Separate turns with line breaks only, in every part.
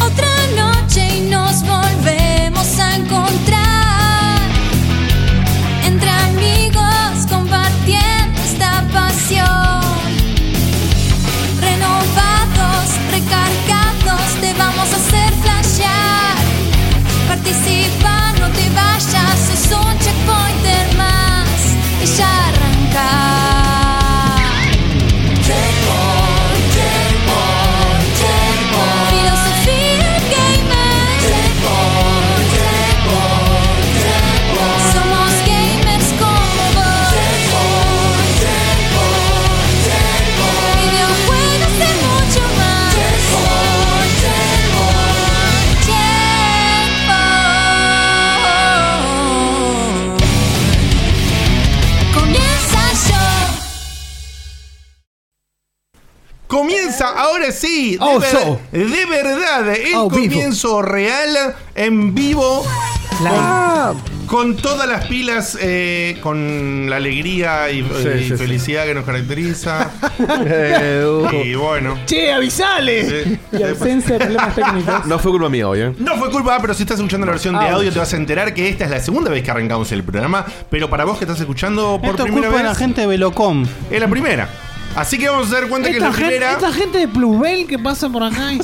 Otra noche y nos volvemos a encontrar entre amigos combatiendo esta pasión. Renovados, recargados, te vamos a hacer flashear. Participa, no te vayas, es un checkpointer más y ya arrancar. Checkpoint, checkpoint, checkpoint. Filosofía gamer. Checkpoint, checkpoint, checkpoint. Somos gamers como vos. Checkpoint, checkpoint, checkpoint. Videojuegos de mucho más. Checkpoint, checkpoint, checkpoint. Comienza yo.
Comienza ahora sí, de,
Oh,
ver-
so.
de verdad, el
Oh, vivo.
comienzo real en vivo. Con, con todas las pilas, eh, con la alegría y, y
sí, sí.
felicidad que nos caracteriza. y bueno.
Che, avisale.
eh,
Y ausencia de problemas técnicos.
No fue culpa mía hoy, ¿eh?
No fue culpa, pero si estás escuchando la versión de
Ouch.
audio te vas a enterar que esta es la segunda vez que arrancamos el programa, pero para vos que estás escuchando por
Esto es
primera
culpa
vez,
de la gente de Velocom.
es la primera. Así que vamos a dar cuenta que es la
Esta gente,
primera.
esta gente de Plubel que pasa por acá y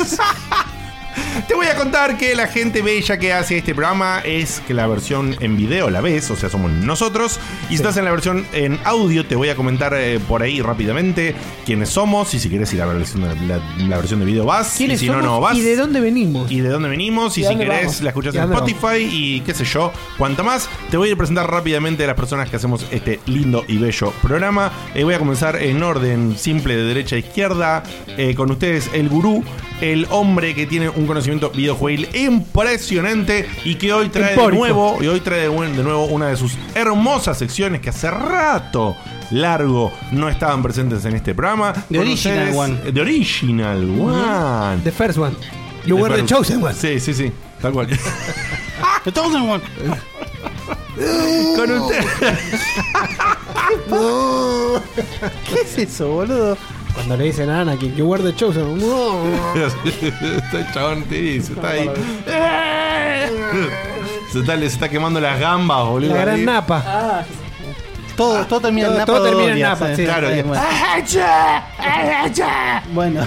Te voy a contar que la gente bella que hace este programa es que la versión en video la ves, o sea, somos nosotros. Y si estás en la versión en audio, te voy a comentar eh, por ahí rápidamente quiénes somos. Y si quieres ir a la versión de, la, la versión de video, vas. Y
quiénes
si
somos
no, no vas.
y de dónde venimos.
Y de dónde venimos, y
¿Y
si
dónde
querés
vamos?
la escuchás
¿Y
en
dónde
Spotify y qué sé yo, cuanto más, te voy a presentar rápidamente a las personas que hacemos este lindo y bello programa. Eh, voy a comenzar en orden simple de derecha a izquierda, eh, con ustedes el gurú, el hombre que tiene un conocimiento videojuegil impresionante y que hoy trae de
Empórico.
nuevo, y hoy trae de, buen- de nuevo una de sus hermosas secciones que hace rato largo no estaban presentes en este programa.
The
Con
Original
ustedes,
One.
The Original One.
The first one. You were
Perdón.
the
eh,
chosen one.
Sí, sí, sí. Tal cual.
The Thousand One.
Con usted.
¿Qué es eso, boludo? Cuando le dicen a Anakin que guarde chosen. No.
Está chabón, sí, se está ahí. Se está, le se está quemando las gambas, boludo.
La gran
Ahí.
napa.
Todo, todo termina en
Todo-
Napa.
todo termina en
Doria,
Napa, sí.
Claro,
sí,
y-
bueno. Ah, Bueno.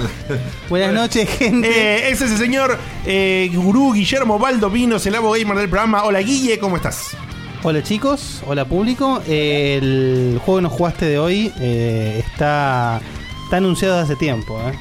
Buenas noches, gente.
Eh, es ese señor eh, gurú Guillermo Baldovinos, el abo gamer del programa. Hola Guille, ¿cómo estás?
Hola chicos, hola público. Eh, el juego que nos jugaste de hoy eh, está, está anunciado desde hace tiempo. eh.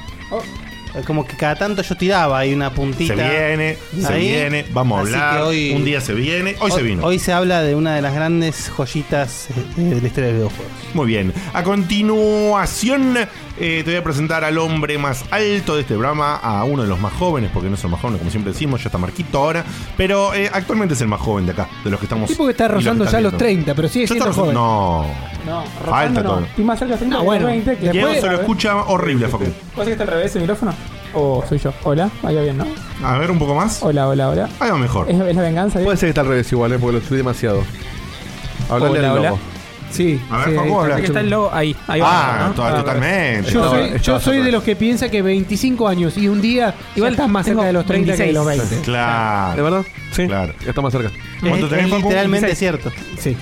Eh, Como que cada tanto yo tiraba ahí una puntita.
Oh. Se viene, se
Ahí.
viene, vamos a
Así
hablar.
que hoy-
Un día se viene, hoy, se vino.
Hoy se habla de una de las grandes joyitas eh, de la historia de videojuegos.
Muy bien. A continuación, eh, te voy a presentar al hombre más alto de este programa, a uno de los más jóvenes, porque no es el más joven, como siempre decimos, ya está Marquito ahora. Pero eh, actualmente es el más joven de acá, de los que estamos.
Tipo que está
y los
rozando
estás
ya los
viendo.
30, pero sigue
Ya está rozando-
siendo joven.
No.
No,
Falta
rozando
todo.
no. Estoy más cerca de 30
Ah,
que
bueno.
de 20. Que ¿eh?
Diego
después-
se lo escucha horrible, Facu.
¿Vos que está al revés el micrófono?
Oh,
Oh,
¿O soy yo? Hola, ahí va bien, ¿no?
A ver un poco más.
Hola, hola, hola.
Ahí va mejor.
¿Es, es la venganza? Diego?
Puede ser que está al revés igual, ¿eh? Porque lo subí demasiado. Hablale
Hola,
al
hola.
lobo.
Sí.
A ver,
sí,
Facu, habla.
ahí está
Parece que
el
está el
chulo.
logo ahí. Ahí va.
Ah,
¿no?
to- totalmente.
Yo,
No,
soy, yo
no,
soy
no.
de los que piensa que 25 años y un día igual estás más cerca
tengo
de los 30 que de los
26.
20.
¿De
Claro.
verdad? Sí.
Claro.
Está más cerca.
¿Cuánto
Es-
tenés,
es
Facu?
literalmente cierto.
Sí.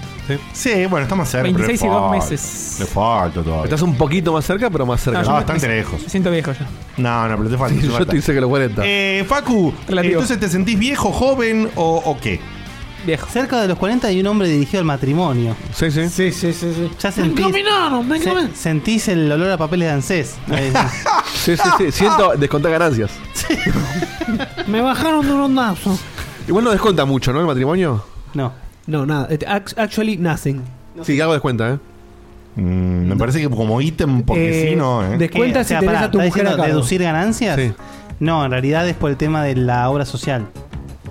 Sí, bueno, está más cerca. pero
26 y
le
dos
falta.
meses.
Le falta todavía.
Estás un poquito más cerca, pero más cerca.
No,
Está
yo me-
bastante lejos.
Me siento viejo ya.
No, no, pero te falta. te
yo
falta.
te hice que los 40.
Eh, Facu,
Relativo.
entonces te sentís viejo, joven o, o qué?
Viejo.
Cerca de los 40 hay un hombre dirigido al matrimonio.
sí, sí.
Sí, sí, sí, sí.
Ya sentís, se- sentís el olor a papeles de ANSES. Ahí está.
Sí, sí, sí. Siento descontar ganancias.
Me bajaron de un ondazo.
Igual no descuenta mucho, ¿no? El matrimonio.
no.
No, nada. It- act- Actually, nothing.
Sí, algo descuenta, ¿eh?
Mm, me parece que como ítem, porque
Eh,
si no, ¿eh?
de- Cuenta
Eh,
si tenés a tu
¿estás
mujer
diciendo
a cargo.
¿Deducir ganancias?
Sí.
No, en realidad es por el tema de la obra social.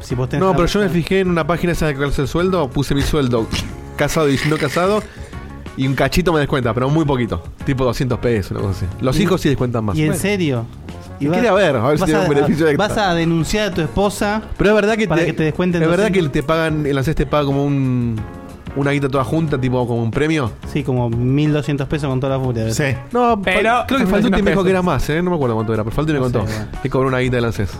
Si vos tenés
No,
una
pero yo me
mujer-
fijé en una página esa de calcularse el sueldo, puse mi sueldo casado diciendo casado. Y un cachito me descuenta, pero muy poquito. Tipo 200 pesos, una cosa así. Los
¿Y-
hijos sí descuentan más.
¿Y en
Bueno.
serio?
Y quería ver, a ver si
vas
tiene un beneficio extra.
Vas a denunciar a tu esposa.
Pero es verdad que
para que te descuenten
Es verdad
200.
que te pagan, el ANSES te paga como un una guita toda junta, tipo como un premio.
Sí, como 1200 pesos con toda la furia.
Sí. No,
Pero-
pero creo que Falduti me dijo
pesos.
que era más, ¿eh? No me acuerdo cuánto era, pero Falduti me
No
contó.
sé, bueno.
Que cobró una guita del ANSES.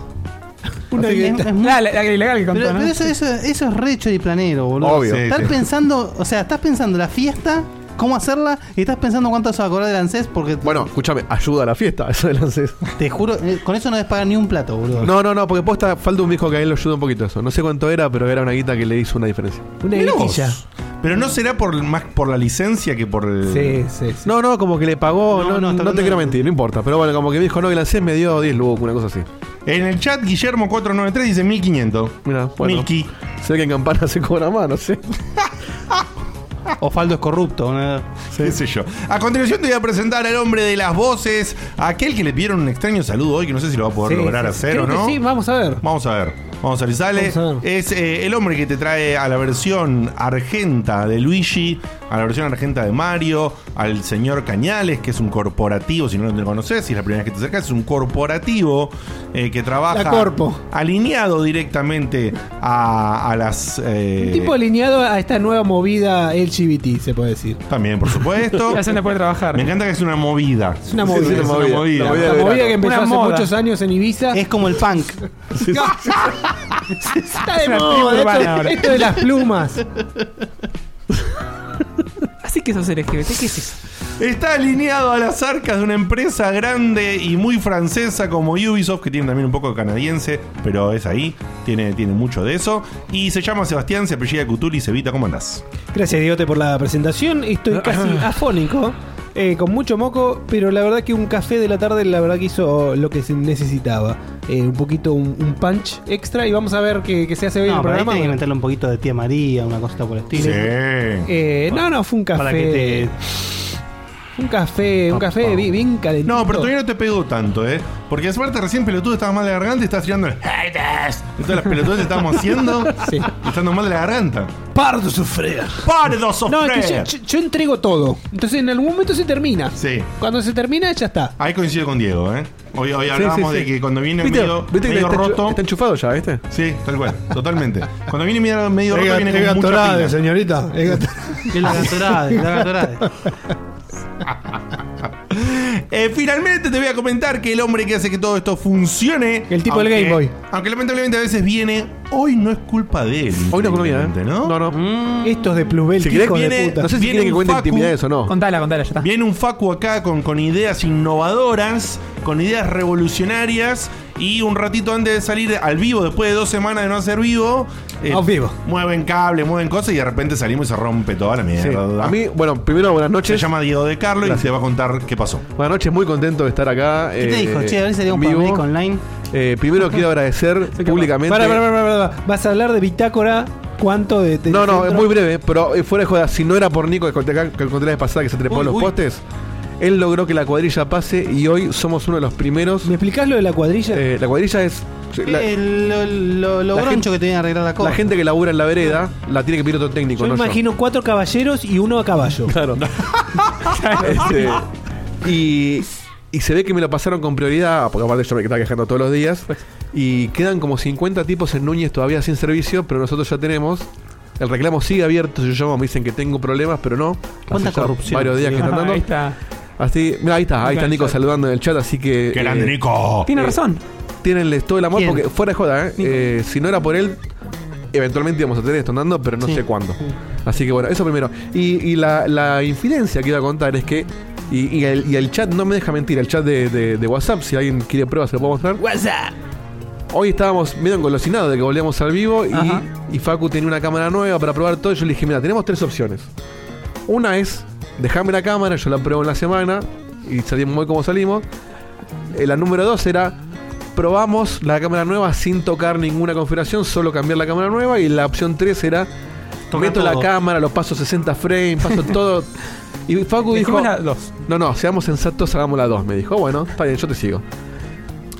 Una
Así que-
guita. Es muy-
la, la- la ilegal que contó,
Pero,
¿no?
pero eso, eso, eso es re choriplanero, boludo.
Obvio.
Sí,
Estás
sí.
pensando, o sea, estás pensando la fiesta, cómo hacerla, y estás pensando cuánto se va a cobrar del ANSES, porque
Bueno, escúchame, ayuda a la fiesta, eso del ANSES.
te juro, eh, con eso no despagan ni un plato, boludo.
No, no, no, porque posta, Faldu me dijo que a él lo ayuda un poquito eso. No sé cuánto era, pero era una guita que le hizo una diferencia.
Una
Mirá vos.
gritilla.
Pero no será por más por la licencia que por el.
Sí, sí, sí.
No, no, como que le pagó,
No,
no,
no,
no,
está
te
hablando
quiero
de-
mentir, no importa. Pero bueno, como que me dijo, no, que el ANSES me dio 10 lucas, una cosa así.
En el chat, Guillermo493 dice 1500.
Mira, bueno.
Milky.
Sé que en Campana se cobra más, no sé.
O Faldo es corrupto. ¿no?
Qué sé yo. A continuación te voy a presentar al hombre de las voces, aquel que le pidieron un extraño saludo hoy, que no sé si lo va a poder
Sí,
lograr
sí,
hacer
creo
o
que
no.
Sí, vamos a ver.
Vamos a ver. Vamos a ver si sale.
Vamos a ver.
Es eh, el hombre que te trae a la versión argenta de Luigi, a la versión argenta de Mario, al señor Cañales, que es un corporativo, si no lo conoces, si es la primera vez que te acercas, es un corporativo eh, que trabaja
La corpo.
alineado directamente a, a las... eh,
Un tipo alineado a esta nueva movida LGBT, se puede decir.
también, por supuesto.
Ya se no puede trabajar.
Me encanta que es una movida.
Es una
Sí,
movida.
sí, la
es una
movida,
movida.
la movida
La
de
movida
verano.
que empezó
Una
hace
moda.
muchos años en Ibiza.
Es como el punk.
Está de
una
moda.
tribu urbana
Esto,
ahora.
esto de las plumas.
Así que sos LGBT, ¿qué es eso?
Está alineado a las arcas de una empresa grande y muy francesa como Ubisoft, que tiene también un poco de canadiense, pero es ahí, tiene, tiene mucho de eso. Y se llama Sebastián, se apellida Cutuli, Sevita, ¿cómo andás?
Gracias, Diote, por la presentación. Estoy casi afónico, eh, con mucho moco, pero la verdad que un café de la tarde, la verdad que hizo lo que se necesitaba. Eh, un poquito, un, un punch extra, y vamos a ver qué, qué se hace hoy en
No,
el
pero ahí
programa.
tenés que
Bueno,
meterle un poquito de tía María, una cosita por el estilo.
eh, no, no, fue un café.
Para que
Un café, un café bien, bien calentito.
No, pero todavía no te pegó tanto, ¿eh? Porque de suerte recién pelotudo estabas mal de la garganta y estabas tirando el haters. Entonces las pelotudas que estábamos haciendo
Sí.
y estando mal de la garganta.
Pardo sufrir.
¡Pardo
No, es que yo,
sofrer!
yo- yo entrego todo. Entonces en algún momento se termina.
Sí.
Cuando se termina, ya está.
Ahí coincido con Diego, ¿eh? Hoy, hoy hablábamos
sí.
de que cuando viene
¿Viste?
medio,
¿Viste que
medio
está, enchu-
roto.
está enchufado ya, viste?
Sí, tal cual, totalmente. Cuando viene medio, medio roto, viene con mucha pila.
señorita.
Es la gatorade, la gatorade.
Eh, finalmente te voy a comentar que el hombre que hace que todo esto funcione.
El tipo del
aunque-
Game Boy.
Aunque lamentablemente a veces viene. Hoy no es culpa de él.
Hoy no comía, ¿eh?
¿no?
No, no.
Estos de Plubel,
Si querés,
hijo de
viene-
puta.
No sé si
Viene
quieren que
un
cuente
Facu.
intimidades o no.
Contala, contala, ya está.
Viene un Facu acá con, con ideas innovadoras, con ideas revolucionarias. Y un ratito antes de salir al vivo, después de dos semanas de no hacer vivo. eh,
Al vivo.
Mueven cable, mueven cosas y de repente salimos y se rompe toda la
Sí.
mierda.
A mí, bueno, primero buenas
se
noches.
llama Diego de Carlo y
Gracias.
te va a contar qué pasó.
Buenas noches, muy contento de estar acá.
¿Qué te
eh,
dijo? Che, a ver si sería un
en vivo.
pamelico online.
Eh, primero quiero agradecer públicamente.
Pará, pará, pará, pará, pará. Vas a hablar de bitácora. ¿Cuánto de.? de
No, no, es
centro?
muy breve, pero eh, fuera de joda, si no era por Nico que conté acá- que conté la vez pasada que se trepó
Uy,
en los
uy.
postes, él logró que la cuadrilla pase y hoy somos uno de los primeros.
¿Me explicás lo de la cuadrilla?
Eh, la cuadrilla es. La,
Eh, lo lo, lo
la
broncho
gente-
que te viene a arreglar la cosa.
la gente que labura en la vereda la tiene que pedir otro técnico,
yo
no yo.
imagino cuatro caballeros y uno a caballo.
Claro. Este, y, y se ve que me lo pasaron con prioridad, porque aparte yo me estaba quejando todos los días.
Pues.
Y quedan como 50 tipos en Núñez todavía sin servicio, pero nosotros ya tenemos. El reclamo sigue abierto, yo llamo, me dicen que tengo problemas, pero no.
¿Cuánta
Hace ya
corrupción?
Varios días que
Ajá,
están dando.
ahí está.
Así, Ah, mira, ahí está, ahí está Nico saludando en el chat, así que...
¡Qué grande,
eh,
Nico!
Tiene
Eh,
razón.
Tienenles todo el amor,
¿Quién?
porque fuera de joda, ¿eh? Eh, Si no era por él, eventualmente íbamos a tener esto andando, pero no
Sí.
sé cuándo. Así que bueno, eso primero. Y, y la, la infidencia que iba a contar es que. Y, y el, y el chat no me deja mentir, el chat de, de- de WhatsApp, si alguien quiere pruebas, se lo puedo mostrar.
WhatsApp.
Hoy estábamos medio engolosinados de que volvíamos al vivo y,
Ajá.
y Facu tenía una cámara nueva para probar todo. Y yo le dije, mira, tenemos tres opciones. Una es, dejame la cámara, yo la pruebo en la semana y salimos muy como salimos. Eh, la número dos era, probamos la cámara nueva sin tocar ninguna configuración, solo cambiar la cámara nueva. Y la opción tres era,
Toca
meto la
todo.
cámara, lo paso 60 frames, paso todo. Y Facu dijo,
Dijimos las dos.
no, no, seamos sensatos, hagamos la dos. Me dijo, bueno, está bien, yo te sigo.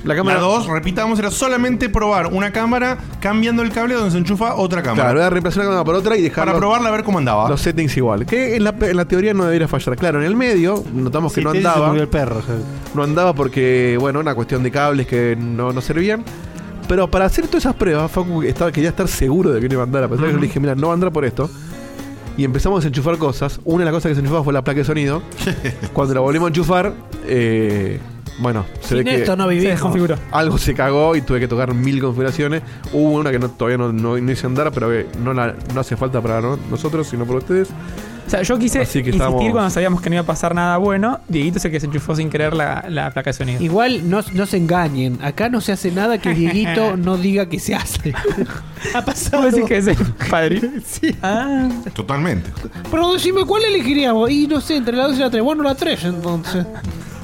La cámara-
La 2, repitamos, era solamente probar una cámara cambiando el cable donde se enchufa otra cámara.
Claro, era reemplazar una cámara por otra y dejar
para
los-
probarla a ver cómo andaba.
los settings igual. Que en la, en la teoría no debería fallar. Claro, en el medio notamos que
Sí,
no
sí, se
andaba.
murió el perro. o sea.
No andaba porque, bueno, una cuestión de cables que no, no servían. Pero para hacer todas esas pruebas, Facu estaba, quería estar seguro de que no iba a andar. A pesar de que yo le dije, mira, no va a andar por esto. Y empezamos a desenchufar cosas. Una de las cosas que se enchufaba fue la placa de sonido. Cuando la volvimos a enchufar, eh, bueno, se ve
Sin
que
esto no
Se
vivimos.
desconfiguró.
algo se cagó y tuve que tocar mil configuraciones. Hubo una que no, todavía no, no- no hice andar, pero que no, la- no hace falta para no- nosotros, sino por ustedes.
O sea, yo quise
Así que
insistir
estamos-
cuando sabíamos que no iba a pasar nada bueno. Dieguito es el que se enchufó sin querer la, la placa de sonido.
Igual no, no se engañen. Acá no se hace nada que Dieguito no diga que se hace. ha
¿Tú
pasado.
decís que es el padrino?
Sí.
Ah,
Totalmente.
Pero decime, ¿cuál elegiríamos? Y no sé, entre la 2 y la 3. Bueno, la 3 entonces.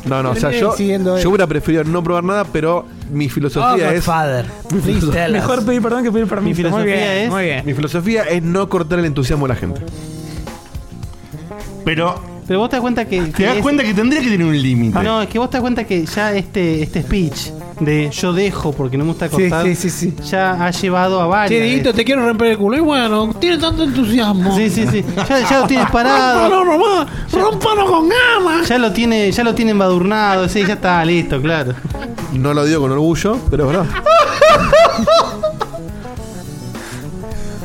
No, no, o sea,
Terminé
yo,
siguiendo
yo
él.
hubiera preferido no probar nada, pero
Oh,
mi filosofía es.
Godfather. Please tell us.
mejor pedir perdón que pedir permiso.
filosofía
muy bien,
es-
muy bien.
Mi filosofía es no cortar el entusiasmo de la gente.
Pero
Pero vos te das cuenta que. que
te das
es-
cuenta que tendría que tener un límite.
Ah, No, es que vos te das cuenta que ya este, este speech de yo dejo porque no me gusta cortar.
sí, sí, sí.
Ya ha llevado a varias.
Che, Dieguito, te quiero romper el culo. Y bueno, tiene tanto entusiasmo.
Sí, sí, sí. Ya, ya lo tienes
Rómpalo
parado.
nomás. Rómpalo con ganas.
Ya lo tiene, ya lo tiene embadurnado, sí, ya está listo, claro.
No lo digo con orgullo, pero es verdad.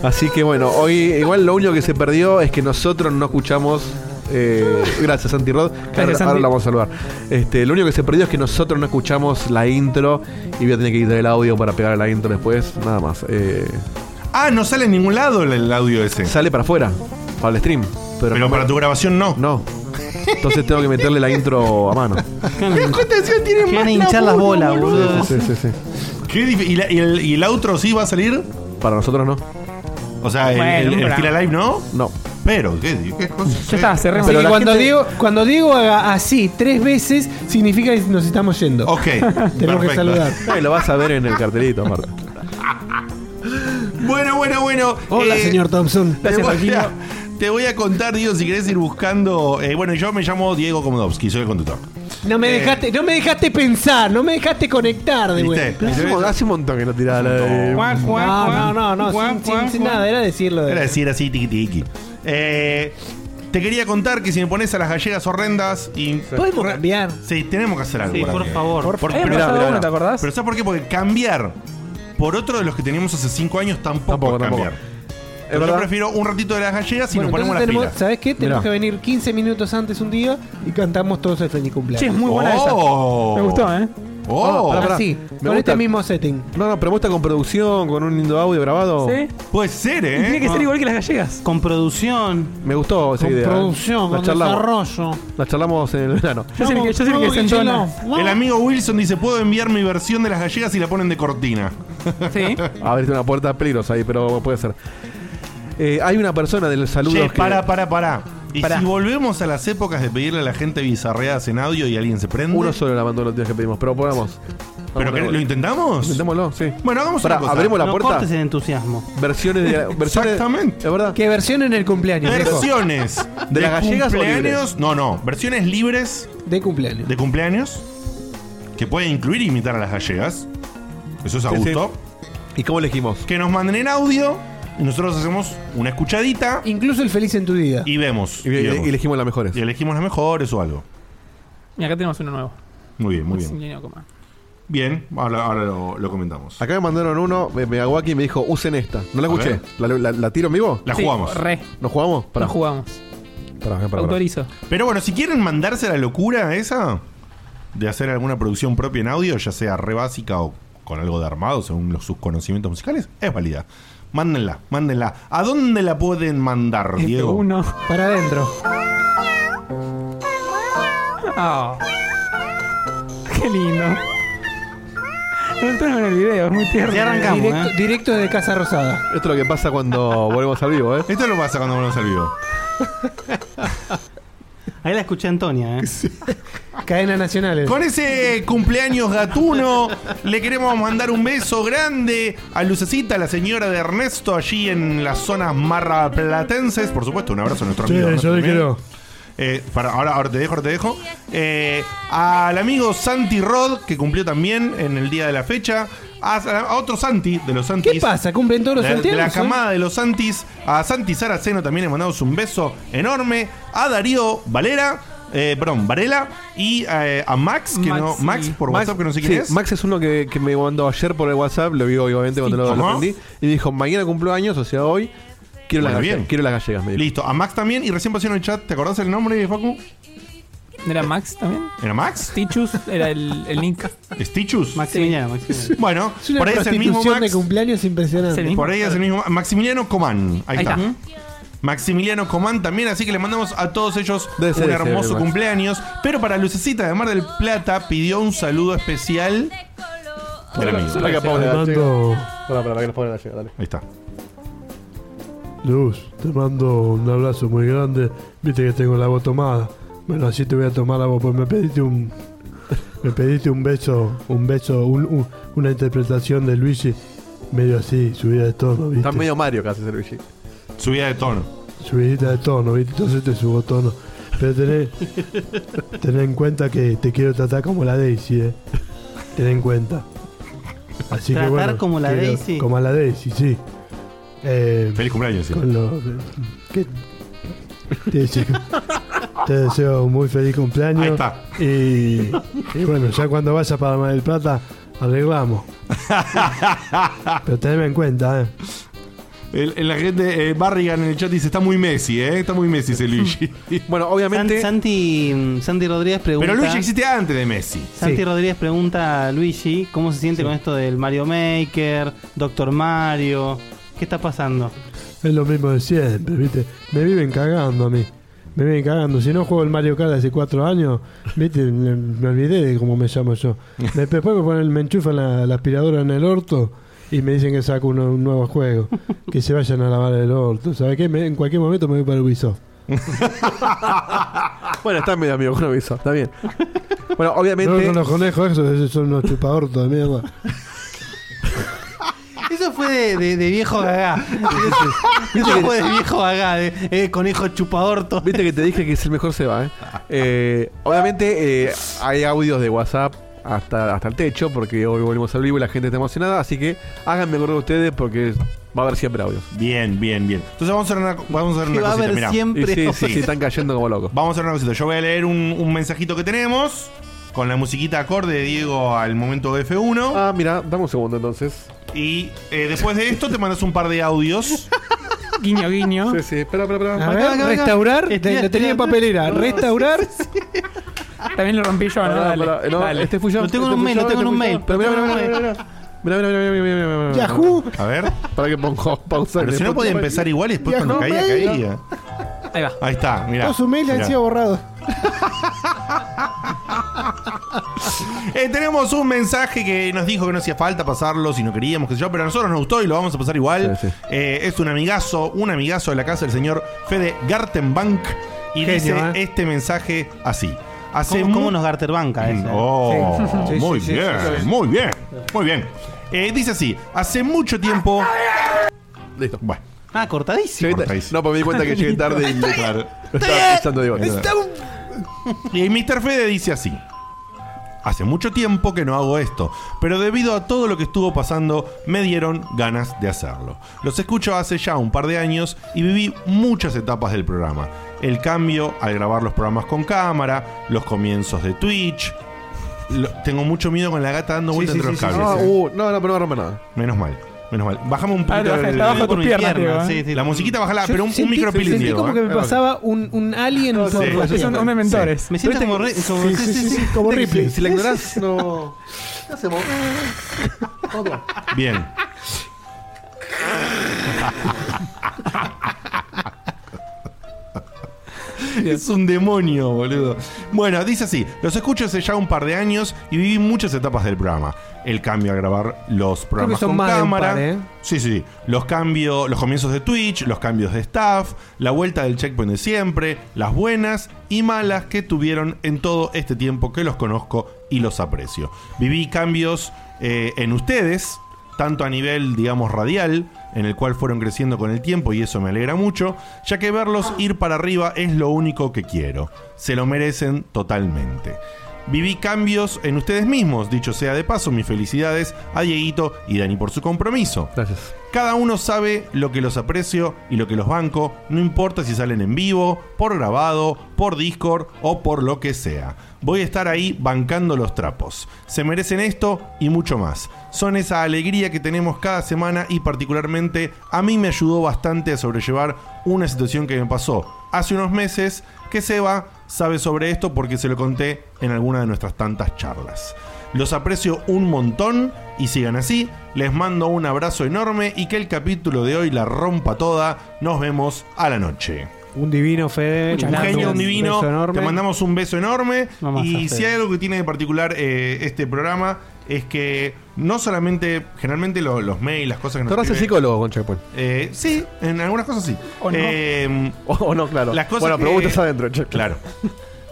Así que bueno, hoy igual lo único que se perdió es que nosotros no escuchamos. eh, gracias, Santi Rod. Ahora,
Santi.
ahora la vamos a saludar. Este, lo único que se perdió es que nosotros no escuchamos la intro y voy a tener que quitar el audio para pegar la intro después. Nada más. Eh,
Ah, no sale en ningún lado el, el audio ese.
sale para afuera, para el stream. Pero,
Pero para tu grabación no.
no. Entonces tengo que meterle la intro a mano.
Que van a hinchar las bolas, boludo.
Sí, sí, sí.
Qué dif- y, la- y el, y el outro sí va a salir.
Para nosotros no.
O sea, el-
Bueno,
el, el
bravo.
Tira Live no.
No.
Pero, ¿qué, qué cosa?
Ya está, cerremos.
Pero
Sí,
la
cuando
cuando,
gente-
Diego, cuando Diego haga así tres veces, significa que nos estamos yendo.
Ok.
Tenemos
perfecto.
que saludar.
No, y lo vas a ver en el cartelito, Marta.
Bueno, bueno, bueno.
Hola,
Eh,
señor Thompson.
te, voy a, te voy a contar, Diego, si querés ir buscando. eh, bueno, yo me llamo Diego Komodowski, soy el conductor.
No
Eh,
me dejaste, no me dejaste pensar, no me dejaste conectar de
¿Viste?
vuelta.
Hace, un- hace un montón que no tiraba la de-
No, no, no, no, sin, sin- sin nada, era decirlo.
Era
De...
decir así, tiqui tiqui. Eh, te quería contar que si me pones a las gallegas horrendas y.
Podemos cambiar.
Sí, tenemos que hacer algo.
Sí,
para
por
que-
favor.
Por
Había
pero-
Mirá,
pasado
mirá,
uno,
mirá.
¿te acordás?
Pero ¿sabes por qué? Porque cambiar por otro de los que teníamos hace 5 años tampoco,
Tampoco,
es
tampoco.
cambiar.
Es
yo
verdad.
prefiero un ratito de las gallegas y
Bueno,
nos ponemos las
entonces tenemos-
pilas.
¿Sabes qué? Tenemos
Mirá.
que venir 15 minutos antes un día y cantamos todos el feliz
Che, es
cumpleaños.
muy buena
Oh.
esa. Me gustó, ¿eh?
Oh,
Ah, Pará, pará.
Así,
Me
con
gusta.
este mismo setting.
No, no, pero me gusta con producción, con un lindo audio grabado.
Sí.
puede ser,
Y tiene
¿eh?
que ser igual que las gallegas.
Con producción.
Ah. Me gustó esa
Con
idea. ¿eh?
producción,
la
con
charlamos,
desarrollo.
la charlamos en el verano.
Yo soy el que, yo soy el que
Vamos,
se
vamos,
entona.
Guillermo,
El
vamos.
amigo Wilson dice, puedo enviar mi versión de las gallegas y la ponen de cortina.
Sí.
Abriste una puerta peligrosa ahí, pero puede ser. Eh, hay una persona del saludo.
Che,
que-
para, para, para. Y
Pará.
si volvemos a las épocas de pedirle a la gente bizarreadas en audio y alguien se prende.
Uno solo la mandó los días que pedimos, pero ponamos.
¿Pero
Vamos,
que-
vamos.
lo intentamos?
Intentémoslo, sí.
Bueno, hagamos
Pará,
una cosa.
abrimos la
no
puerta.
cortes el entusiasmo.
Versiones de. Versiones,
Exactamente.
Es verdad.
¿Qué versión en el cumpleaños? viejo?
Versiones
¿De las gallegas o
cumpleaños, no, no, versiones libres
De cumpleaños.
de cumpleaños que pueden incluir imitar a las gallegas. Eso es a
Sí, sí.
gusto.
¿Y cómo elegimos?
Que nos manden en audio y nosotros hacemos una escuchadita
Incluso el feliz en tu vida.
y vemos.
Y, y-
vemos.
y elegimos las mejores.
Y elegimos las mejores o algo.
Y acá tenemos uno nuevo.
Muy bien, muy
Es un
bien.
genio de coma.
Bien, ahora, ahora lo, lo comentamos.
Acá me mandaron uno, me, me aguó aquí y me dijo, usen esta. No la
A
escuché.
ver.
¿La, la- la tiro en vivo?
La
Sí,
jugamos.
Re.
¿Nos jugamos? Pará.
No jugamos.
Pará, pará, pará.
Autorizo.
Pero bueno, si quieren mandarse la locura esa de hacer alguna producción propia en audio, ya sea re básica o con algo de armado, según los- sus conocimientos musicales, es válida. Mándenla, mándenla. ¿A dónde la pueden mandar, Diego?
Uno.
Para adentro.
Oh.
Ah. Qué lindo. No entraron en el video, es muy tierno.
Ya arrancamos,
Directo,
¿eh?
directo desde Casa Rosada.
Esto es lo que pasa cuando volvemos al vivo, ¿eh?
Esto lo pasa cuando volvemos al vivo.
Ahí la escuché a Antonia, ¿eh?
Cadena Nacional.
Con ese cumpleaños gatuno, le queremos mandar un beso grande a Lucecita, la señora de Ernesto, allí en las zonas marraplatenses. Por supuesto, un abrazo a nuestro amigo. Ernesto también. eh, para, ahora, ahora te dejo, ahora te dejo. Eh, al amigo Santi Rod, que cumplió también en el día de la fecha. A, a otro Santi, de los Santis.
¿Qué pasa? ¿Cumplen todos los
De, de la
santiagos? eh?
camada de los Santis. A Santi Saraceno también le mandamos un beso enorme. A Darío Valera. Eh, perdón, Varela. Y eh, a Max, que no.
Maxi.
Max por WhatsApp, que no sé quién
sí,
es.
Max es uno que, que me mandó ayer por el WhatsApp, lo vi obviamente cuando lo, lo
Ajá.
prendí, y dijo, mañana cumplo años, o sea, hoy quiero, las,
Bueno,
gallegas,
bien.
quiero las gallegas, me dijo.
Listo. A Max también. Y recién pasó en el chat. ¿Te acordás el nombre, Facu?
¿Era Max también?
¿Era Max?
Tichus era el, el link.
¿Stichus?
Maximiliano, Maximiliano.
Bueno,
Es una
por ahí es el mismo
prostitución de
Max.
cumpleaños
Es el
impresionante.
mismo.
Por ahí es el mismo. Maximiliano Comán. Ahí,
Ahí
está.
está.
Maximiliano Comán también, así que le mandamos a todos ellos
Debe ser
un
ese,
hermoso
Max.
cumpleaños. Pero para Lucecita de Mar del Plata pidió un saludo especial del amigo.
Pará que apague la gallega. Pará, pará, pará que nos ponga la gallega, dale.
Ahí está.
Luz, te mando un abrazo muy grande. Viste que tengo la voz tomada. Bueno, así te voy a tomar la voz, pues me pediste un. Me pediste un beso, un beso, un- un- una interpretación de Luigi medio así, subida de tono, ¿viste?
Está medio Mario casi, Sergi.
Subida de tono.
Subidita de tono, ¿viste? Entonces te subo tono. Pero tené, tené en cuenta que te quiero tratar como la Daisy, ¿eh? Tené en cuenta. Así
Tratar
que bueno,
como la
quiero-
Daisy.
Como la Daisy, sí. Eh,
Feliz cumpleaños, sí.
con lo- ¿qué? Te, deseo, te deseo un muy feliz cumpleaños.
Ahí está.
Y, y bueno, ya cuando vayas para Mar del Plata, arreglamos.
Ah.
Pero teneme en cuenta, ¿eh?
El, el- la gente eh, Barrigan en el chat dice: Está muy Messi, ¿eh? Está muy Messi ese Luigi.
Bueno,
San-
obviamente...
Santi, mm, Santi Rodríguez pregunta.
Pero Luigi existe antes de Messi.
Santi Rodríguez pregunta a Luigi cómo se siente con esto del Mario Maker, Doctor Mario. ¿Qué está pasando?
Es lo mismo de siempre, ¿viste? Me viven cagando a mí. Me viven cagando. Si no juego el Mario Kart hace cuatro años, ¿viste? Me, me olvidé de cómo me llamo yo. Me- Después me ponen, me enchufan la, la aspiradora en el orto y me dicen que saco uno- un nuevo juego. Que se vayan a lavar el orto. ¿Sabes qué? Me- en cualquier momento me voy para Ubisoft.
Ah, Bueno, está medio amigo, con aviso, está bien. Bueno,
No
obviamente...
con los conejos, esos esos son unos chupaortos de mierda.
Eso fue de, de- de viejo gagá. Eso fue de viejo gagá, de eh, conejo chupador. todo.
Viste que te dije que es el mejor se va, ¿eh? Eh, obviamente eh, hay audios de WhatsApp hasta, hasta el techo, porque hoy volvemos al vivo y la gente está emocionada, así que háganme correr ustedes porque va a haber siempre audios.
Bien, bien, bien. Entonces vamos a hacer una, vamos a hacer
Que
una
va a
cosita.
haber
mirá.
Y
siempre.
sí, sí, sí, están cayendo como locos.
Vamos a hacer una cosita. Yo voy a leer un, un mensajito que tenemos con la musiquita acorde de Diego al momento de F1.
Ah, mira, dame un segundo entonces.
Y eh, después de esto te mandas un par de audios.
Guiño, guiño.
Sí, sí, espera, espera, espera.
A ver,
acá, acá.
restaurar.
Estira,
Lo tenía en
estira.
papelera. Restaurar.
También lo rompí yo, ¿no?
Pará,
Dale,
pará, no,
dale.
este fui yo.
Lo tengo en un mail, lo tengo en un mail.
Pero mira, mira, mira, mira, mira. Mira, mira, mira, mira, mira, mira, mira.
Yahoo.
A ver.
Para que pongo pausa. en
Pero
el
si no podía
Spotify.
empezar igual y después
Viajó
cuando caía,
medio.
caía.
Ahí va.
Ahí está, mira.
Todos sus mails han sido borrados.
Eh, tenemos un mensaje que nos dijo que no hacía falta pasarlo si no queríamos, que yo, pero a nosotros nos gustó y lo vamos a pasar igual.
Sí, sí.
Eh, es un amigazo, un amigazo de la casa del señor Fede Gartenbank. Y
Genio,
dice
¿eh?
este mensaje así. Hace
¿Cómo, cómo
mu-
nos garterbanca eso?
Oh,
Sí. Sí,
muy
sí, sí,
bien, muy bien, muy bien. Eh, dice así, hace mucho
Ah,
tiempo...
Listo.
Bueno,
Ah, cortadísimo.
Llegué tarde. No, porque me di cuenta que llegué tarde y
claro.
estaba pensando, digo.
Y Mr. Fede dice así. Hace mucho tiempo que no hago esto, pero debido a todo lo que estuvo pasando me dieron ganas de hacerlo. Los escucho hace ya un par de años y viví muchas etapas del programa. El cambio al grabar los programas con cámara, los comienzos de Twitch. Lo- tengo mucho miedo con la gata dando vueltas entre los cables. ¿eh?
No, uh, no, no, pero no rompe
Ah,
nada.
uh.
Menos mal, menos mal. Bajamos un
Ah,
poquito
baja-
el-
está abajo
Por
tus
mi
piernas,
pierna,
Diego, ¿eh?
sí, sí.
la musiquita, bajala, pero un, un
Mm. Sentí-
micropilín,
Sentí
Diego,
como
¿eh?
que me
Ahí va.
pasaba un, un alien por
sí.
la
Esos son
pierna.
unos mentores.
Me siento como re- como- sí, sí, sí.
como Ripley.
Si la ignorás, no. ¿Qué hacemos?
Bien. Es un demonio, boludo. Bueno, dice así, los escucho hace ya un par de años y viví muchas etapas del programa. El cambio a grabar los programas
son
con
más de un
cámara.
par, ¿eh?
Sí, sí. Los cambios, los comienzos de Twitch, los cambios de staff, la vuelta del checkpoint de siempre, las buenas y malas que tuvieron en todo este tiempo que los conozco y los aprecio. Viví cambios eh, en ustedes, tanto a nivel, digamos, radial, en el cual fueron creciendo con el tiempo y eso me alegra mucho, ya que verlos ir para arriba es lo único que quiero. Se lo merecen totalmente. Viví cambios en ustedes mismos, dicho sea de paso, mis felicidades a Dieguito y Dani por su compromiso.
Gracias.
Cada uno sabe lo que los aprecio y lo que los banco, no importa si salen en vivo, por grabado, por Discord o por lo que sea. Voy a estar ahí bancando los trapos. Se merecen esto y mucho más. Son esa alegría que tenemos cada semana y particularmente a mí me ayudó bastante a sobrellevar una situación que me pasó hace unos meses que Seba sabe sobre esto porque se lo conté en alguna de nuestras tantas charlas. Los aprecio un montón y sigan así. Les mando un abrazo enorme y que el capítulo de hoy la rompa toda. Nos vemos a la noche.
Un divino, Fede.
Un genio, un divino. Te mandamos un beso enorme.
Vamos a
y
hacer.
si hay algo que tiene de particular eh, este programa es que no solamente, generalmente lo- los mails, las cosas que
Te vas
escriben-
psicólogo con Checkpoint.
eh, sí, en algunas cosas sí.
O no.
Eh,
O, o no, claro.
Las cosas
bueno, pero
que-
vos estás adentro, Checkpoint.
Claro.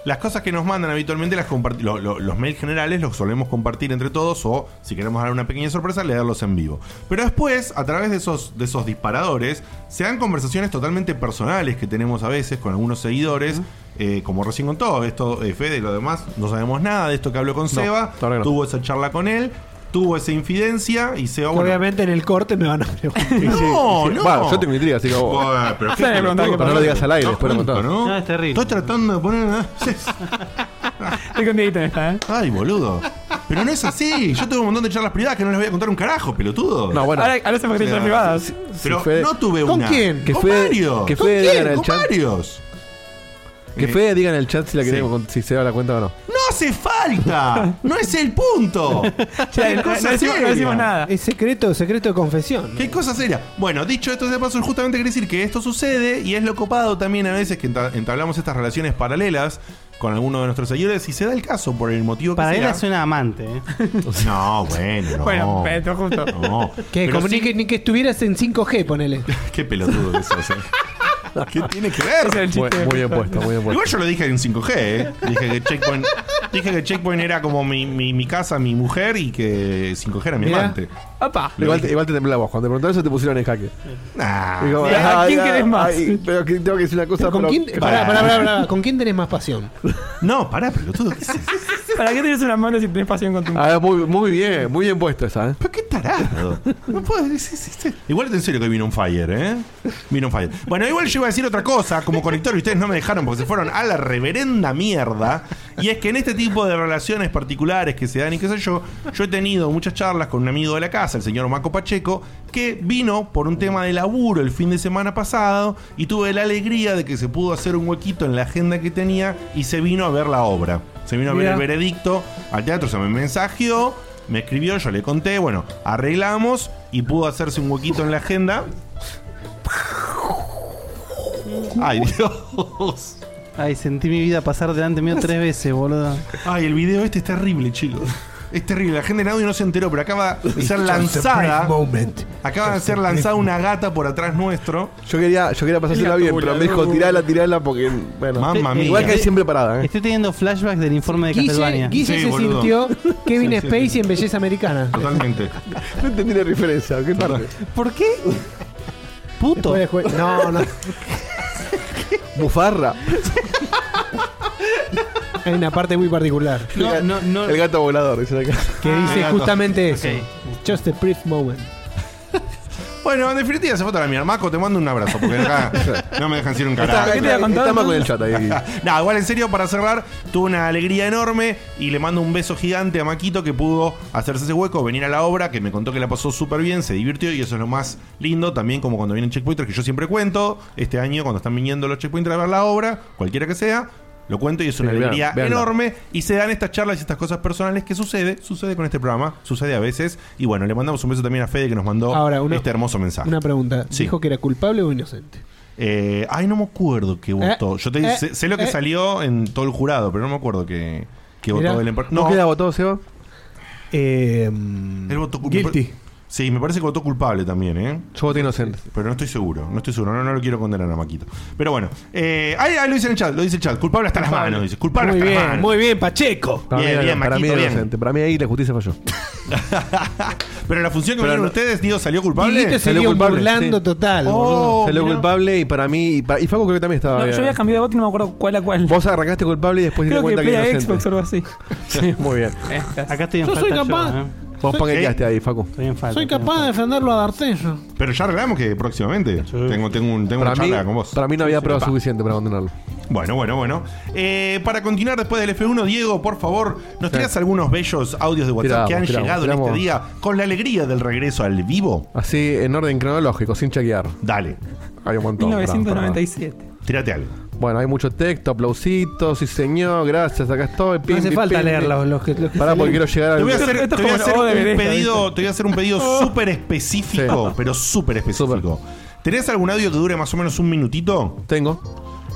Las cosas que nos mandan habitualmente, las compart- lo- lo- los mails generales los solemos compartir entre todos o si queremos dar una pequeña sorpresa, leerlos en vivo. Pero después, a través de esos, de esos disparadores, se dan conversaciones totalmente personales que tenemos a veces con algunos seguidores, eh, como recién con todo, esto eh, Fede y lo demás, no sabemos nada de esto que habló con Seba,
la verdad no.
tuvo esa charla con él, tuvo esa infidencia y Seba... bueno,
Obviamente en el corte me van a preguntar.
No, no.
Va, yo tengo intriga, así que vos.
Bueno, pero qué
Dale,
pelotudo.
preguntá qué
Pero no lo digas al aire, después lo
junto,
contás.
¿no?
No, es terrible.
Estoy tratando de poner...
Estoy con Dieguito en esta, ¿eh?
Ay, boludo. Pero no es así. Yo tengo un montón de charlas privadas que no les voy a contar un carajo, pelotudo.
No, bueno.
Ahora, ahora se me
O sea,
las privadas.
Pero
si Fede-
no tuve
¿Con
una.
quién?
Que
con
Fede-
varios.
que
¿Con
Fede
quién?
diga en el
Con
chat.
varios.
Que
Eh,
Fede diga en el chat si la
sí.
queremos, si se da la cuenta o no.
No hace falta. No es el punto.
Ya,
Qué
no,
cosa
no decimos, no
seria.
decimos nada.
Es secreto, secreto de confesión.
Qué cosa seria. Bueno, dicho esto de paso, justamente quiere decir que esto sucede y es lo copado también a veces que enta- entablamos estas relaciones paralelas con alguno de nuestros seguidores y se da el caso por el motivo
Para
que
él
sea.
es una amante. ¿eh?
No, bueno, no.
Bueno, pero justo.
No.
Que
Pero
como
sí-
ni, que, ni que estuvieras en 5G, ponele.
Qué pelotudo que sos, eh. ¿Qué tiene que ver?
Ese es el
Muy,
chiste.
muy bien puesto, muy bien puesto.
Igual yo lo dije en 5G, ¿eh? Dije que Checkpoint, dije que Checkpoint era como mi, mi, mi casa, mi mujer y que 5G era mi
Mirá.
amante.
Opa.
Lo
Igual,
dije.
te, igual te temblaba vos. Cuando te preguntaron eso te pusieron en jaque.
Nah.
Digo,
Sí, ¿a quién querés más?
pero que tengo que decir una cosa.
¿Con
pero-
quién, pará, pará, pará, pará. ¿Con quién tenés más pasión?
No, pará, pelotudo. ¿qué es eso?
¿Para qué tienes una mano si tenés pasión con tu
Ah, muy, muy bien, muy bien puesto esa, ¿eh?
¿Pero qué tarado? No puedo decir. sí, sí. Igual en serio que vino un fire, ¿eh? Vino un fire. Bueno, igual yo iba a decir otra cosa como conector y ustedes no me dejaron porque se fueron a la reverenda mierda. Y es que en este tipo de relaciones particulares que se dan y qué sé yo, yo he tenido muchas charlas con un amigo de la casa, el señor Maco Pacheco, que vino por un tema de laburo el fin de semana pasado y tuve la alegría de que se pudo hacer un huequito en la agenda que tenía y se vino a ver la obra. Se vino a ver
Mirá.
el veredicto al teatro, se me mensajeó me escribió, yo le conté, bueno, arreglamos y pudo hacerse un huequito en la agenda. Ay, Dios.
Ay, sentí mi vida pasar delante mío tres veces, boludo.
Ay, el video este es terrible, chicos. Es terrible. La gente en audio no se enteró, pero acaba de ser lanzada. Acaba de ser lanzada una gata por atrás nuestro.
Yo quería, yo quería pasársela bien, pero me dijo tirala, tirala, porque, bueno.
Mamma mía.
igual que siempre parada, ¿eh?
Estoy teniendo flashbacks del informe de
Guille,
Castlevania.
Guille
Sí,
se
boludo.
sintió Kevin Spacey en Belleza Americana.
Totalmente.
No entendí la referencia, ¿qué parte?
¿Por qué? Puto.
Después de jue- No, no.
Bufarra.
Hay una parte muy particular
No, no, no.
El gato volador, dicen acá.
que dice
gato.
justamente eso. Just a brief moment.
Bueno, en definitiva se fue a la mierda. Maco, te mando un abrazo porque acá no me dejan decir un carajo.
Está,
¿qué te voy a contar,
está más con el chat ahí.
No, igual en serio, para cerrar, tuve una alegría enorme y le mando un beso gigante a Maquito que pudo hacerse ese hueco, venir a la obra, que me contó que la pasó súper bien, se divirtió y eso es lo más lindo también como cuando vienen checkpointers, que yo siempre cuento, este año cuando están viniendo los checkpointers a ver la obra, cualquiera que sea. Lo cuento y es una
Sí, vean,
alegría
veanla.
enorme. Y se dan estas charlas y estas cosas personales que sucede, sucede con este programa, sucede a veces. Y bueno, le mandamos un beso también a Fede que nos mandó
Ahora, una-
este hermoso mensaje.
Una pregunta.
Sí.
¿Dijo que era culpable o inocente?
Eh, ay, no me acuerdo qué votó.
Eh,
Yo te,
eh,
sé, sé lo que
eh.
salió en todo el jurado, pero no me acuerdo qué, qué
Mirá,
votó él en par-
¿No
No,
queda votado, Seba?
Eh,
él votó
guilty.
Sí, me parece que votó culpable también, ¿eh?
Yo voté inocente.
Pero no estoy seguro, no estoy seguro, no, no lo quiero condenar a Maquito. Pero bueno, eh, ahí, ahí lo dice en el chat, lo dice el chat. Culpable hasta las manos, dice. Culpable
Muy
hasta las
bien,
manos.
muy bien, Pacheco.
Para
Bien,
mí,
bien,
para mí
Maquito,
era
bien.
inocente. Para mí ahí la justicia falló.
Pero la función que me
Pero
dieron
no-
ustedes, Digo, ¿salió culpable?
Dieguito
Salió
sería un
culpable,
burlando
sí.
total.
Oh,
Salió
mirá.
culpable y para mí. Y, para- y Facu creo que también estaba.
No,
bien.
yo había cambiado de voto y no me acuerdo cuál a cuál.
Vos arrancaste culpable y después te
Creo que
cuenta que,
Play a
inocente.
Xbox o algo así.
Sí, muy bien.
Acá estoy en
Yo
falta.
soy capaz.
¿eh?
Vos panquequeaste ahí, Facu.
Estoy en falta.
Soy
estoy en
capaz de
falta.
defenderlo a Darcello.
Pero ya arreglamos que próximamente. Tengo, tengo, un, tengo una
Para mí,
charla con vos.
para mí no había prueba
Pa.
suficiente para condenarlo.
Bueno, bueno, bueno. Eh, para continuar después del F1, Diego, por favor, nos tirás algunos bellos audios de WhatsApp
Tiramos,
que han
tiramos,
llegado
tiramos.
en este día con la alegría del regreso al vivo.
Así, en orden cronológico, sin chequear.
Dale,
Hay un montón. pará, pará.
1997.
tírate algo.
Bueno, hay mucho texto, aplausitos, sí señor, gracias, acá estoy.
No hace falta leerlos. Los que, los que
Pará, porque quiero
salieron.
llegar
Te
al...
voy a hacer,
Esto
te
es
voy a
como
hacer
la O de
un
Beretta,
pedido, te voy a hacer un pedido súper específico, pero súper específico. ¿Tenés algún audio que dure más o menos un minutito?
Tengo.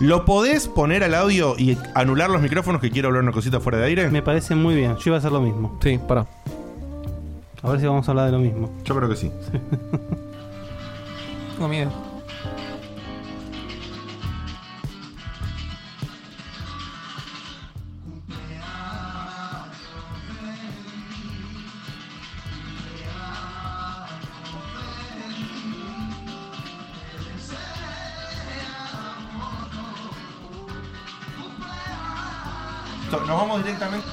¿Lo podés poner al audio y anular los micrófonos que quiero hablar una cosita fuera de aire?
Me parece muy bien. Yo iba a hacer lo mismo.
Sí, pará.
A ver si vamos a hablar de lo mismo.
Yo creo que sí.
Tengo miedo.
Nos vamos directamente.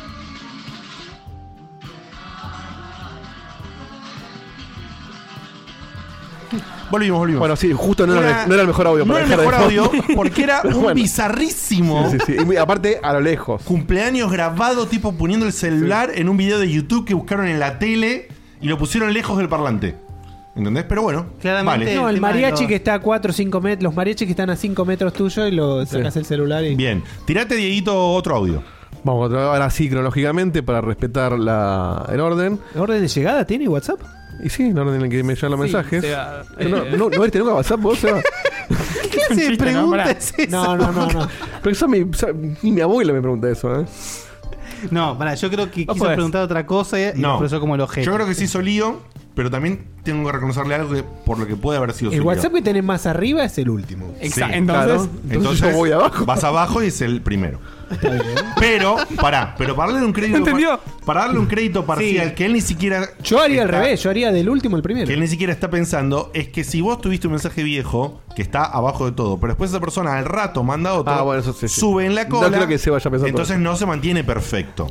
Volvimos, volvimos.
Bueno, sí, justo no,
Una-
era, no era el mejor audio.
No
para
era el mejor
dejar de
audio
fondo.
porque era
Pero
un
bueno.
bizarrísimo.
Sí, sí, sí. Y muy- aparte, a lo lejos.
cumpleaños grabado, tipo poniendo el celular en un video de YouTube que buscaron en la tele y lo pusieron lejos del parlante. ¿Entendés? Pero bueno,
Claramente.
vale.
el
No, el
tema de
mariachi
los-
que está a 4 o 5 metros. Los mariachis que están a 5 metros tuyo y lo sacas el celular y.
Bien, tirate, Dieguito, otro audio.
Vamos, otra- ahora sí, cronológicamente, para respetar la, el orden.
¿Orden de llegada tiene WhatsApp?
Y sí, el orden en el que me llegan los mensajes.
Seba,
No,
eh,
no, no viste nunca WhatsApp vos, Seba?
¿Qué clase de
chiste, no,
pregunta
pará.
es esa?
No, no, no, no.
Pero eso mi, esa- ni mi abuela me pregunta eso, ¿eh?
No, pará, yo creo que
No
quiso
podés.
preguntar otra cosa y
No.
no. expresó como el objeto.
Yo creo que sí hizo lío, pero también tengo que reconocerle algo que, por lo que puede haber sido su
El
lío.
WhatsApp que tenés más arriba es el último.
Exacto.
Sí,
Entonces,
claro.
Entonces,
Entonces yo voy abajo.
Vas abajo y es el primero. Pero, pará, pero para darle un crédito.
¿Entendió?
Para darle un crédito parcial que él ni siquiera.
Yo haría al
está-
revés, yo haría del último al
que él
primero.
ni siquiera está pensando es que si vos tuviste un mensaje viejo que está abajo de todo, pero después esa persona al rato manda otro,
Ah, bueno, eso sí, sí.
sube en la
No
cola,
creo que se vaya pensando
entonces no se mantiene perfecto.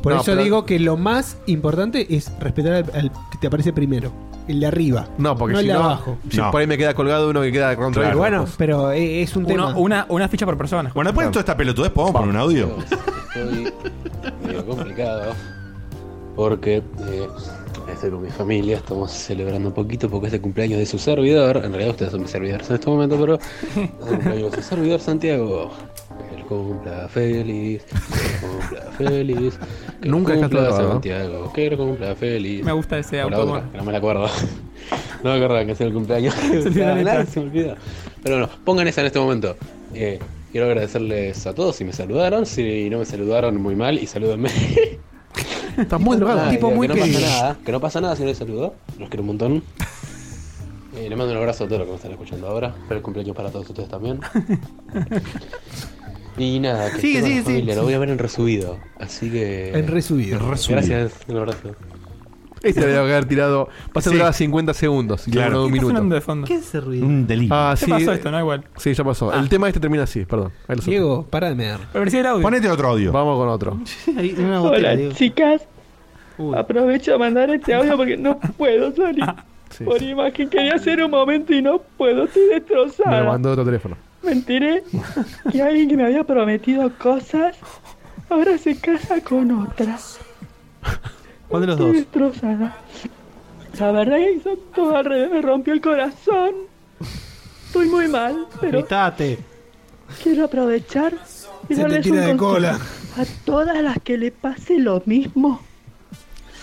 Por
No,
eso
pero-
digo que lo más importante es respetar al, al que te aparece primero, el de arriba.
No, porque si
el de
no,
abajo.
si
No.
por ahí me queda colgado uno que queda contra
Claro.
el
bueno, pero eh, es un tema.
uno- una, una ficha por persona.
Bueno, después de toda esta pelotudez, ¿podemos poner un audio?
Estoy medio complicado porque eh, estoy con mi familia, estamos celebrando un poquito porque es el cumpleaños de su servidor. En realidad ustedes son mis servidores en este momento, pero es el cumpleaños de su servidor Santiago. El cumpla feliz, el cumpla feliz. que
Nunca está
cumpla
drogado, ¿no?
Santiago, que el cumpla feliz.
Me gusta ese
O la
auto.
otra, que no me la acuerdo. No me acuerdo que sea el cumpleaños.
Se te olvidó la letra.
Se me olvidó. Pero bueno, pongan esa en este momento. Eh, quiero agradecerles a todos si me saludaron, si no me saludaron muy mal y salúdenme.
Estás muy drogado.
Nada,
Tipo
que
muy
no
querido.
pasa nada, que no pasa nada si no les saludo. Los quiero un montón. Eh, les mando un abrazo a todos los que me están escuchando ahora. Feliz cumpleaños para todos ustedes también. Y nada, que
Sigue,
estoy con la
sigue,
familia,
sigue.
lo voy a ver en resubido. Así que.
En resubido.
Resumido.
Gracias, un abrazo.
Este debe haber tirado. Pasa a
Sí.
durar 50 segundos y
Claro.
claro. un
¿Qué está sonando
minuto.
de fondo?
¿Qué
¿Qué
es ese ruido?
Un delito.
Ah, sí.
pasó esto? No, igual.
Sí, ya pasó. El tema este termina así, perdón. Ahí lo suelto.
Diego, para de mear.
Me parecía el audio.
Ponete otro audio.
Vamos con otro.
Hay una botella,
Hola
digo.
chicas,
Uy. Ah,
aprovecho a mandar este audio porque no puedo salir.
Sí,
Por
sí.
imagen quería hacer un momento y no puedo, estoy
Me lo
destrozada.
mandó de otro teléfono.
Me enteré que alguien que me había prometido cosas ahora se casa con otra.
¿Cuál de los
Estoy
dos?
destrozada. La verdad que hizo todo al revés, me rompió el corazón. Estoy muy mal, pero
Gritate.
quiero aprovechar y darles un consejo. A todas las que le pase lo mismo,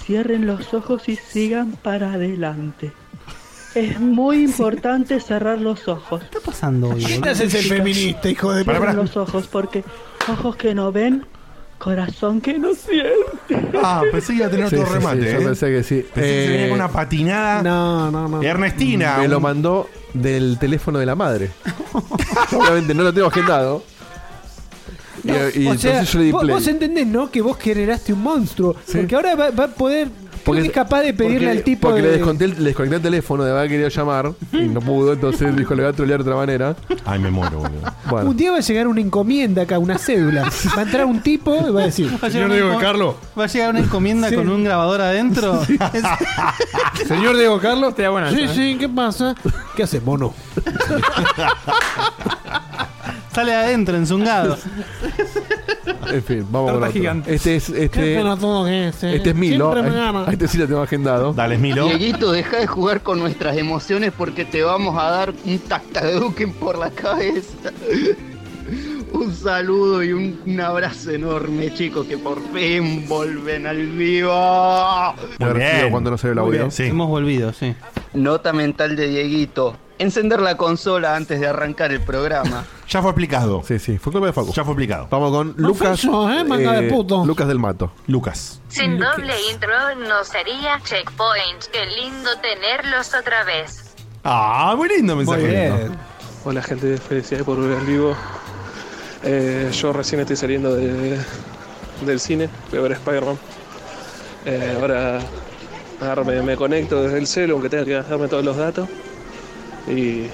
cierren los ojos y sigan para adelante. Es muy importante cerrar los ojos.
¿Qué está pasando hoy, boludo?
es el feminista, hijo de
Pará,
Cierren
pará.
los ojos porque ojos que no ven,
Corazón que no siente.
Ah, pensé que iba a tener
Sí,
otro
sí,
remate.
sí, yo
¿eh?
pensé que sí.
Pensé que se
Eh,
venía con una patinada.
No, no, no.
Ernestina,
Me lo
un-
mandó del teléfono de la madre. Obviamente no lo tengo agendado. Y, y
o sea,
entonces yo le di
vos,
play.
vos entendés, ¿no? Que vos generaste un monstruo. Porque ahora va, va a poder. Porque es capaz de pedirle
porque,
al tipo.
Porque
de...
le, desconté el- le desconecté el teléfono de haber querido llamar y no pudo, entonces dijo, le voy a trolear de otra manera.
Ay, me muero, boludo.
Bueno,
Un día va a llegar una encomienda acá, una cédula. Va a entrar un tipo y va a decir.
Va a llegar una encom- Va a llegar una encomienda
Sí.
con un grabador adentro.
Señor Diego Carlos.
Te da buena
Sí,
esa, ¿eh?
sí, ¿qué pasa? ¿Qué hace, mono?
Sale adentro, enzungado.
en fin, vamos con
Torta
otro.
gigante.
Este es, este,
pelotudo que es, eh.
este es Milo.
Siempre me
A
gana.
este sí lo tengo agendado.
Dale, Milo.
Dieguito, deja de jugar con nuestras emociones porque te vamos a dar un tactaduquen por la cabeza. Un saludo y un, un abrazo enorme, chicos, que por fin vuelven al vivo.
Muy
Muy
agradecido
bien.
cuando no se ve el
Muy
audio.
bien, Sí.
Hemos volvido, sí.
Nota mental de Dieguito. Encender la consola antes de arrancar el programa.
Ya fue explicado.
Sí, sí, fue culpa de Facu.
Ya fue explicado.
Vamos con Lucas.
sos, eh, manga de puto.
Lucas del Mato.
Lucas.
Sin doble intro no sería checkpoint. Qué lindo tenerlos otra vez.
Ah, muy lindo mensaje.
Hola gente, de felicidades por volver al vivo. Eh, yo recién estoy saliendo de- del cine, voy a ver Spider-Man. Eh, ahora agarro, me, me conecto desde el celo, aunque tenga que gastarme todos los datos. Y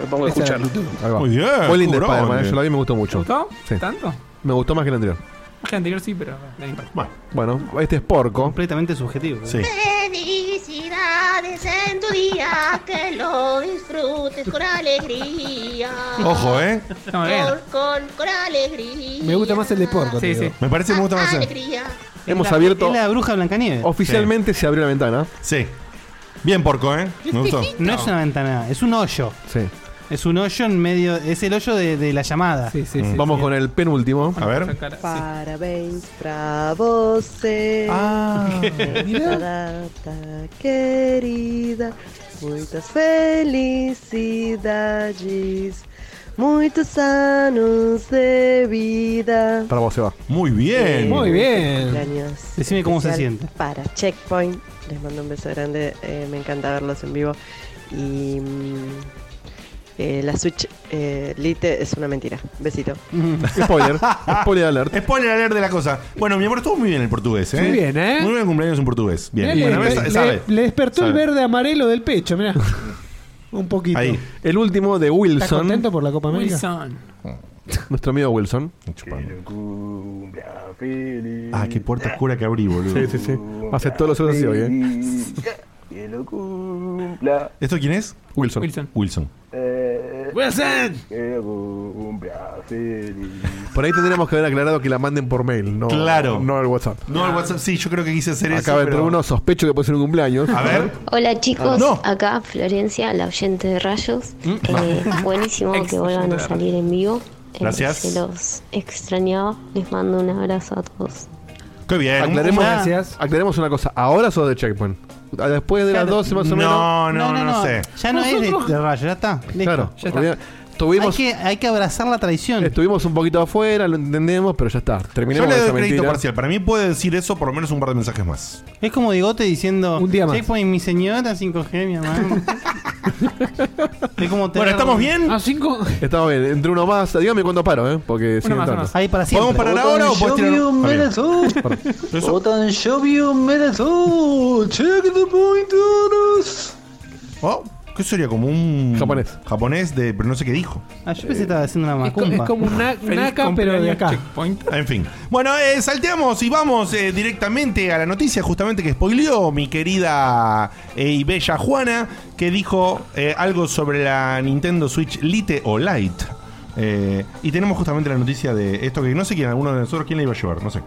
me pongo a
Esa
escuchar.
actitud.
Ahí va.
Muy bien,
Muy lindo
cobrón.
Spider-Man, eh, yo la vi y me gustó mucho.
¿Gustó?
Sí.
¿Tanto?
Me gustó más que el anterior.
Más que anterior sí, pero no importa.
Bueno,
Bueno, este es Porco.
Completamente subjetivo. ¿eh?
sí.
Felicidades en tu día, que lo disfrutes con alegría.
Ojo, ¿eh?
No, bien.
con, con alegría.
Me gusta más el de porco.
Sí,
te
sí.
digo.
Me parece que me gusta más.
Alegría.
Hemos
Es la-
abierto-
Es la bruja Blancanieves.
Oficialmente se abrió la ventana.
Sí. Bien porco, ¿eh? Me gustó.
No es una ventana, es un hoyo.
Sí.
Es un hoyo en medio. Es el hoyo de, de la llamada.
Sí, sí, sí.
Vamos con el penúltimo.
A ver.
Sacar- sí.
Parabéns pra você,
Ah,
nessa data querida. Muitas felicidades, muitos anos de vida.
Para vos se va.
muy bien.
Muy bien.
Cumpleaños
Decime cómo se
especial
siente.
Para Checkpoint, les mando un beso grande, eh, me encanta verlos en vivo. Y mm, eh, la Switch eh, Lite es una mentira. Besito.
Mm,
Spoiler. Spoiler alert.
Spoiler alert de la cosa. Bueno, mi amor, estuvo muy bien el portugués, ¿eh?
Muy bien, ¿eh?
Muy bien el cumpleaños en portugués. Bien.
Mirá,
Bueno,
le,
ves-
le-
sabe.
le despertó el
Sabe.
verde amarelo del pecho, mirá. Un poquito.
Ahí.
El último de
¿Estás
Wilson.
contento por la Copa América?
Wilson.
Nuestro amigo Wilson.
Ah, qué puerta oscura que abrí, boludo.
Sí, sí, sí. Hace todos los otros así hoy, eh.
¿eh? ¿Esto quién es?
Wilson.
Wilson.
Wilson.
Wilson.
Por ahí tendríamos que haber aclarado que la manden por mail, no,
Claro.
no al WhatsApp.
No, el WhatsApp. Sí, yo creo que quise hacer eso.
Acaba de entrar
pero-
uno, sospecho que puede ser un cumpleaños.
A ver.
Hola chicos,
No. Mm.
acá Florencia, la oyente de Rayos. Eh, buenísimo
Ex
que vuelvan
oyente
a
de
salir en vivo. Eh,
Gracias.
Se los extrañaba. Les mando un abrazo a todos.
Qué bien.
Aclaremos,
Gracias.
aclaremos una cosa. Ahora sos de Checkpoint. Después de las
Claro.
12 más o menos.
No, no, no, no sé.
Ya no es de, de rayo, ya está. Listo.
Claro.
Ya está.
Olvida-
Hay
Tuvimos,
que, hay que abrazar la traición.
Estuvimos un poquito afuera, lo entendemos, pero ya está.
Yo
Terminemos
le doy
con esa
crédito
mentira.
parcial. Para mí puede decir eso por lo menos un par de mensajes más.
Es como Digote diciendo:
Un día más.
Checkpoint, mi señora, 5G, mi hermano. Es como
Bueno,
tener-
¿estamos bien?
Ah, cinco.
Estamos bien, entre uno más. Dígame cuándo paro, ¿eh? Porque siguen
más, una
entrando.
más.
Ahí para
¿Podemos
siempre.
parar ahora o puedes tirar Ah, bien. Eso. Oh, ¿Qué sería? Como un.
Japonés.
Japonés de. Pero no sé qué dijo.
Ah, yo pensé que estaba haciendo una
Es, co- es
macumba.
como un na- naca, pero de acá.
Checkpoint.
En fin. Bueno, eh, salteamos y vamos eh, directamente a la noticia justamente que spoileó mi querida eh, y bella Juana, que dijo eh, algo sobre la Nintendo Switch Lite o Lite. Eh, y tenemos justamente la noticia de esto que no sé quién, alguno de nosotros, quién la iba a llevar, no sé.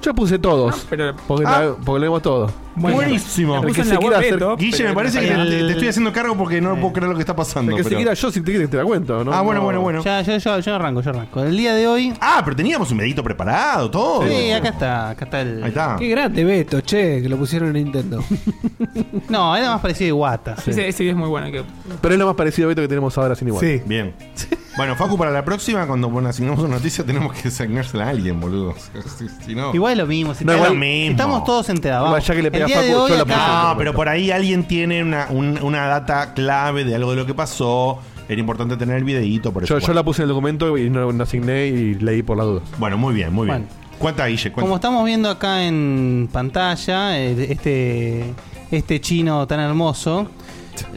Yo puse todos.
Pero.
Porque,
Ah.
la- porque leemos todo.
Bueno,
Buenísimo.
la
El
puso
que
en
se
la
quiera
web
hacer-
Beto,
Guille,
pero
me parece que
el-
te, te estoy haciendo cargo porque no puedo creer lo que está pasando.
El que se
pero-
quiera yo, si te quieres, te la cuento, ¿no?
ah, bueno,
No.
bueno, bueno.
Ya, yo, yo, yo arranco, yo arranco. El día de hoy.
Ah, pero teníamos un medito preparado, todo.
Sí, acá está, acá está el.
Ahí
Ah.
está.
Qué grande Beto, che, que lo pusieron en Nintendo.
No, era más parecido a Iwata.
Ese, ese video es muy bueno. Que,
Pero es lo más parecido a Beto que tenemos ahora sin igual.
Bien. Bueno, Facu, para la próxima, cuando bueno, asignamos una noticia, tenemos que asignársela a alguien, boludo. O sea, si, si no.
Igual es lo mismo. si
No,
te-
igual mismo.
Estamos todos enterados. vamos.
Vaya que le
El día de hoy acá-
No, pero por ahí alguien tiene una, un- una data clave de algo de lo que pasó. Era importante tener el videíto, por eso.
Yo, yo la puse en el documento y no, no asigné y leí por la duda.
Bueno, muy bien, muy
bien.
Cuenta, Guille, cuenta.
Como estamos viendo acá en pantalla, el- este, este chino tan hermoso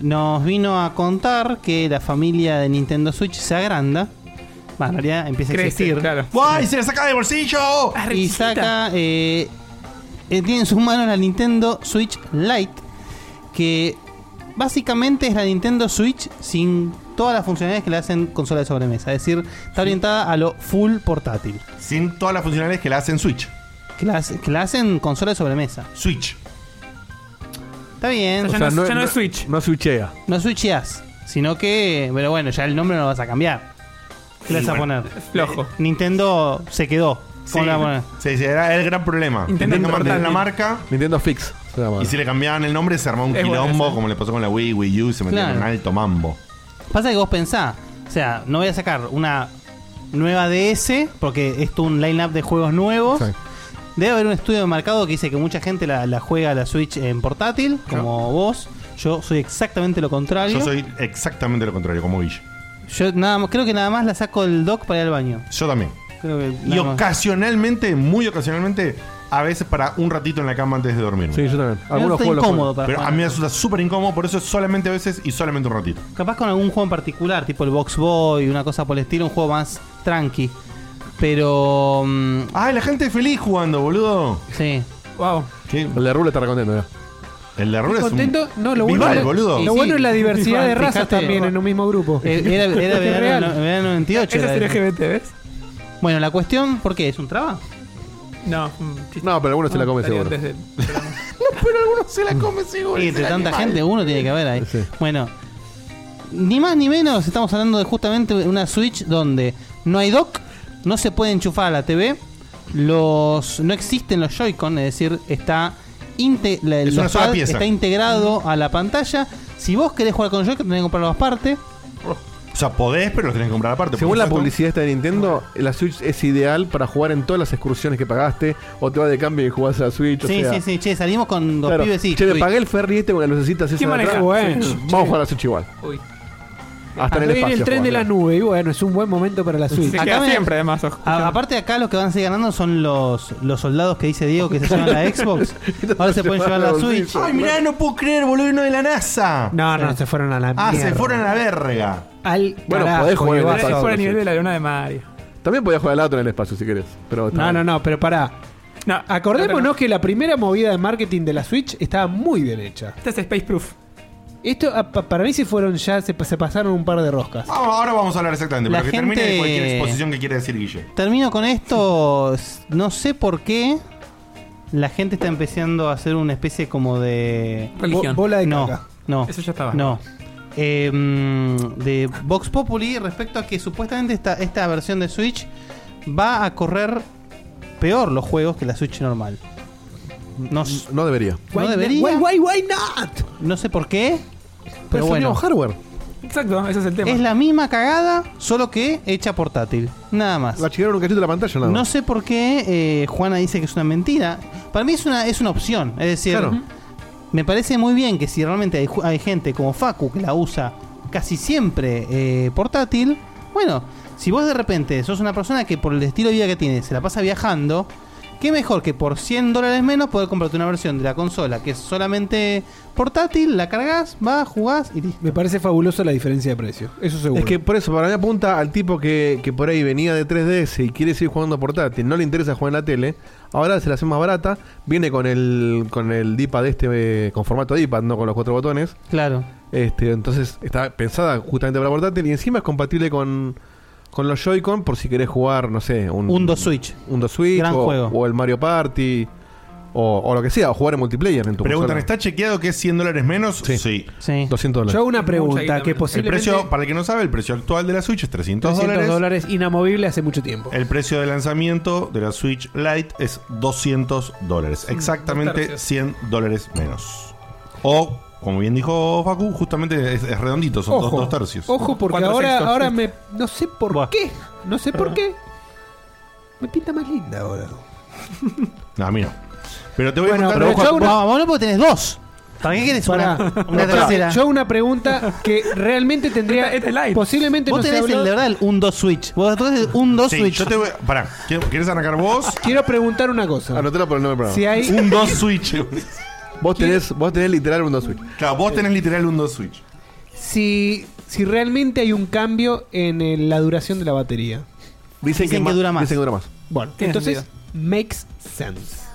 nos vino a contar que la familia de Nintendo Switch se agranda. Bueno, en realidad empieza a
Crece,
existir.
claro.
¡Guay! ¡Se le saca del bolsillo!
Y saca. eh, eh, tiene en sus manos la Nintendo Switch Lite. Que básicamente es la Nintendo Switch sin todas las funcionalidades que le hacen consola de sobremesa. Es decir, está orientada a lo full portátil.
Sin todas las funcionalidades que la hacen Switch.
Que la, hace- que la hacen consola de sobremesa.
Switch.
Está bien.
O sea, ya no- O sea, no- ya no es Switch.
No switchea.
No switcheas. Sino que. Pero bueno, ya el nombre no lo vas a cambiar. ¿Qué le
Sí,
vas a
bueno,
poner? Eh,
flojo.
Nintendo se quedó.
Sí,
¿Cómo le vas a poner?
sí, sí, era el gran problema.
Nintendo
Tenían que mantener
portátil.
la marca.
Nintendo Fix.
Y si le cambiaban el nombre, se armaba un
Es buena
quilombo, como le pasó con la Wii, Wii U, se metieron en
Claro.
alto mambo.
Pasa que vos pensás, o sea, no voy a sacar una nueva DS porque es un line-up de juegos nuevos. Debe haber un estudio de mercado que dice que mucha gente la, la juega la Switch en portátil, como vos. Yo soy exactamente lo contrario.
Yo soy exactamente lo contrario, como Guille.
Yo nada más- creo que nada más la saco del dock para ir al baño.
Yo también.
Creo que
Y
nada más.
ocasionalmente, muy ocasionalmente, a veces para un ratito en la cama antes de dormir. Sí,
yo también.
Algunos Está juegos los incómodo juego. para
Pero a
jugar.
mí me resulta súper incómodo, por eso es solamente a veces y solamente un ratito.
Capaz con algún juego en particular, tipo el Box Boy, una cosa por el estilo, un juego más tranqui. Pero. mm,
¡Ay, la gente feliz jugando, boludo!
Sí.
¡Wow!
El de Rule está recontento, ya.
El de
Rule
Estoy contento. No, lo bueno,
Vival,
es-
boludo.
lo
Sí,
bueno es la
sí.
diversidad
Vival,
de razas
fíjate.
también en un mismo grupo.
Eh, Era, era
Es real.
verano, verano 98.
Ese
era
es el
el-
LGBT, ¿ves?
Bueno, la cuestión, ¿por qué? ¿Es un traba?
No.
No, pero alguno se la come
estaría
seguro.
desde-
Pero algunos se la come seguro.
Y entre tanta gente, uno tiene que haber ahí. Bueno, ni más ni menos, estamos hablando de justamente una Switch donde no hay dock, no se puede enchufar a la TV, los no existen los Joy-Con, es decir, está inte- la-
Es
los
una sola
pad
pieza.
está integrado a la pantalla. Si vos querés jugar con Joy-Con, tenés que comprarlos aparte.
O sea, podés, pero los tenés que comprar aparte.
Según
por
la
supuesto.
publicidad esta de Nintendo, la Switch es ideal para jugar en todas las excursiones que pagaste, o te vas de cambio y jugás a la Switch. o
Sí,
sea,
sí, sí, che, salimos con los
claro.
pibes y
Che, me pagué el ferry este con las lucecitas esas
¿Quién
de
maneja?
atrás.
Bueno,
Sí.
che.
Vamos a jugar a la Switch igual.
Uy.
Hasta en el
Acá viene
espacio.
el tren de la nube y bueno, es un buen momento para la Switch.
Acá me-
además.
A- aparte acá los que van a seguir ganando son los, los soldados que dice Diego que se llevan la Xbox. Ahora se pueden llevar la Switch.
Ay, mirá, no puedo creer, boludo, uno de la NASA.
No, no,
Sí.
se fueron a la
Ah, se
mierda.
fueron a la verga.
Al
Bueno,
carajo,
podés jugar en
Iván.
el espacio,
Fuera a
sí.
nivel de la luna de Mario.
También podías jugar al otro en el espacio si querés. Pero
No, no, no, pero pará. Acordémonos que la primera movida de marketing de la Switch estaba muy bien hecha. Esta es Space Proof. Esto a- pa- para mí se fueron ya, se, pa- se pasaron un par de roscas.
Vamos, Ah, ahora vamos a hablar exactamente,
La
pero que termine de
gente-
cualquier exposición que quiera decir Guille.
Termino con esto. S- No sé por qué la gente está empezando a hacer una especie como de.
Religión. Bo- bola de
No,
caca.
no.
Eso ya estaba.
No. Eh, mm, de Vox Populi respecto a que supuestamente esta, esta versión de Switch va a correr peor los juegos que la Switch normal. No,
no debería.
No debería.
Why, why, why not?
No sé por qué.
Pero
Pero
es el
bueno.
mismo
hardware.
Exacto, ese es el tema.
Es la misma cagada, solo que hecha portátil. Nada más.
La chigaron un cachito de la pantalla, nada más.
No sé por qué eh, Juana dice que es una mentira. Para mí es una, es una opción. Es decir,
Claro.
me parece muy bien que si realmente hay, ju- hay gente como Facu que la usa casi siempre eh, portátil, bueno, si vos de repente sos una persona que por el estilo de vida que tiene se la pasa viajando, qué mejor que por 100 dólares menos poder comprarte una versión de la consola que es solamente portátil, la cargas, vas, jugás y listo.
Me parece fabulosa la diferencia de precio. Eso seguro.
Es que por eso, para mí apunta al tipo que, que por ahí venía de 3DS y quiere seguir jugando portátil, no le interesa jugar en la tele, ahora se la hace más barata, viene con el con el D-pad este, eh, con formato D-pad, no con los cuatro botones.
Claro.
Este, entonces está pensada justamente para portátil y encima es compatible con, con los Joy-Con por si querés jugar, no sé, un,
Un dos Switch.
Un dos Switch
Gran
o,
juego.
o el Mario Party o, o lo que sea, o jugar en multiplayer en tu
Preguntan,
consola.
¿está chequeado que es 100 dólares menos? Sí.
200 dólares.
Yo hago una pregunta que posiblemente...
El precio, para el que no sabe, el precio actual de la Switch es 300,
300
dólares.
dólares inamovible hace mucho tiempo.
El precio de lanzamiento de la Switch Lite es 200 dólares.
Mm,
Exactamente
dos tercios.
100 dólares menos. O como bien dijo Facu, justamente es, es redondito, son dos,
Ojo.
dos tercios.
Ojo, porque
Cuatro
ahora,
sextos.
ahora me. No sé por qué. No sé por qué. Me pinta más linda ahora.
No, a mí no. Pero te voy a contar
pero yo hago una-
No, vos no porque tenés dos. ¿Para qué quieres
Pará.
una, una
Pará.
tercera?
Yo hago una pregunta que realmente tendría. Posiblemente
vos
no se
tenés
habló-
el, de verdad el 1-2 switch. Vos tenés un 2
Sí,
switch.
yo te voy-
Pará, ¿quieres arrancar vos?
Quiero preguntar una cosa.
Anotalo por el nombre del programa.
Si hay-
Un 2 switch.
vos, tenés, vos tenés literal un 2 switch.
Claro, vos tenés literal un 2 switch.
Si, si realmente hay un cambio en eh, la duración de la batería.
Dicen,
que ma-
Dicen que dura más.
Bueno,
Tiene
entonces,
sentido.
makes sense.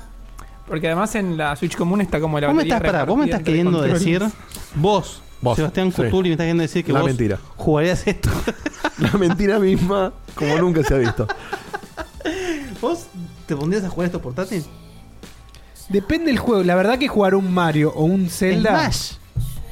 Porque además en la Switch común está como la
Vos me
batería
estás, pará, vos me
repartida
estás
entre
queriendo
controles.
decir, vos,
Vos,
Sebastián
sí.
Couturi, me estás queriendo decir que
La
vos
mentira.
jugarías esto.
La mentira misma, como nunca se ha visto.
¿Vos te pondrías a jugar esto portátil?
Depende del juego. La verdad que jugar un Mario o un Zelda.
Smash.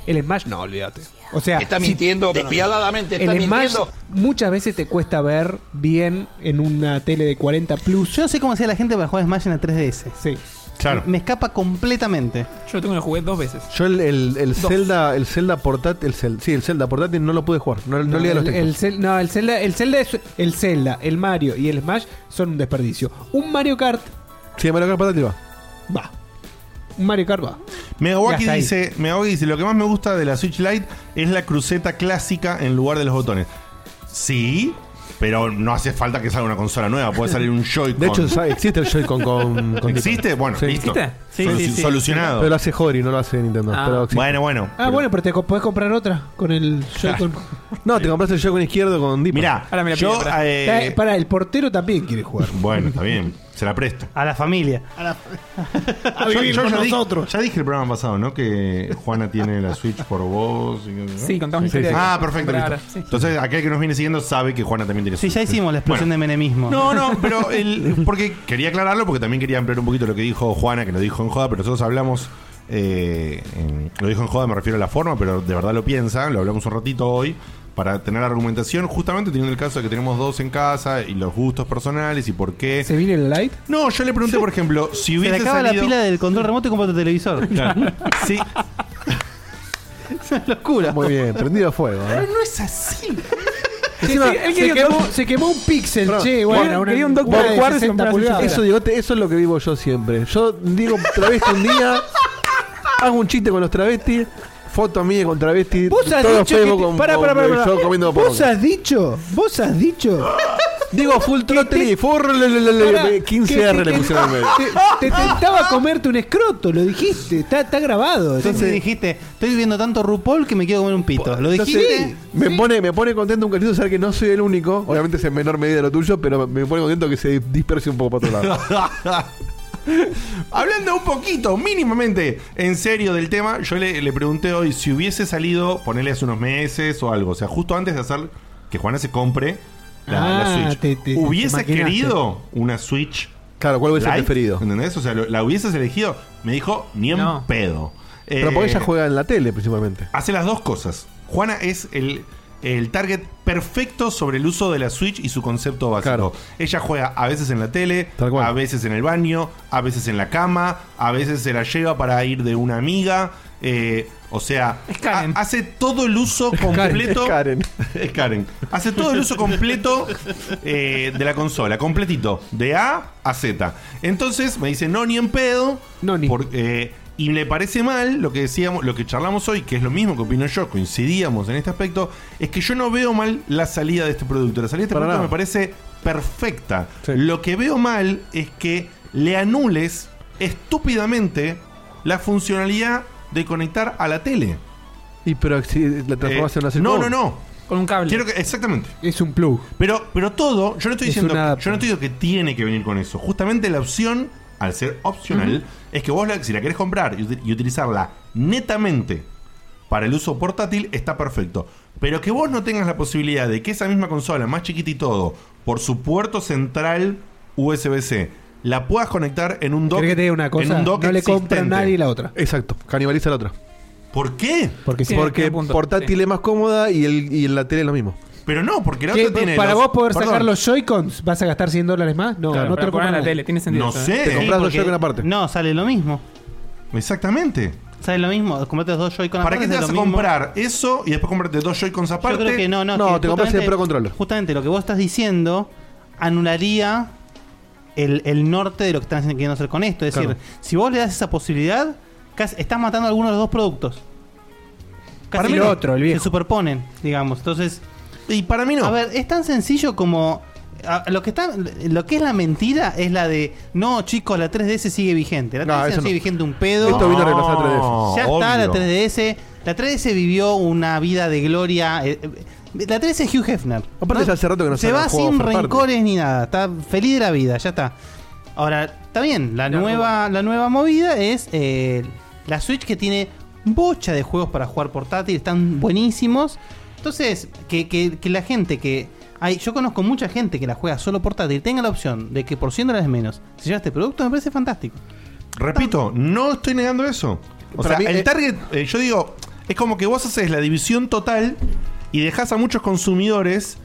El Smash no, olvídate. O sea,
Está
si-
mintiendo, despiadadamente está
el Smash
mintiendo.
muchas veces te cuesta ver bien en una tele de 40 plus.
Yo no sé cómo hacía la gente para jugar Smash en la 3DS.
Sí.
Claro.
Me escapa completamente.
Yo tengo lo jugué dos veces.
Yo el, el, el
Dos.
Zelda, el Zelda portátil, el Zel- sí, el Zelda portátil no lo pude jugar. No, no, leía los
el, el
textos.
Zel- no, el Zelda, el Zelda es- el Zelda, el Mario y el Smash son un desperdicio. Un Mario Kart
sí, Mario Kart portátil va.
va. Un Mario Kart va.
Megawaki
Ya está ahí.
dice, Megawaki dice, lo que más me gusta de la Switch Lite es la cruceta clásica en lugar de los botones. Sí, pero no hace falta que salga una consola nueva, puede salir un Joy-Con.
De hecho, sa- existe el Joy-Con con, con
¿Existe? Bueno, listo. ¿Existe? Sí, Solu- sí, sí. solucionado.
Pero lo hace Hori, no lo hace Nintendo.
Ah.
pero existe.
Bueno, bueno.
Ah, bueno, pero te co- podés comprar otra con el Joy-Con.
No, te compraste el Joy-Con izquierdo con Deep.
Mirá, Ahora me la yo, pide, pará. eh,
Eh, Para, el portero también quiere jugar.
Bueno, está bien. Se la presto.
A la familia.
A
vivir con
nosotros. ya dije el programa pasado, ¿no? Que Juana tiene la Switch por vos. y- ¿no?
Sí, contamos historia de-
Ah, perfecto.
Ahora,
listo.
sí.
Entonces, aquel que nos viene siguiendo sabe que Juana también tiene
Sí, ya hicimos la explosión de menemismo.
No, no, pero el, porque quería aclararlo porque también quería ampliar un poquito lo que dijo Juana, que lo dijo en joda, pero nosotros hablamos, eh, en- lo dijo en joda, me refiero a la forma, pero de verdad lo piensa, lo hablamos un ratito hoy para tener argumentación, justamente teniendo el caso de que tenemos dos en casa y los gustos personales y por qué.
¿Se viene el light?
No, yo le pregunté, por ejemplo, si
Se le
hubiese
acaba la
salido-
pila del control remoto y compra otro televisor.
Claro. Sí.
es una locura.
Muy bien, prendido a fuego. ¿eh?
no es así.
Encima,
se, quemó, se quemó un pixel, che, güey. Quería un dock para jugar
Eso, digo, te- eso es lo que vivo yo siempre. Yo digo travesti un día, hago un chiste con los travestis, foto mía con travestis,
Vos has
todos
dicho que
Facebook
te-
con,
pará,
con-
pará, pará, pará.
yo comiendo
Vos
popcorn.
has dicho, vos has dicho.
Digo full throttle y forro le- le- le- le-
Pará, que-
15R
que-
le pusieron al medio.
Te, te tentaba comerte un escroto, lo dijiste, está, está grabado.
Entonces dijiste, estoy viviendo tanto RuPaul que me quiero comer un pito. Lo dijiste.
Entonces, me, Pone, me pone contento un cachito saber que no soy el único. Obviamente es en menor medida lo tuyo, pero me pone contento que se disperse un poco para otro lado.
Hablando un poquito, mínimamente en serio del tema, yo le, le pregunté hoy si hubiese salido, ponele hace unos meses o algo, o sea, justo antes de hacer que Juana se compre la, la
Ah,
Switch.
te- te- te
¿Hubiese
maquinaste.
querido una Switch?
Claro, ¿cuál hubiese preferido?
¿Entendés? O sea, lo- ¿la hubieses elegido? Me dijo, ni en
No.
pedo.
Pero
Eh,
porque ella juega en la tele principalmente.
Hace las dos cosas. Juana es el, el target perfecto sobre el uso de la Switch y su concepto básico. Ella juega a veces en la tele, a veces en el baño, a veces en la cama, a veces se la lleva para ir de una amiga. eh, o sea, ha- hace todo el uso completo.
Karen.
Es Karen. Hace todo el uso completo eh, de la consola, completito, de A a Z. Entonces me dice, no, ni en pedo. No, ni. y le parece mal lo que decíamos, lo que charlamos hoy, que es lo mismo que opino yo, coincidíamos en este aspecto, es que yo no veo mal la salida de este producto. La salida de este
Para
producto
nada.
me parece perfecta. Lo que veo mal es que le anules estúpidamente la funcionalidad de conectar a la tele. Eh,
Y pero si la transformas en una
No, no,
sitcom.
no.
Con un cable.
Quiero que, exactamente.
Es un plug.
Pero, pero todo, yo no estoy
Es
diciendo.
una-
yo no estoy diciendo que tiene que venir con eso. Justamente la opción, al ser opcional, es que vos la- si la querés comprar y, uti- y utilizarla netamente para el uso portátil, está perfecto. Pero que vos no tengas la posibilidad de que esa misma consola, más chiquita y todo, por su puerto central USB-C, la puedas conectar en un dock.
¿Querés que te diga una cosa?
En un dock
No le compra a
existente.
nadie la otra.
Exacto, canibaliza la otra.
¿Por qué?
Porque,
sí.
porque
Tiene punto,
portátil
sí.
es más cómoda y, el, y en la tele es lo mismo.
Pero no, porque la
¿Qué?
otra tiene.
para
los-
vos poder
Perdón.
sacar los Joy-Cons, ¿vas a gastar 100 dólares más? No,
Claro,
no
para
te
poner
lo compran
¿eh?
en la
nadie.
tele, tiene sentido No eso, ¿eh? sé.
Sí, porque No, sale lo mismo.
Exactamente.
¿Sale lo mismo? Comprate los dos
¿Para
Joy-Con aparte,
qué te
es
vas a
lo mismo.
comprar eso y después comprarte dos Joy-Cons aparte?
Yo creo que no, no. es que justamente- Justamente lo que vos estás diciendo anularía el, el norte de lo que están queriendo hacer con esto. Es
Claro.
decir, si vos le das esa posibilidad, casi- estás matando alguno de los dos productos.
Para mí no.
otro, el Se superponen, digamos. Entonces.
Y para mí no.
A ver, es tan sencillo como. a- Lo que, está, lo que es la mentira es la de no, chicos, la 3DS sigue vigente. La 3DS no,
eso no.
sigue vigente un pedo.
Esto vino a reemplazar a 3DS.
Ya está la
Obvio.
3DS. La 3DS vivió una vida de gloria. eh, eh, La 3DS es Hugh Hefner.
Aparte ya hace rato que no
se
saca
va
juegos
sin
por parte.
rencores ni nada. Está feliz de la vida, ya está. Ahora, está bien, la, nueva, la nueva movida es eh, la Switch que tiene bocha de juegos para jugar portátil, están buenísimos. Entonces, que, que- que la gente que... Hay, yo conozco mucha gente que la juega solo portátil, tenga la opción de que por 100 dólares menos se lleva este producto, me parece fantástico.
Repito, no estoy negando eso. O
Para
sea,
mí,
el
eh,
target, eh, yo digo, es como que vos haces la división total y dejás a muchos consumidores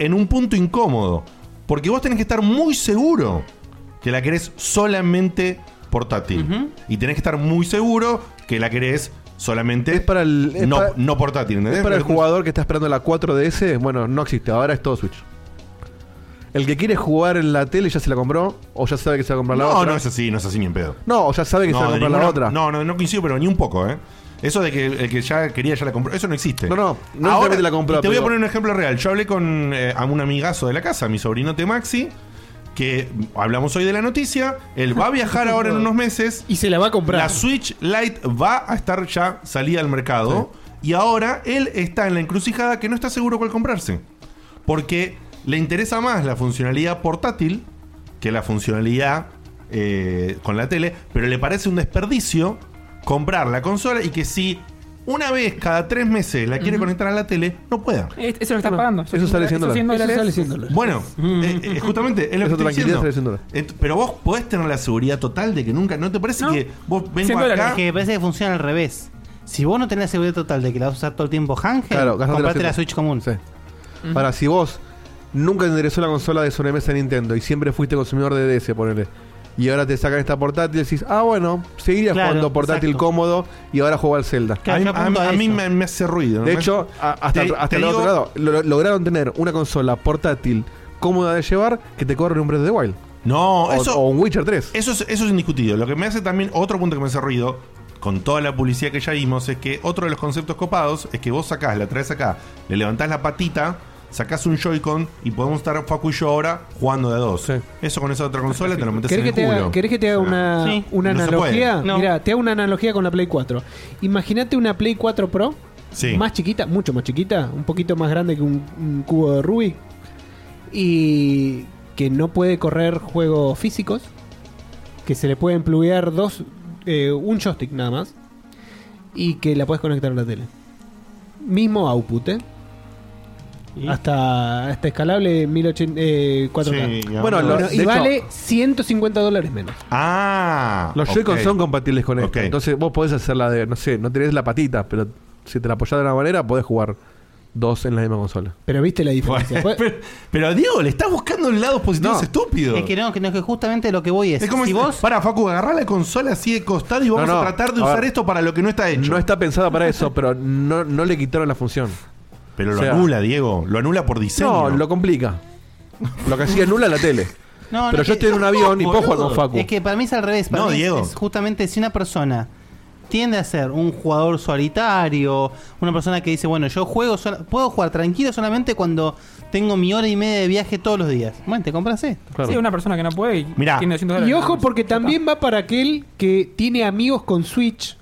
en un punto incómodo. Porque vos tenés que estar muy seguro que la querés solamente portátil. Y tenés que estar muy seguro que la querés solamente
es
no,
para-
no portátil. ¿entendés?
Es para el
Porque-
jugador que está esperando la 4DS, bueno, no existe, ahora es todo Switch. El que quiere jugar en la tele ya se la compró, o ya sabe que se va a comprar la
No,
otra.
no es así, no es así ni en pedo.
No, o ya sabe que se va a
de
comprar la
ninguna-
otra.
No, no, no coincido, pero ni un poco, ¿eh? Eso de que el que ya quería ya la compró, eso no existe.
No, no, no
Ahora,
solamente la compró,
Te voy a
pero-
poner un ejemplo real. Yo hablé con eh, a un amigazo de la casa, mi sobrinote Maxi, que hablamos hoy de la noticia. Él va a viajar ahora en unos meses.
Y se la va a comprar.
La Switch Lite va a estar ya salida al mercado. Y ahora él está en la encrucijada que no está seguro cuál comprarse. Porque le interesa más la funcionalidad portátil que la funcionalidad eh, con la tele, pero le parece un desperdicio comprar la consola y que si una vez cada tres meses la quiere conectar a la tele, no pueda.
Eh, Eso lo estás pagando.
Eso sale cien dólares.
cien
Eso
dólares.
sale cien Bueno, eh, eh, justamente es lo
Eso
que estoy diciendo.
tranquilidad sale cien dólares.
Ent- Pero vos podés tener la seguridad total de que nunca, ¿no te parece que vos vengo acá?
que me parece que funciona al revés. Si vos no tenés la seguridad total de que la vas a usar todo el tiempo Hangel,
Claro, gastate
comprate la
los
Switch común. Ujú.
Para si vos nunca te interesó la consola de sobremesa de Nintendo y siempre fuiste consumidor de DS, ponele. Y ahora te sacan esta portátil y decís, ah, bueno, seguiría
Claro,
jugando portátil
exacto.
cómodo y ahora juego al Zelda.
A mí- a mí, a mí me, me hace ruido.
De
¿no?
hecho, a- hasta,
Te-
hasta
te
el
digo-
otro lado, lo- lograron tener una consola portátil cómoda de llevar que te corre un Breath of the Wild.
No,
o,
eso-
O un Witcher 3.
Eso es, eso es indiscutido. Lo que me hace también, otro punto que me hace ruido, con toda la publicidad que ya vimos, es que otro de los conceptos copados es que vos sacás, la traes acá, le levantás la patita, sacás un Joy-Con y podemos estar Facu y yo ahora jugando de a dos. Eso con esa otra consola te lo metes en
¿Querés
el
que, te haga,
culo.
querés que te haga
O sea,
una, una
no se
analogía?
puede. No.
Mira, te hago una analogía con la Play 4. Imagínate una Play 4 Pro,
Sí.
más chiquita, mucho más chiquita, un poquito más grande que un, un cubo de Rubik, y que no puede correr juegos físicos, que se le pueden pluguear dos, eh, un joystick nada más, y que la puedes conectar a la tele. Mismo output, ¿eh? Hasta, este hasta escalable 1080, eh, 4K.
Sí, Bueno, lo-
y
de
vale 150 dólares menos.
Ah.
Los
ok.
Joy-Con son compatibles con esto. Entonces vos podés hacerla de, no sé, no tenés la patita, pero si te la apoyás de una manera, podés jugar dos en la misma consola.
Pero viste la diferencia.
Bueno,
pero, Diego, le estás buscando el lado positivo, es estúpido.
Es que no, que no, es que justamente lo que voy es.
Es como si vos. Para, Facu, agarrá la consola así de costado y vamos
No, no,
a tratar de
a
usar
ver.
esto para lo que no está hecho.
No está pensada para eso, pero no, no le quitaron la función.
Pero lo
O sea-
anula, Diego. Lo anula por diseño.
No, lo complica. Lo que hacía nula la tele.
No, no,
pero yo
es que-
estoy en un avión y puedo jugar con Facu.
Es que para mí es al revés. Para
No,
mí es-
Diego.
Es justamente si una persona tiende a ser un jugador solitario, una persona que dice, bueno, yo juego sola- puedo jugar tranquilo solamente cuando tengo mi hora y media de viaje todos los días. Bueno, te compras esto.
Sí, una persona que no puede y
Mirá.
tiene 200 dólares.
Y ojo porque también va para aquel que tiene amigos con Switch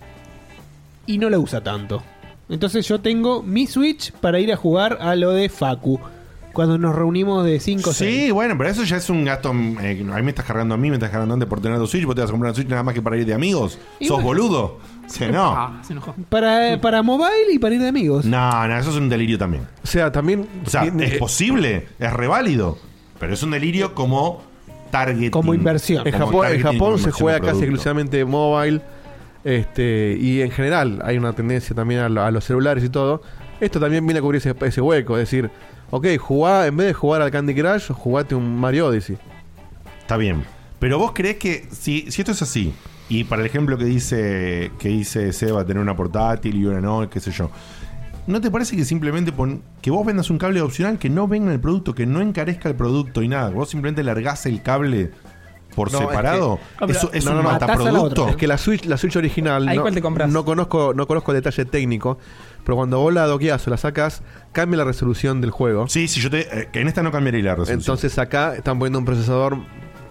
y no la usa tanto. Entonces yo tengo mi Switch para ir a jugar a lo de Facu. Cuando nos reunimos de 5
sí, bueno, pero eso ya es un gasto. eh, ahí me estás cargando a mí, me estás cargando antes por tener tu Switch, vos te vas a comprar una Switch nada más que para ir de amigos.
Y
¿Sos
bueno.
boludo? Sí, no.
Ah, se enojó.
eh,
Para, para mobile y para ir de amigos.
No, no, eso es un delirio también.
O sea, también.
O sea, es posible, es reválido, pero es un
Eh,
delirio como target. Como
En Japón, en
targeting,
Japón se
inversión
juega
de
casi
producto.
exclusivamente mobile. Este, y en general hay una tendencia también a, lo- a los celulares y todo. Esto también viene a cubrir ese, ese hueco. Es decir, ok, jugá, en vez de jugar al Candy Crush, jugate un Mario Odyssey.
Está bien. Pero vos crees que si, si esto es así, Y para el ejemplo que dice que dice Seba, tener una portátil y una no, qué sé yo. ¿No te parece que simplemente pon- que vos vendas un cable opcional que no venga en el producto, que no encarezca el producto y nada? que Vos simplemente largás el cable por
No, es
separado.
que-
eso es un
Es
mataproducto.
que la Switch, la Switch original.
Ahí
no,
cuál te compras.
No conozco, no conozco el detalle técnico. Pero cuando vos la doqueas o la sacas, cambia la resolución del juego.
Sí, sí, yo te. eh, en esta no cambiaría la resolución.
Entonces acá están poniendo un procesador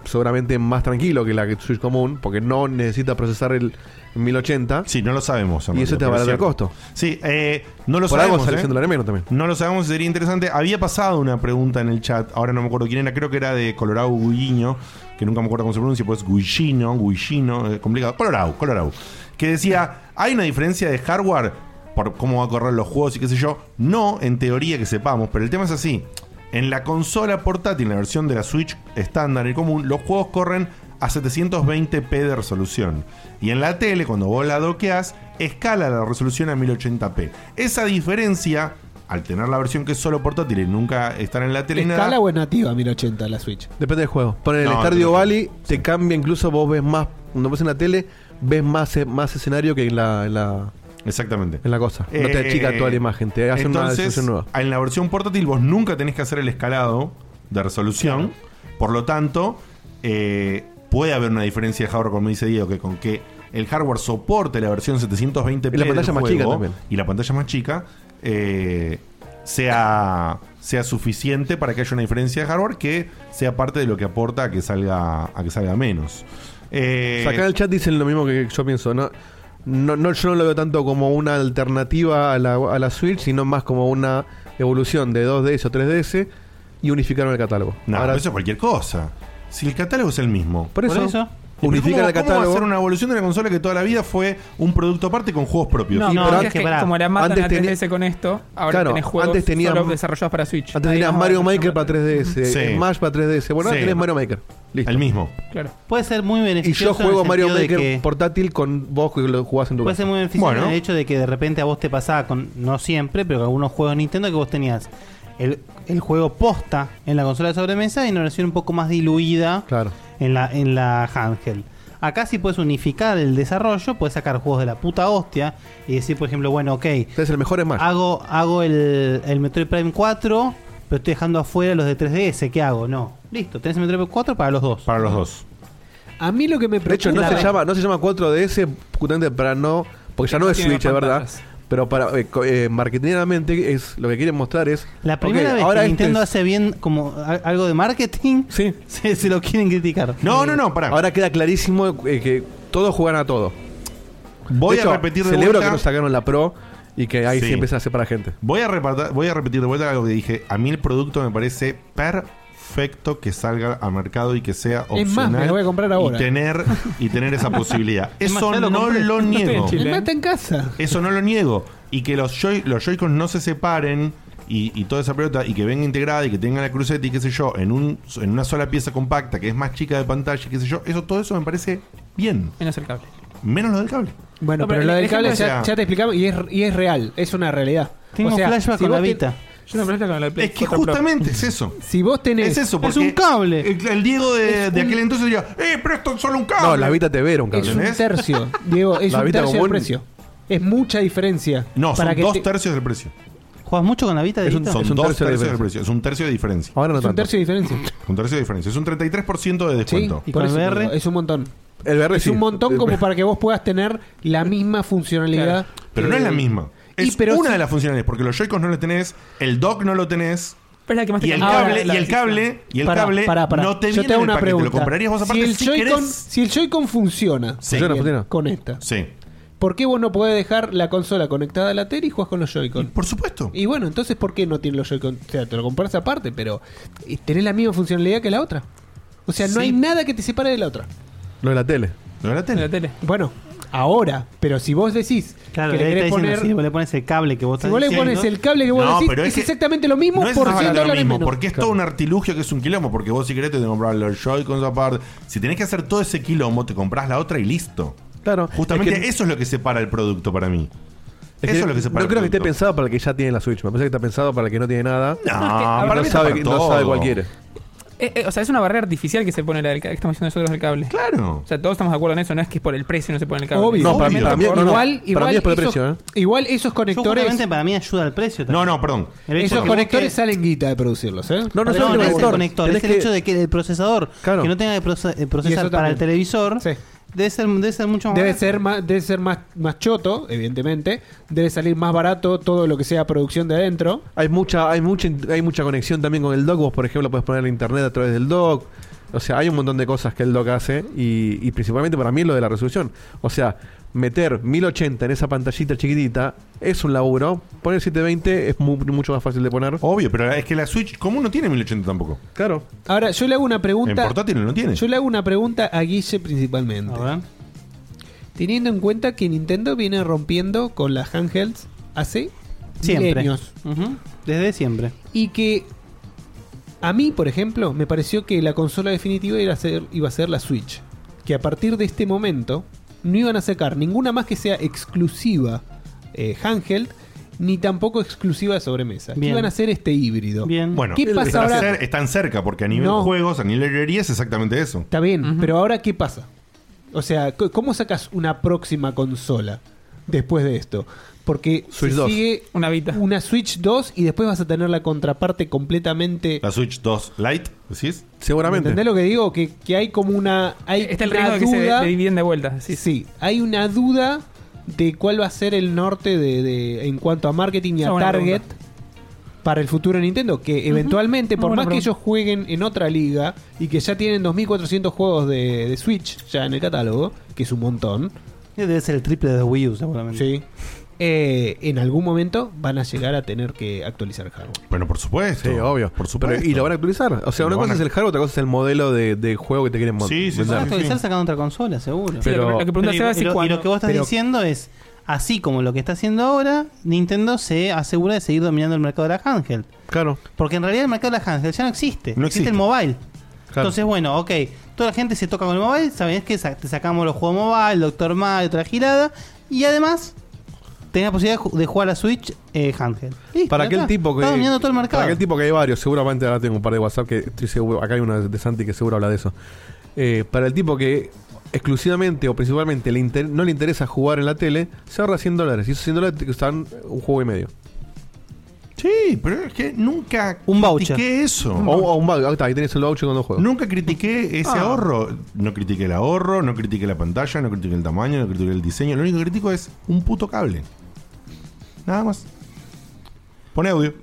seguramente más tranquilo que la Switch común, porque no necesita procesar el 1080.
Sí, no lo sabemos.
Y eso te
pero
va a dar el
es cierto.
costo.
Sí, eh, no lo
Por algo
sabemos.
sale
¿eh?
siendo la menos también.
No lo sabemos, sería interesante. Había pasado una pregunta en el chat, ahora no me acuerdo quién era, creo que era de Colorado Guilliño, que nunca me acuerdo cómo se pronuncia, pues Guillino, Guillino, eh, complicado. Colorado, Colorado. Que decía, ¿hay una diferencia de hardware por cómo va a correr los juegos y qué sé yo? No, en teoría que sepamos, pero el tema es así. En la consola portátil, en la versión de la Switch estándar y común, los juegos corren a 720p de resolución. Y en la tele, cuando vos la doqueas, escala la resolución a 1080p. Esa diferencia, al tener la versión que es solo portátil y nunca estar en la tele ni
¿Escala
nada.
o es nativa 1080 la Switch?
Depende del juego. Por el
No,
Stardew
no, no.
Valley te cambia incluso, vos ves más, cuando ves en la tele, ves más, eh, más escenario que en la, en la-
Exactamente.
En la cosa. No te achica
Eh,
toda la imagen, te hace una
entonces,
resolución nueva.
En la versión portátil vos nunca tenés que hacer el escalado de resolución. Por lo tanto, eh, puede haber una diferencia de hardware, como dice Diego, que con que el hardware soporte la versión 720p
Y la
del
pantalla más
juego
chica también.
y la pantalla más chica eh, sea, sea suficiente para que haya una diferencia de hardware que sea parte de lo que aporta a que salga, a que salga menos. Eh,
O sea, acá en el chat dicen lo mismo que yo pienso, ¿no? No, no, yo no lo veo tanto como una alternativa a la, a la Switch, sino más como una evolución de 2DS o 3DS y unificaron el catálogo.
No, pero eso es cualquier cosa. Si el catálogo es el mismo.
Por eso.
¿Y pero
Unifican
¿Cómo,
el
cómo va a
catálogo.
ser una evolución de una consola que toda la vida fue un producto aparte con juegos propios?
No,
Y
no,
pero
es
antes-
que como la matan
antes
a
tenía-
3DS con esto, ahora
Claro,
tenés juegos
antes tenían-
solo desarrollados para Switch.
Antes tenías
Ahí
Mario
no,
Maker para 3DS,
Sí.
eh, Smash para 3DS. Bueno, ahora
Sí.
tenés Mario Maker. Listo.
El mismo.
Claro.
Puede ser muy
Y
beneficioso.
yo juego
en el
Mario
sentido de
Maker
que-
portátil con vos que lo jugás en tu
Puede
casa.
ser muy beneficioso en el hecho de que de repente a vos te pasaba con, no siempre, pero con algunos juegos de Nintendo que vos tenías el, el juego posta en la consola de sobremesa y una versión un poco más diluida en la, en la handheld. Acá sí puedes unificar el desarrollo, puedes sacar juegos de la puta hostia y decir, por ejemplo, bueno, ok.
el mejor es más.
Hago, hago el, el Metroid Prime 4, pero estoy dejando afuera los de 3DS. ¿Qué hago? No. Listo, tenés el Metroid Prime 4 para los dos.
Para los dos.
A mí lo que me
De hecho, no
preocupa-
se, llama, no se llama 4DS justamente para no. Porque ya no es
Tiene
Switch, es verdad.
pantallas.
Pero para eh, co- eh, marketingeramente es, lo que quieren mostrar es.
La primera
ok,
vez
ahora
que
este
Nintendo
es-
hace bien como a- algo de marketing, se, se lo quieren criticar.
Eh, Ahora queda clarísimo eh, que todos juegan a todo.
Voy
De
a
hecho,
repetir de
Celebro
vuelta-
que nos sacaron la Pro y que ahí
Sí.
se empieza a separar gente.
Voy a, reparta- voy a repetir de vuelta algo que dije. A mí el producto me parece perfecto que salga al mercado y que sea opcional.
Es más, me lo voy a comprar ahora.
Y tener, y tener esa posibilidad.
Es más,
Eso
ya lo
no
compré.
lo
No estoy en
niego.
Chile, ¿eh? Además, está en casa.
Eso no lo niego. Y que los joy los Joy-Con no se separen y, y toda esa pelota y que venga integrada y que tenga la cruceta y qué sé yo, en, un, en una sola pieza compacta que es más chica de pantalla y qué sé yo, eso todo eso me parece bien.
Menos el cable.
Menos lo del cable.
Bueno, pero, lo del cable ya, ya te explicamos y es, y es real, es una realidad.
Tengo flashback con
vos
la
ten-
Vita.
Yo no flashback con la Play
Es que
Otra pro.
justamente es eso.
Si vos tenés.
Es eso, porque
cable.
El, el Diego de, de aquel entonces diría, ¡eh, pero esto es solo un cable!
No, la Vita TV era un cable.
Es un tercio, Diego, es
La
un
Vita
tercio
común-
del precio. Es mucha diferencia.
No, son
que
dos
te-
tercios del precio.
¿Juegas mucho con la Vita?
Es un,
Dieguito?
son dos tercios del precio. Es un tercio de diferencia.
Ahora
Es un tercio de diferencia.
Un tercio de diferencia. Es un 33% de descuento.
por eso te digo, Es un montón.
El BR
es
sí.
un montón como para que vos puedas tener la misma funcionalidad.
Pero no es la
Eh,
misma.
y
Es
pero
una
si-
de las funciones, porque los Joy-Cons no lo tenés, el dock no lo tenés.
Pero es la que más te
y el
cambia.
cable,
Ahora,
y el
la-
cable, y el
Pará,
cable
pará, pará.
no te
Yo
viene
hago
en el
una
paquete,
pregunta.
lo comprarías vos aparte
si
si,
el Joy-Con
querés.
si el Joy-Con funciona,
Sí. Funciona,
bien,
funciona.
con esta,
Sí.
¿por qué vos no podés dejar la consola conectada a la tele y jugás con los Joy-Con?
Por supuesto.
Y bueno, entonces ¿por qué no tiene los Joy-Con? O sea, te lo compras aparte, pero eh, tenés la misma funcionalidad que la otra. O sea, no hay nada que te separe de la otra.
Lo de la tele.
Lo de la tele.
Bueno, ahora, pero si vos decís
Claro,
que
ahí
le
está
querés
diciendo,
poner
si vos le pones el cable que vos
Si vos le pones el cable que vos
No,
decís,
pero
es,
es que-
exactamente lo mismo
No es
por 100
exactamente lo
dólares
mismo,
menos.
porque es todo un artilugio que es un quilombo, porque vos si querés te tenés que comprar los Joy-Cons aparte. Si tenés que hacer todo ese quilombo, te compras la otra y listo.
Claro.
Justamente
Es que-
eso es lo que separa el producto para mí.
Es
eso es lo que separa
No
el
creo que esté
producto.
pensado para el que ya tiene la Switch. Me parece que está pensado para el que no tiene nada.
No, para
no
mí está
sabe,
para
no
todo.
sabe cualquiera.
Eh, eh, o sea, es una barrera artificial que se pone la del ca- que estamos haciendo nosotros del cable.
Claro.
O sea, todos estamos de acuerdo en eso, no es que es por el precio no se pone el cable.
Obvio. No, para mí- para mí- no, no.
Igual,
Para mí es por el precio, ¿eh?
Igual esos conectores.
justamente para mí ayuda al precio también.
No, no, perdón.
El hecho
Esos
de que
conectores
busque-
salen guita de producirlos, ¿eh?
No, no, es el conector, es el hecho de que el procesador
Claro.
que no tenga que proce- eh,
Y
procesar
eso
para el
también.
televisor debe, ser, debe ser mucho más
Debe
barato.
ser más, debe ser más, más choto, evidentemente. Debe salir más barato todo lo que sea producción de adentro.
Hay mucha, hay mucha, hay mucha conexión también con el dock. Vos, por ejemplo, podés poner internet a través del dock. O sea, hay un montón de cosas que el dock hace y, y principalmente para mí lo de la resolución. O sea, meter 1080 en esa pantallita chiquitita es un laburo. Poner 720 es mu- mucho más fácil de poner.
Obvio, pero es que la Switch común no tiene 1080 tampoco.
Claro.
Ahora, yo le hago una pregunta.
En portátil no tiene.
Yo le hago una pregunta a Guille principalmente. Teniendo en cuenta que Nintendo viene rompiendo con las handhelds hace
siempre.
milenios.
Ujú, Desde siempre.
Y que a mí, por ejemplo, me pareció que la consola definitiva iba a ser, iba a ser la Switch. Que a partir de este momento no iban a sacar ninguna más que sea exclusiva eh, handheld, ni tampoco exclusiva de sobremesa. Que
Bien.
Iban a ser este híbrido.
Bueno,
¿qué pasa
están,
ahora?
cer- están cerca porque a nivel
No.
juegos, a nivel herrería es exactamente eso.
Está bien, pero ahora ¿qué pasa? O sea, c- ¿cómo sacas una próxima consola después de esto? Porque
Switch
se
2.
sigue una, Switch 2 y después vas a tener la contraparte completamente...
La Switch 2 Lite, ¿decís?
¿Me ¿Entendés lo que digo? Que, que hay como una... Hay
Está el
una
riesgo de que se
duda-
le dividen de vuelta. Sí,
sí, hay una duda de cuál va a ser el norte de, de- en cuanto a marketing y
Esa
a
es buena
target
pregunta.
para el futuro de Nintendo. Que eventualmente,
Muy
por
buena
más que
pregunta.
ellos jueguen en otra liga y que ya tienen 2.400 juegos de, de Switch ya en el catálogo, que es un montón.
Debe ser el triple de Wii U, seguramente.
Sí. Eh, en algún momento van a llegar a tener que actualizar el hardware.
Bueno, por supuesto.
Sí, obvio.
Por supuesto.
Pero- y lo van a actualizar. O sea,
Lo
una
van
cosa
a-
es el hardware, otra cosa es el modelo de, de juego que te quieren mon-
Sí, sí,
Van a
vender.
actualizar sacando otra consola, seguro.
Sí, lo que- lo que pregunta
y-
Seba es
y lo,
cuándo.
y lo que vos estás
Pero-
diciendo es, así como lo que está haciendo ahora, Nintendo se asegura de seguir dominando el mercado de la handheld.
Claro.
Porque en realidad el mercado de la handheld ya no existe.
No existe.
existe. el mobile.
Claro.
Entonces, bueno, ok, toda la gente se toca con el mobile, sabés que sa- te sacamos los juegos mobile, Doctor Mario, otra girada, y además tenés la posibilidad de ju- de jugar a Switch eh, handheld. Listo,
Para
ya
aquel
está.
tipo que.
Está dominando todo el mercado.
Para aquel tipo que hay varios, seguramente ahora tengo un par de WhatsApp que estoy seguro. Acá hay una de Santi que seguro habla de eso. Eh, para el tipo que exclusivamente o principalmente le inter- no le interesa jugar en la tele, se ahorra 100 dólares. Y esos 100 dólares te costan un juego y medio.
Sí, pero es que nunca
Un
voucher. critiqué eso.
O, o un voucher. Ahí está, ahí tenés el voucher con dos juegos.
Nunca critiqué ese
Ah.
ahorro. No critiqué el ahorro, no critiqué la pantalla, no critiqué el tamaño, no critiqué el diseño. Lo único que critico es un puto cable. Nada más. Pone audio.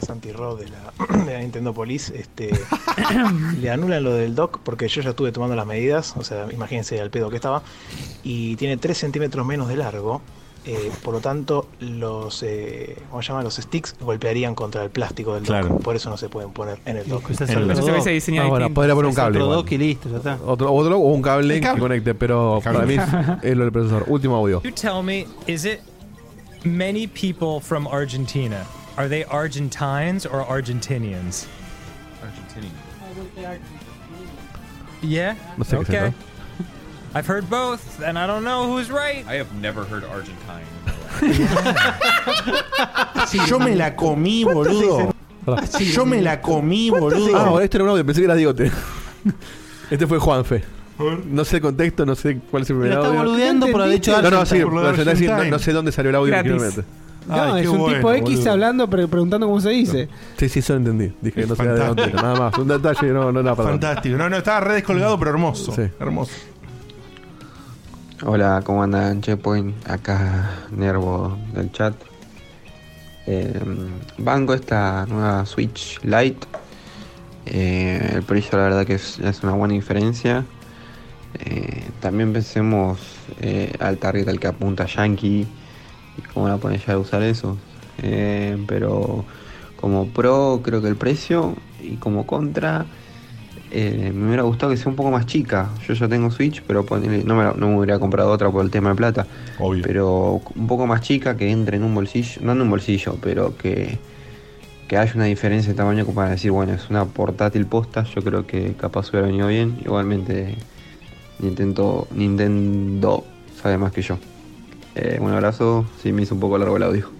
Santi Ro de la, de la Nintendo Police, este, le anulan lo del dock porque yo ya estuve tomando las medidas, o sea, imagínense al pedo que estaba, y tiene 3 centímetros menos de largo, eh, por lo tanto los, eh, ¿cómo se llama? Los sticks golpearían contra el plástico del dock,
Claro.
por eso no se pueden poner en el dock.
Ah,
Ahora, Ah, podría poner un cable. igual. Otro, otro o un cable,
El cable.
que conecte, pero
Cable.
para mí es- es lo del procesador. Último audio.
You tell me, is it many people from Argentina? Are they Argentines or Argentinians? Argentinian. Yeah.
Let's take a
okay.
second.
I've heard both, and I don't know who's right.
I have never heard Argentine.
Yo me la comí, boludo. Yo me la comí, boludo.
Ah, ahora este era un audio, pensé que era Digote. este fue Juanfe. No sé el contexto, no sé cuál es el primer
Lo está
audio.
boludeando por haber dicho
No, no, sí,
Argentine.
por lo de Argentina, sí, no, no sé dónde salió el audio
Gratis.
originalmente.
No, es un tipo X hablando, pero preguntando cómo se dice.
Sí, sí, eso lo entendí. Dije que no sabía de dónde,
Fantástico.
nada más. Un detalle, no, no, no, perdón.
Fantástico. No, no, estaba re descolgado, pero hermoso. Hermoso.
Hola, ¿cómo andan? Checkpoint, acá Nervo del chat. Eh, banco esta nueva Switch Lite. Eh, el precio la verdad que es, es una buena diferencia. Eh, también pensemos eh, al target al que apunta Yankee y cómo la pueden llegar a usar eso. Eh, pero como pro creo que el precio y como contra eh, me hubiera gustado que sea un poco más chica. Yo ya tengo Switch, pero ponele- no, me, la- no me hubiera comprado otra por el tema de plata. Pero un poco más chica, que entre en un bolsillo, no en un bolsillo, pero que, que haya una diferencia de tamaño como para decir, bueno, es una portátil posta. Yo creo que capaz hubiera venido bien. Igualmente, Nintendo, Nintendo sabe más que yo. Eh, un abrazo, sí me hizo un poco largo el audio.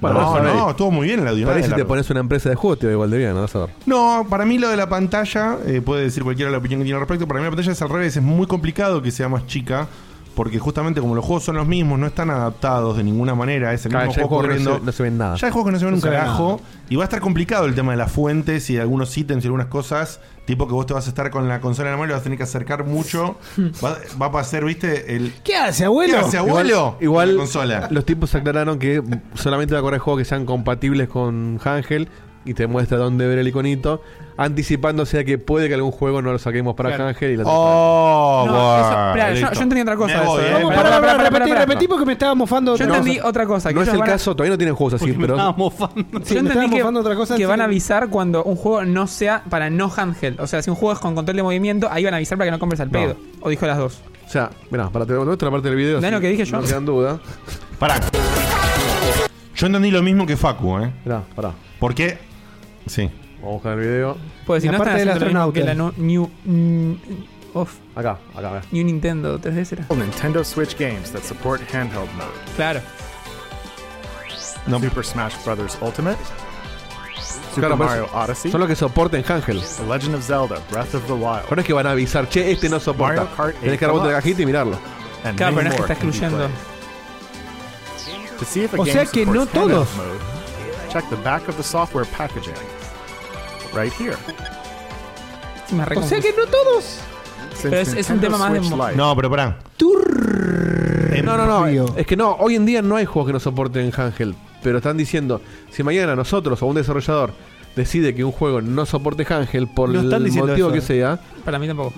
Bueno, no, no, estuvo muy bien el audio.
Por ahí
nada
si te
largo.
pones una empresa de juegos, te va igual de bien, ¿no? Vas a ver.
No, para mí lo de la pantalla, eh, puede decir cualquiera la opinión que tiene al respecto, para mí la pantalla es al revés, es muy complicado que sea más chica, porque justamente como los juegos son los mismos, no están adaptados de ninguna manera, es el
Claro,
mismo
ya hay
juego
juegos que no
corriendo.
se- no se ven nada.
Ya hay juegos que no se ven
No
un
se ven
carajo,
nada.
y va a estar complicado el tema de las fuentes y de algunos ítems y algunas cosas, tipo que vos te vas a estar con la consola en la mano y vas a tener que acercar mucho, va, va a pasar, viste, el...
¿Qué hace, abuelo?
¿Qué hace, abuelo? En
Igual,
la
igual
consola.
los tipos aclararon que solamente va a correr juegos que sean compatibles con Hangel y te muestra dónde ver el iconito, anticipándose a que puede que algún juego no lo saquemos para
Claro.
Hangel y la
¡Oh!
No, eso- bueno, espera, yo- listo. yo entendí otra cosa Me de voy, eso, ¿eh? ¿eh?
Vamos,
Pará,
pará,
pará,
pará,
pará,
repetí,
pará.
repetí,
porque me estaba mofando
Yo
No,
entendí
o sea,
otra cosa. que
No es
ellos
el
van a-
caso, todavía no tienen juegos así, pero.
Yo
me estaba
entendí que,
mofando otra cosa
que
antes
van a
de-
avisar cuando un juego no sea para no handheld. O sea, si un juego es con control de movimiento, ahí van a avisar para que no compres al pedo. O dijo las dos.
O sea, mirá, para te voy a otra parte del video.
No,
así
no, que dije yo.
No quedan dudas.
Pará. Yo entendí lo mismo que Facu, ¿eh?
Pará, pará.
¿Por qué? Sí.
Vamos a buscar el video.
Pues si no están
del
haciendo lo mismo que la no- new, mm, off.
Acá, acá, acá.
new Nintendo 3DS era.
Nintendo Switch games that support handheld mode.
Claro.
Super Smash Bros. Ultimate. Super
Claro, pero
Mario
eso-
Odyssey.
Son los que soporten Hangel.
The Legend of Zelda: Breath of the Wild.
Pero no es que van a avisar, che, este no soporta.
Mario Kart
Tenés que
8
dar vuelta la
Deluxe.
cajita y mirarlo.
And Claro, many pero no es que more está can be excluyendo. To see if a
O
game
sea que
supports
no
handheld
todos.
mode, check the back of the software packaging. Right here.
O sea que no todos.
Since Nintendo Switch Lite-
No, pero pará.
No, no, no. Es que no, hoy en día no hay juegos que no soporten Hangel. Pero están diciendo, si mañana nosotros o un desarrollador decide que un juego no soporte Hangel por
No están
el
diciendo
motivo
eso.
que sea.
Para mí tampoco.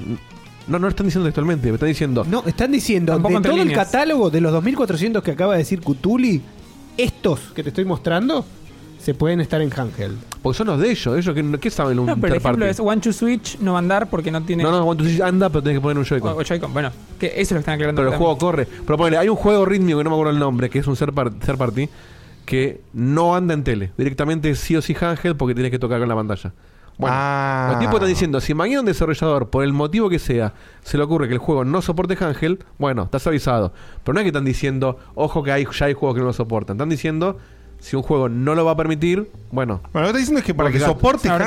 No, no lo están diciendo textualmente, me están diciendo.
No, están diciendo, de
Tampoco
todo
entre
el
líneas.
catálogo de los 2400 que acaba de decir Cutuli, estos que te estoy mostrando se pueden estar en Hangel.
Porque son los de ellos, ellos que ¿qué saben un
No, pero el
third
ejemplo
party?
es One Two Switch no va a andar porque no tiene.
No, no, cuando tú anda, pero tenés que poner un Joy-Con.
O- o Joy-Con, bueno, que eso es lo que están aclarando.
Pero el
también.
juego corre. Pero ponele, hay un juego rítmico que no me acuerdo el nombre, que es un third par- third party, que no anda en tele. Directamente sí o sí Hangel porque tienes que tocar con la pantalla. Bueno,
Ah.
los tipos están diciendo, si mañana un desarrollador, por el motivo que sea, se le ocurre que el juego no soporte Hangel, bueno, estás avisado. Pero no es que están diciendo, ojo que hay, ya hay juegos que no lo soportan. Están diciendo, si un juego no lo va a permitir, bueno.
Bueno, lo que está diciendo es que para que soporte Hangel,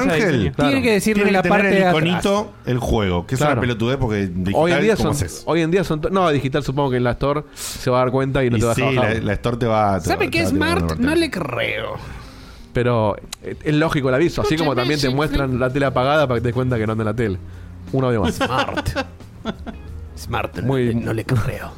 tiene que tener el iconito, el juego, que es
Claro.
una pelotudez porque digital,
Hoy en día
¿cómo
son.
haces?
Hoy en día son. to- No, digital supongo que en la Store se va a dar cuenta y no
Y
te vas
sí,
a bajar.
la, la Store te va te
¿Sabe
va-
qué
te
es
va a tirar
Mart?
una
No
nota.
le creo.
Pero eh, es lógico el aviso, así como también te muestran la tele apagada para que te des cuenta que no anda la tele. Una vez más.
Smart.
Smart. Muy, no le creo.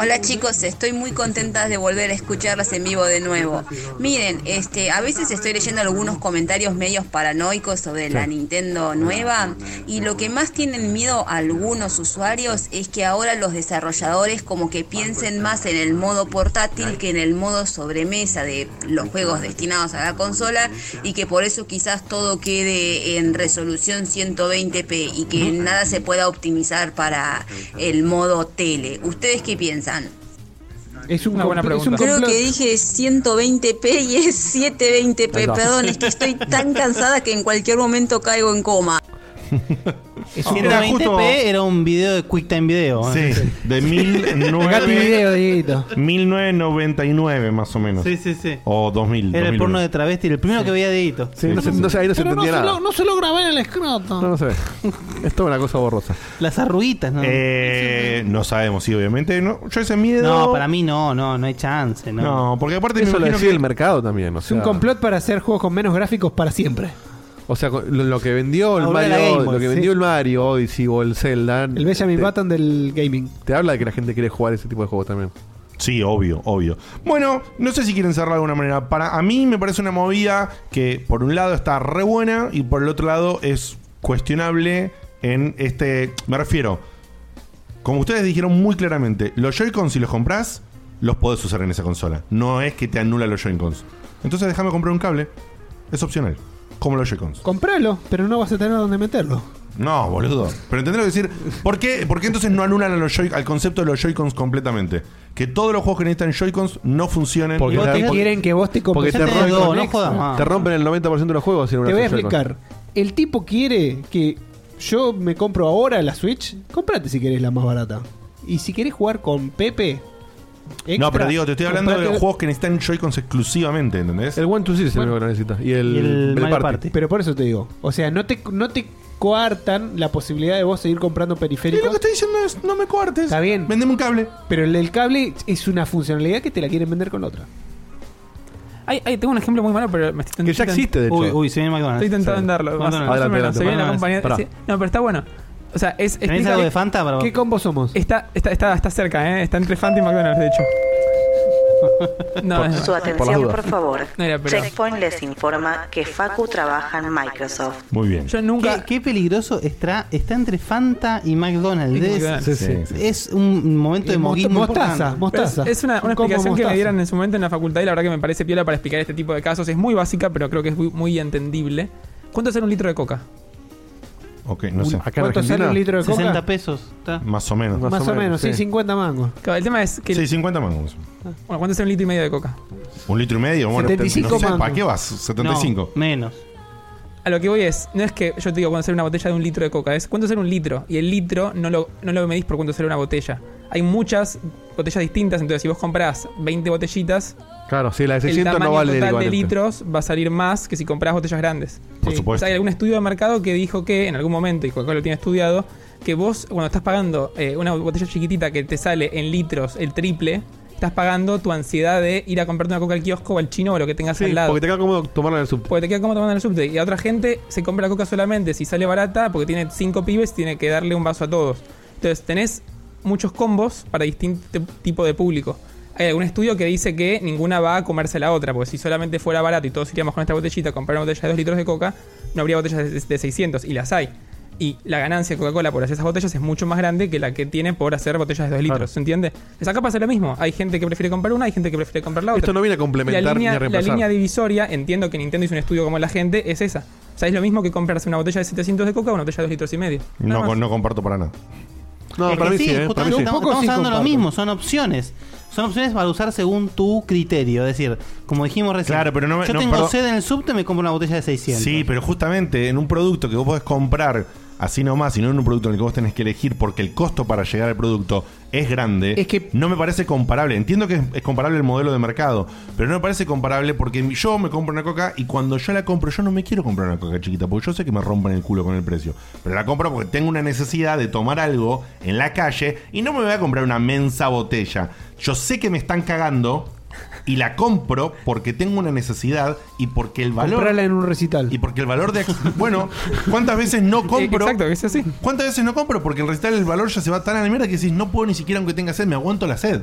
Hola chicos, estoy muy contenta de volver a escucharlas en vivo de nuevo. Miren, este, a veces estoy leyendo algunos comentarios medios paranoicos sobre la
Sí.
Nintendo nueva y lo que más tienen miedo algunos usuarios es que ahora los desarrolladores como que piensen más en el modo portátil que en el modo sobremesa de los juegos destinados a la consola y que por eso quizás todo quede en resolución 120p y que nada se pueda optimizar para el modo tele. ¿Ustedes qué piensan?
Es un
Una buena
compl- es un
pregunta.
Creo
complot.
que dije 120p y es
Ahí
720p.
va.
Perdón, es que estoy tan cansada que en cualquier momento caigo en coma.
Era 20p era un video de Quick Time
Ah,
Video.
Sí, de 1900
Pegate video,
1999 más o menos.
Sí, sí, sí.
O 2000.
Era el
2001.
porno de travesti, el primero que veía de Hito.
no se- no se- ahí no
Pero
entendía
se
nada.
lo-
No se logra ver el escroto.
No, no se ve. es toda una cosa borrosa.
Las arruguitas, ¿no?
Eh, no sabemos, sí, obviamente. No, yo ese miedo.
No, para mí no, no, no hay chance. No,
No, porque aparte
Eso lo
imagino
decía
que-
el mercado también. O
Es un
sea,
complot para hacer juegos con menos gráficos para siempre.
o sea con- lo, lo que vendió el
Ahora la
Mario,
Game Boy,
lo que
sí.
vendió el Mario Odyssey o el Zelda. El
Benjamin Button del gaming.
Te habla de que la gente quiere jugar ese tipo de juegos también.
Sí, obvio, obvio. Bueno, no sé si quieren cerrar de alguna manera. Para a mí me parece una movida que por un lado está re buena y por el otro lado es cuestionable en este, me refiero, como ustedes dijeron muy claramente, los Joy-Cons si los compras los podés usar en esa consola. No es que te anula los Joy-Cons. Entonces déjame comprar un cable. Es opcional, como los Joy-Cons.
Compralo, pero no vas a tener dónde meterlo.
No, boludo. Pero entendés lo que decir. ¿Por qué, por qué entonces no anulan a los Joy- al concepto de los Joy-Cons completamente? Que todos los juegos que necesitan Joy-Cons no funcionen.
Porque te- porque- porque te rompen, te rompen el 90% de los juegos. Te
Te voy a explicar. El tipo quiere que yo me compro ahora la Switch. Comprate si querés la más barata. Y si querés jugar con Pepe,
No, pero digo, te estoy hablando de los juegos que necesitan Joy-Cons exclusivamente, ¿entendés?
El One to Series es el único que necesita. Y el,
Y el Mario
Party.
Party.
Pero por eso te digo. O sea, no te, no te coartan la posibilidad de vos seguir comprando periféricos.
estoy diciendo es, no me coartes.
Está bien.
Vendeme un cable.
Pero el, el cable es una funcionalidad que te la quieren vender con otra.
Ay, ay, tengo un ejemplo muy malo, pero me estoy
Que ya existe, de hecho.
Uy, uy, se viene McDonald's.
Estoy intentando
Sí.
andarlo. más- más
McDonald's.
o
Adelante,
menos,
adelante,
se viene la compañía-
McDonald's. Pará.
sí, no, pero está bueno. O sea, es.
¿Tenés
explica
algo
que-
de Fanta para-
¿Qué
combo somos?
Está, está, está, está cerca, ¿eh? Está entre Fanta y McDonald's, de hecho. No, es-
Su atención, por, favor.
No era, pero-
Checkpoint les informa que Facu trabaja en Microsoft.
Muy bien.
Yo
nunca. Qué, qué peligroso está, está entre Fanta y McDonald's.
Sí,
Es,
sí, sí, sí.
es un momento de moquismo importante.
Es, es una, una
Un combo
explicación que
mostaza.
me dieron en su momento en la facultad y la verdad que me parece piola para explicar este tipo de casos. Es muy básica, pero creo que es muy, muy entendible. ¿Cuánto sale un litro de coca?
Ok, no sé.
pesos. está.
Más o menos.
Más, o menos, sí, 50 mangos.
Claro, el tema es que.
Sí, 50 mangos.
Bueno, ¿cuánto sale un litro y medio de coca?
Un litro y medio. Bueno,
75
no sé,
mangos.
¿Para qué vas? 75.
menos.
A lo que voy es, no es que yo te digo cuánto sale una botella de un litro de coca, es cuánto sale un litro. Y el litro no lo, no lo medís por cuánto sale una botella. Hay muchas botellas distintas, entonces si vos comprás 20 botellitas,
Claro, sí, la de
el
600
tamaño
no vale el
total de
equivalente.
litros va a salir más que si comprás botellas grandes.
Por
O sea, hay algún estudio de mercado que dijo que en algún momento, y Coca-Cola lo tiene estudiado, que vos cuando estás pagando eh, una botella chiquitita que te sale en litros el triple, estás pagando tu ansiedad de ir a comprarte una coca al kiosco o al chino o lo que tengas
Sí,
al lado.
porque te queda como tomarla en el sub.
Porque te queda como tomando en el subte. Y a otra gente se compra la coca solamente si sale barata, porque tiene cinco pibes, tiene que darle un vaso a todos. Entonces tenés muchos combos para distinto tipo de público. Hay algún estudio que dice que ninguna va a comerse la otra, porque si solamente fuera barato y todos iríamos con esta botellita a comprar una botella de 2 litros de coca, no habría botellas de, de 600, y las hay. Y la ganancia de Coca-Cola por hacer esas botellas es mucho más grande que la que tiene por hacer botellas de 2 litros, ¿se entiende? Entonces acá pasa lo mismo. Hay gente que prefiere comprar una, hay gente que prefiere comprar la otra.
Esto no viene a complementar
La
ni
línea,
a reemplazar.
La línea divisoria, entiendo que Nintendo hizo un estudio como la gente, es esa. O sea, es lo mismo que comprarse una botella de 700 de coca o una botella de 2 litros y medio.
No, co- no comparto para nada.
Es que
¿eh?
justamente Estamos, estamos hablando de lo mismo, son opciones. Son opciones para usar según tu criterio. Es decir, como dijimos recién,
Claro, pero no me-
yo
no,
tengo
perdón.
sed en el subte, me compro una botella de 600.
Sí, pero justamente en un producto que vos podés comprar así nomás, y no en un producto en el que vos tenés que elegir porque el costo para llegar al producto es grande,
Es que-
no me parece comparable. Entiendo que es, es comparable el modelo de mercado, pero no me parece comparable porque yo me compro una coca y cuando yo la compro, yo no me quiero comprar una coca chiquita porque yo sé que me rompen el culo con el precio. Pero la compro porque tengo una necesidad de tomar algo en la calle y no me voy a comprar una mensa botella. Yo sé que me están cagando. Y la compro porque tengo una necesidad y porque el valor
Comprala en un recital.
y porque el valor de. Bueno, ¿cuántas veces no compro?
Exacto, que es así.
¿Cuántas veces no compro? Porque el recital el valor ya se va tan a la mierda que decís, no puedo ni siquiera aunque tenga sed, me aguanto la sed.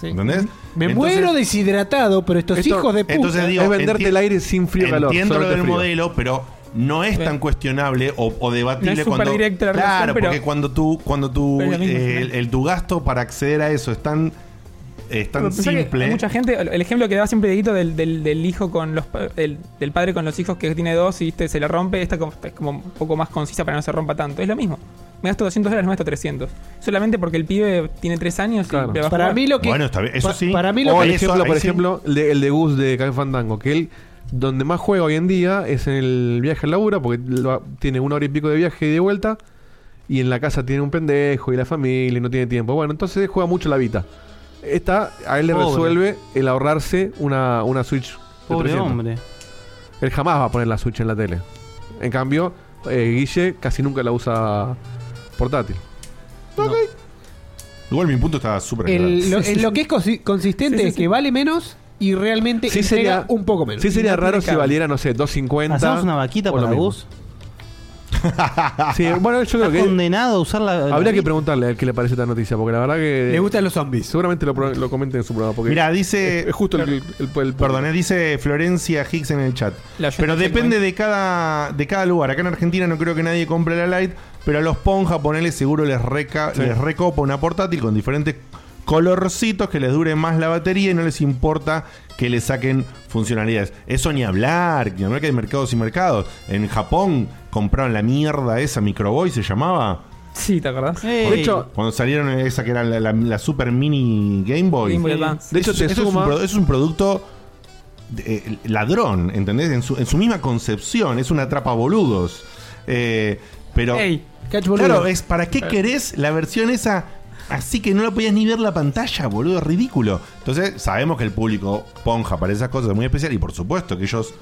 ¿Entendés?
Mm-hmm.
Me muero deshidratado, pero estos hijos de puta.
Entonces digo, enti- Entiendo lo del
solamente frío.
modelo, pero no es tan cuestionable o, o debatible
No es
cuando.
superddirecta la
claro,
relación, pero-
porque cuando tu, cuando tu,
Pero es lo mismo,
eh, el,
finalmente.
el- tu gasto para acceder a eso es tan, es tan
Pero pensá que hay
simple. ¿eh?
Mucha gente, el ejemplo que da siempre Dieguito del, del, del hijo con los pa- del, del padre con los hijos que tiene dos y este se le rompe, esta como- es como un poco más concisa para que no se rompa tanto. Es lo mismo. Me gasto 200 dólares, me gasto 300. Solamente porque el pibe tiene 3 años y le va a jugar.
Pa-
Para mí
o
lo
el
que
ejemplo, por ejemplo, el de, el de Gus de Café Fandango, que él donde más juega hoy en día es en el viaje al laburo, porque lo- tiene una hora y pico de viaje y de vuelta, y en la casa tiene un pendejo y la familia y no tiene tiempo. Bueno, entonces juega mucho la Vita. Esta a él le
Pobre.
resuelve el ahorrarse una, una Switch. de
Pobre
300.
hombre.
Él jamás va a poner la Switch en la tele. En cambio, eh, Guille casi nunca la usa portátil.
Igual mi punto está súper
El- lo, en lo que es consi- consistente
Sí, sí,
es que vale menos y realmente
Sí
entrega
sería,
un poco menos.
Sí sería
No tiene
raro si
cable.
valiera, no sé, 250.
¿Hacemos una vaquita
o lo
para
mismo.
Gus?
sí, bueno, yo creo que
condenado a usar la
Habría que preguntarle a él qué le parece esta noticia, porque la verdad que
Le gustan los zombies.
Seguramente lo, pro- lo comenten en su programa porque
Mira, dice.
es, es justo el,
Perdón, eh, dice Florencia Higgs en el chat. Pero depende de cada, de cada lugar. Acá en Argentina no creo que nadie compre la Lite, pero a los pon japoneses seguro les, reca,
Sí.
les recopa una portátil con diferentes colorcitos que les dure más la batería y no les importa que le saquen funcionalidades. Eso ni hablar, ni hablar que hay mercados y mercados. En Japón compraron la mierda esa, Microboy se llamaba.
Sí, ¿te acordás?
De hecho, cuando salieron esa que era la, la- la super mini Game Boy.
Game Boy Advance.
De hecho,
Eso-
te
eso es
suma-
un pro-
es un producto eh, ladrón, ¿entendés? En su, en su misma concepción, es una trapa boludos. Eh, pero.
Ey, catch boludo.
Eh,
claro, es para qué querés la versión esa Así que no la podías ni ver la pantalla, boludo, ridículo. Entonces, sabemos que el público ponja para esas cosas es muy especial y por supuesto que ellos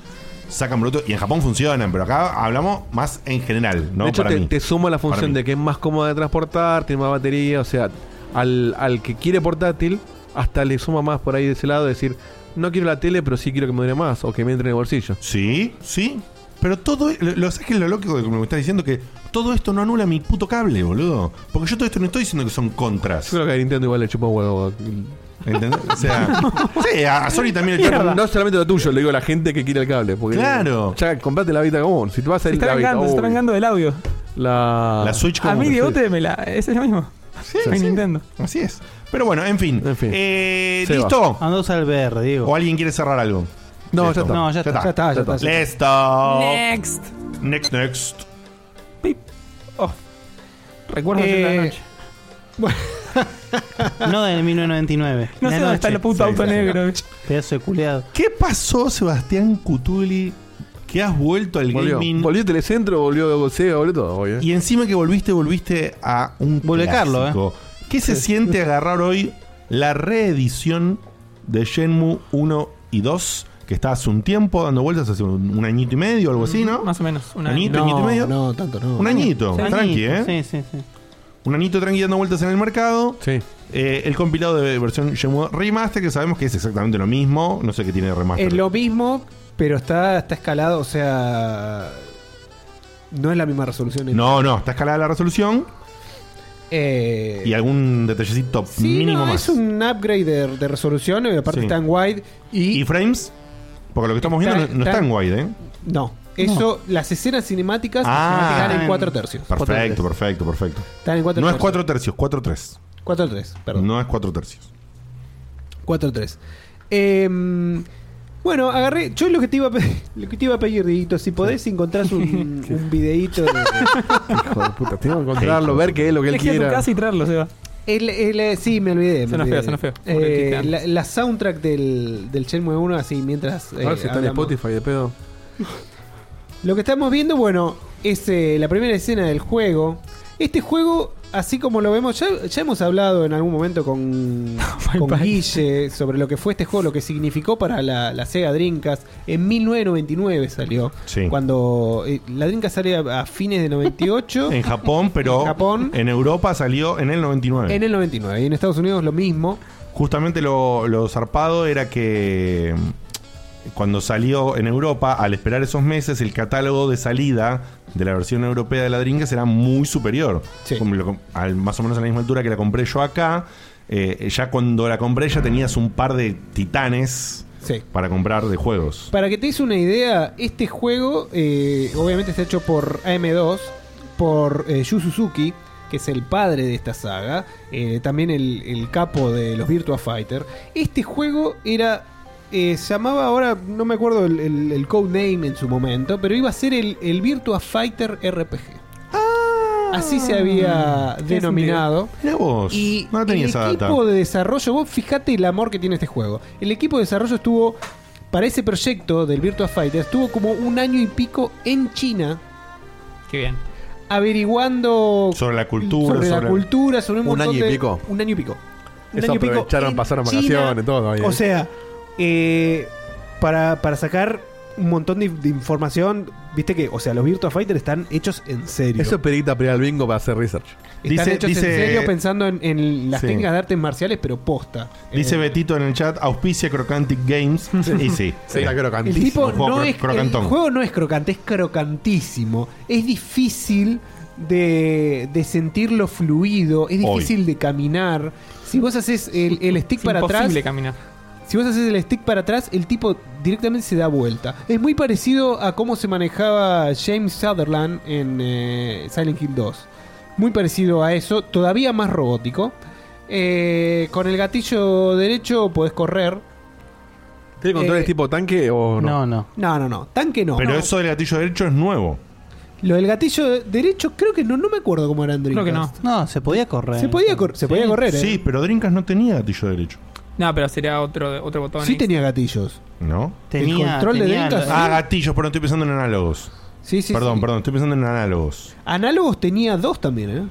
sacan bruto y en Japón funcionan, pero acá hablamos más en general, ¿no?
de hecho,
Para
te,
mí.
te suma la
Para
función
mí.
de que es más cómoda de transportar, tiene más batería, o sea, al, al que quiere portátil, hasta le suma más por ahí de ese lado, decir, no quiero la tele, pero sí quiero que me dure más o que me entre en el bolsillo.
Sí, sí. Pero todo, e-, lo, lo ¿sabes qué es lo loco de lo que me estás diciendo que todo esto no anula mi puto cable, boludo. Porque yo todo esto no estoy diciendo que son contras.
Yo creo que a Nintendo igual le chupa un huevo.
¿Entendés? O sea, sí, a a Sony también le chupa
No, no solamente lo tuyo, le digo a la gente que quiere el cable. Porque
Claro.
Ya, comprate la Vita común. Si te vas a
Se
ir
está
la Vita,
vengando, se está
obvio.
vengando del audio.
La,
A mí, Diego, te me la. Ese es lo mismo.
sí.
en Nintendo.
Así es. Pero bueno, en fin. Eh,
Seba.
¿Listo?
Andamos al VR, Diego.
¿O alguien quiere cerrar algo? No,
ya está. No, ya está. Ya está, ya está, ya
Listo.
Next.
Next, next.
Ah, Recuerdo
Eh,
ayer de la noche.
No del 1999.
No sé
La
dónde está
noche.
el puto auto negro.
Pedazo de culeado.
¿Qué pasó, Sebastián Cutuli? Que has vuelto al
Volvió.
gaming.
Volvió Telecentro, volvió Sega, volvió todo. Obvio.
Y encima que volviste, volviste a un
Vuelve
clásico.
Carlos,
¿Qué se siente agarrar hoy la reedición de Shenmue 1 y 2? Que está hace un tiempo dando vueltas, hace un, un añito y medio, algo así, ¿no?
Más o menos. Un
añito,
año.
añito y medio.
No, tanto no.
Un añito,
Sí.
tranqui,
Añito,
¿eh?
Sí, sí, sí.
Un anito tranqui dando vueltas en el mercado. Eh, el compilado de versión Shenmue Remaster, que sabemos que es exactamente lo mismo. No sé qué tiene de remaster.
Es lo mismo, pero está, está escalado, o sea. No es la misma resolución.
No, no, está escalada la resolución
Eh,
y algún detallecito
sí,
mínimo
no,
más.
es un upgrade de, de resolución, eh, aparte
Sí.
está en wide. ¿Y,
frames? Porque lo que estamos viendo no, no está en wide, ¿eh?
No, eso, las escenas cinemáticas
Ah.
están en 4 tercios. Ah. Cuatro
Perfecto,
tercios.
perfecto, perfecto.
Están en cuatro
no es
tercios.
4 tercios, 4 3.
4 3,
perdón. No es 4 tercios.
4-3. Eh, bueno, agarré. Yo lo que te iba a pedir, lo que te iba a pedir Dieguito, si podés encontrás un, un videíto de.
Hijo de puta, tengo que encontrarlo, ver qué es lo que él
Elegí a tu
quiera.
casa
y traerlo, Seba.
El, el, eh, sí, me olvidé.
Se nos fue, se nos fue.
Eh, la, la soundtrack del, del Shenmue 1, así mientras. eh,
A ver si está en
hablamos.
Spotify de pedo.
Lo que estamos viendo, bueno, es eh, la primera escena del juego. Este juego, así como lo vemos, ya, ya hemos hablado en algún momento con, con Guille sobre lo que fue este juego, lo que significó para la, la Sega Dreamcast. En 1999 salió.
Sí.
Cuando eh, la Dreamcast sale a, a fines de 98.
En Japón, pero en, Europa salió en el 99.
En el 99. Y en Estados Unidos lo mismo.
Justamente lo, lo zarpado era que mm, cuando salió en Europa, al esperar esos meses, el catálogo de salida de la versión europea de la Dreamcast era muy superior. Como lo com- al- más o menos a la misma altura que la compré yo acá. Eh, ya cuando la compré ya tenías un par de titanes para comprar de juegos.
Para que te des una idea, este juego eh, obviamente está hecho por AM2, por eh, Yu Suzuki, que es el padre de esta saga, eh, también el, el capo de los Virtua Fighter. Este juego era. eh, se llamaba ahora, no me acuerdo el, el, el codename en su momento, pero iba a ser el, el Virtua Fighter RPG. Así se había
Tiene
denominado.
sentido. Ah. Mirá vos,
Y
no la tenía
el
esa data.
equipo de desarrollo, vos fijate el amor que tiene este juego. El equipo de desarrollo estuvo, para ese proyecto del Virtua Fighter, estuvo como un año y pico en China
Qué bien.
averiguando
Sobre la cultura,
Oh. sobre, la
sobre-
cultura, sobre un,
Un
montón
año y
de-
pico.
Un año y pico. Un
Eso
año y pico
aprovecharon,
en
pasaron
China.
vacaciones, todo. ahí.
O sea, eh, para, para sacar un montón de, de información, viste que, o sea, los Virtua Fighter están hechos en serio.
Eso es perita para ir al bingo para hacer research.
Están hechos en serio pensando en, en las
Sí.
técnicas de artes marciales, pero posta.
Dice
Eh,
Betito en el chat, auspicia Crocantic Games. Y sí,
Sí, está
el tipo
Un juego
no
cro-
es,
crocantón.
El juego no es crocante, es crocantísimo. Es difícil de, de sentirlo fluido, es
Hoy.
difícil de caminar. Si vos haces el, el stick
Es
para atrás,
imposible caminar.
si vos haces el stick para atrás, el tipo directamente se da vuelta. Es muy parecido a cómo se manejaba James Sutherland en eh, Silent Hill 2. Muy parecido a eso, todavía más robótico. Eh, con el gatillo derecho podés correr.
¿Tiene controles
Eh,
tipo tanque o no?
no, No, no, no. Tanque no.
Pero
No.
eso del gatillo derecho es nuevo.
Lo del gatillo derecho, creo que no, no me acuerdo cómo era en
Creo que
Dreamcast.
No, se podía correr.
Se podía, cor- se podía correr, ¿eh?
Sí, pero Dreamcast no tenía gatillo derecho.
No, pero sería otro, otro botón.
Sí tenía gatillos.
¿No?
Tenía- El control de tenía Dreamcast, la-
Ah, gatillos, pero estoy pensando en análogos.
Sí, sí,
Perdón,
sí.
perdón, estoy pensando en análogos.
Análogos tenía dos también, ¿eh?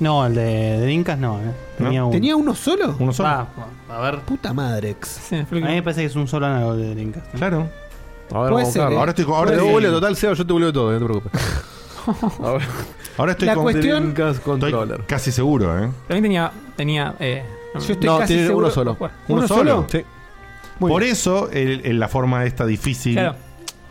No, el de, de Dreamcast no. eh. Tenía, uno.
¿Tenía uno solo?
Uno solo.
Ah,
a ver.
Puta madre.
A mí me parece que es un solo análogo de Dreamcast.
Claro.
A ver,
Puede
vamos a buscarlo.
ser, ¿eh?
Ahora estoy con. Ahora
Puede
te
ser.
googleo total, Seba, yo te googleo todo, eh, no te preocupes. A ver.
Ahora estoy
La
con
cuestión-
Dreamcast Controller. casi seguro, ¿eh?
También tenía. tenía eh,
Yo estoy No, casi tiene seguro- uno solo.
Bueno.
¿Uno ¿Uno solo? solo?
Sí.
Por eso el- el- la forma esta difícil.
Claro.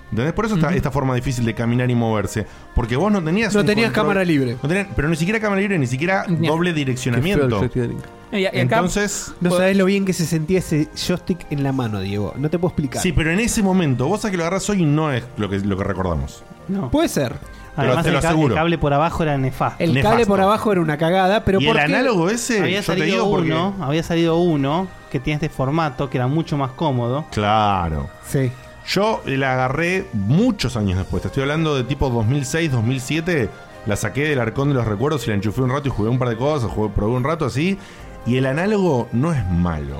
¿Entendés? Por eso está esta forma difícil de caminar y moverse. Porque vos no tenías.
No
un
tenías
control-
cámara libre.
No tenías- pero ni siquiera cámara libre, ni siquiera
Ni-
doble direccionamiento.
Qué feo el joystick
Y- y acá-
Entonces.
No sabés lo bien que se sentía ese joystick en la mano, Diego. No te puedo explicar.
Sí, pero en ese momento, vos a que lo agarras hoy no es lo que, lo que recordamos.
No.
Puede ser.
Además,
te lo
el, ca- el
aseguro.
cable por abajo era nefasto.
El cable por abajo era una cagada, Ah, pero
Y
¿por
el
qué?
análogo ese, había
yo te
salido
digo porque-
uno, había salido uno que tenía este formato que era mucho más cómodo.
Claro.
Sí.
Yo la agarré muchos años después. Te estoy hablando de tipo 2006, 2007. La saqué del arcón de los recuerdos y la enchufé un rato y jugué un par de cosas. Jugué, probé un rato así. Y el análogo no es malo.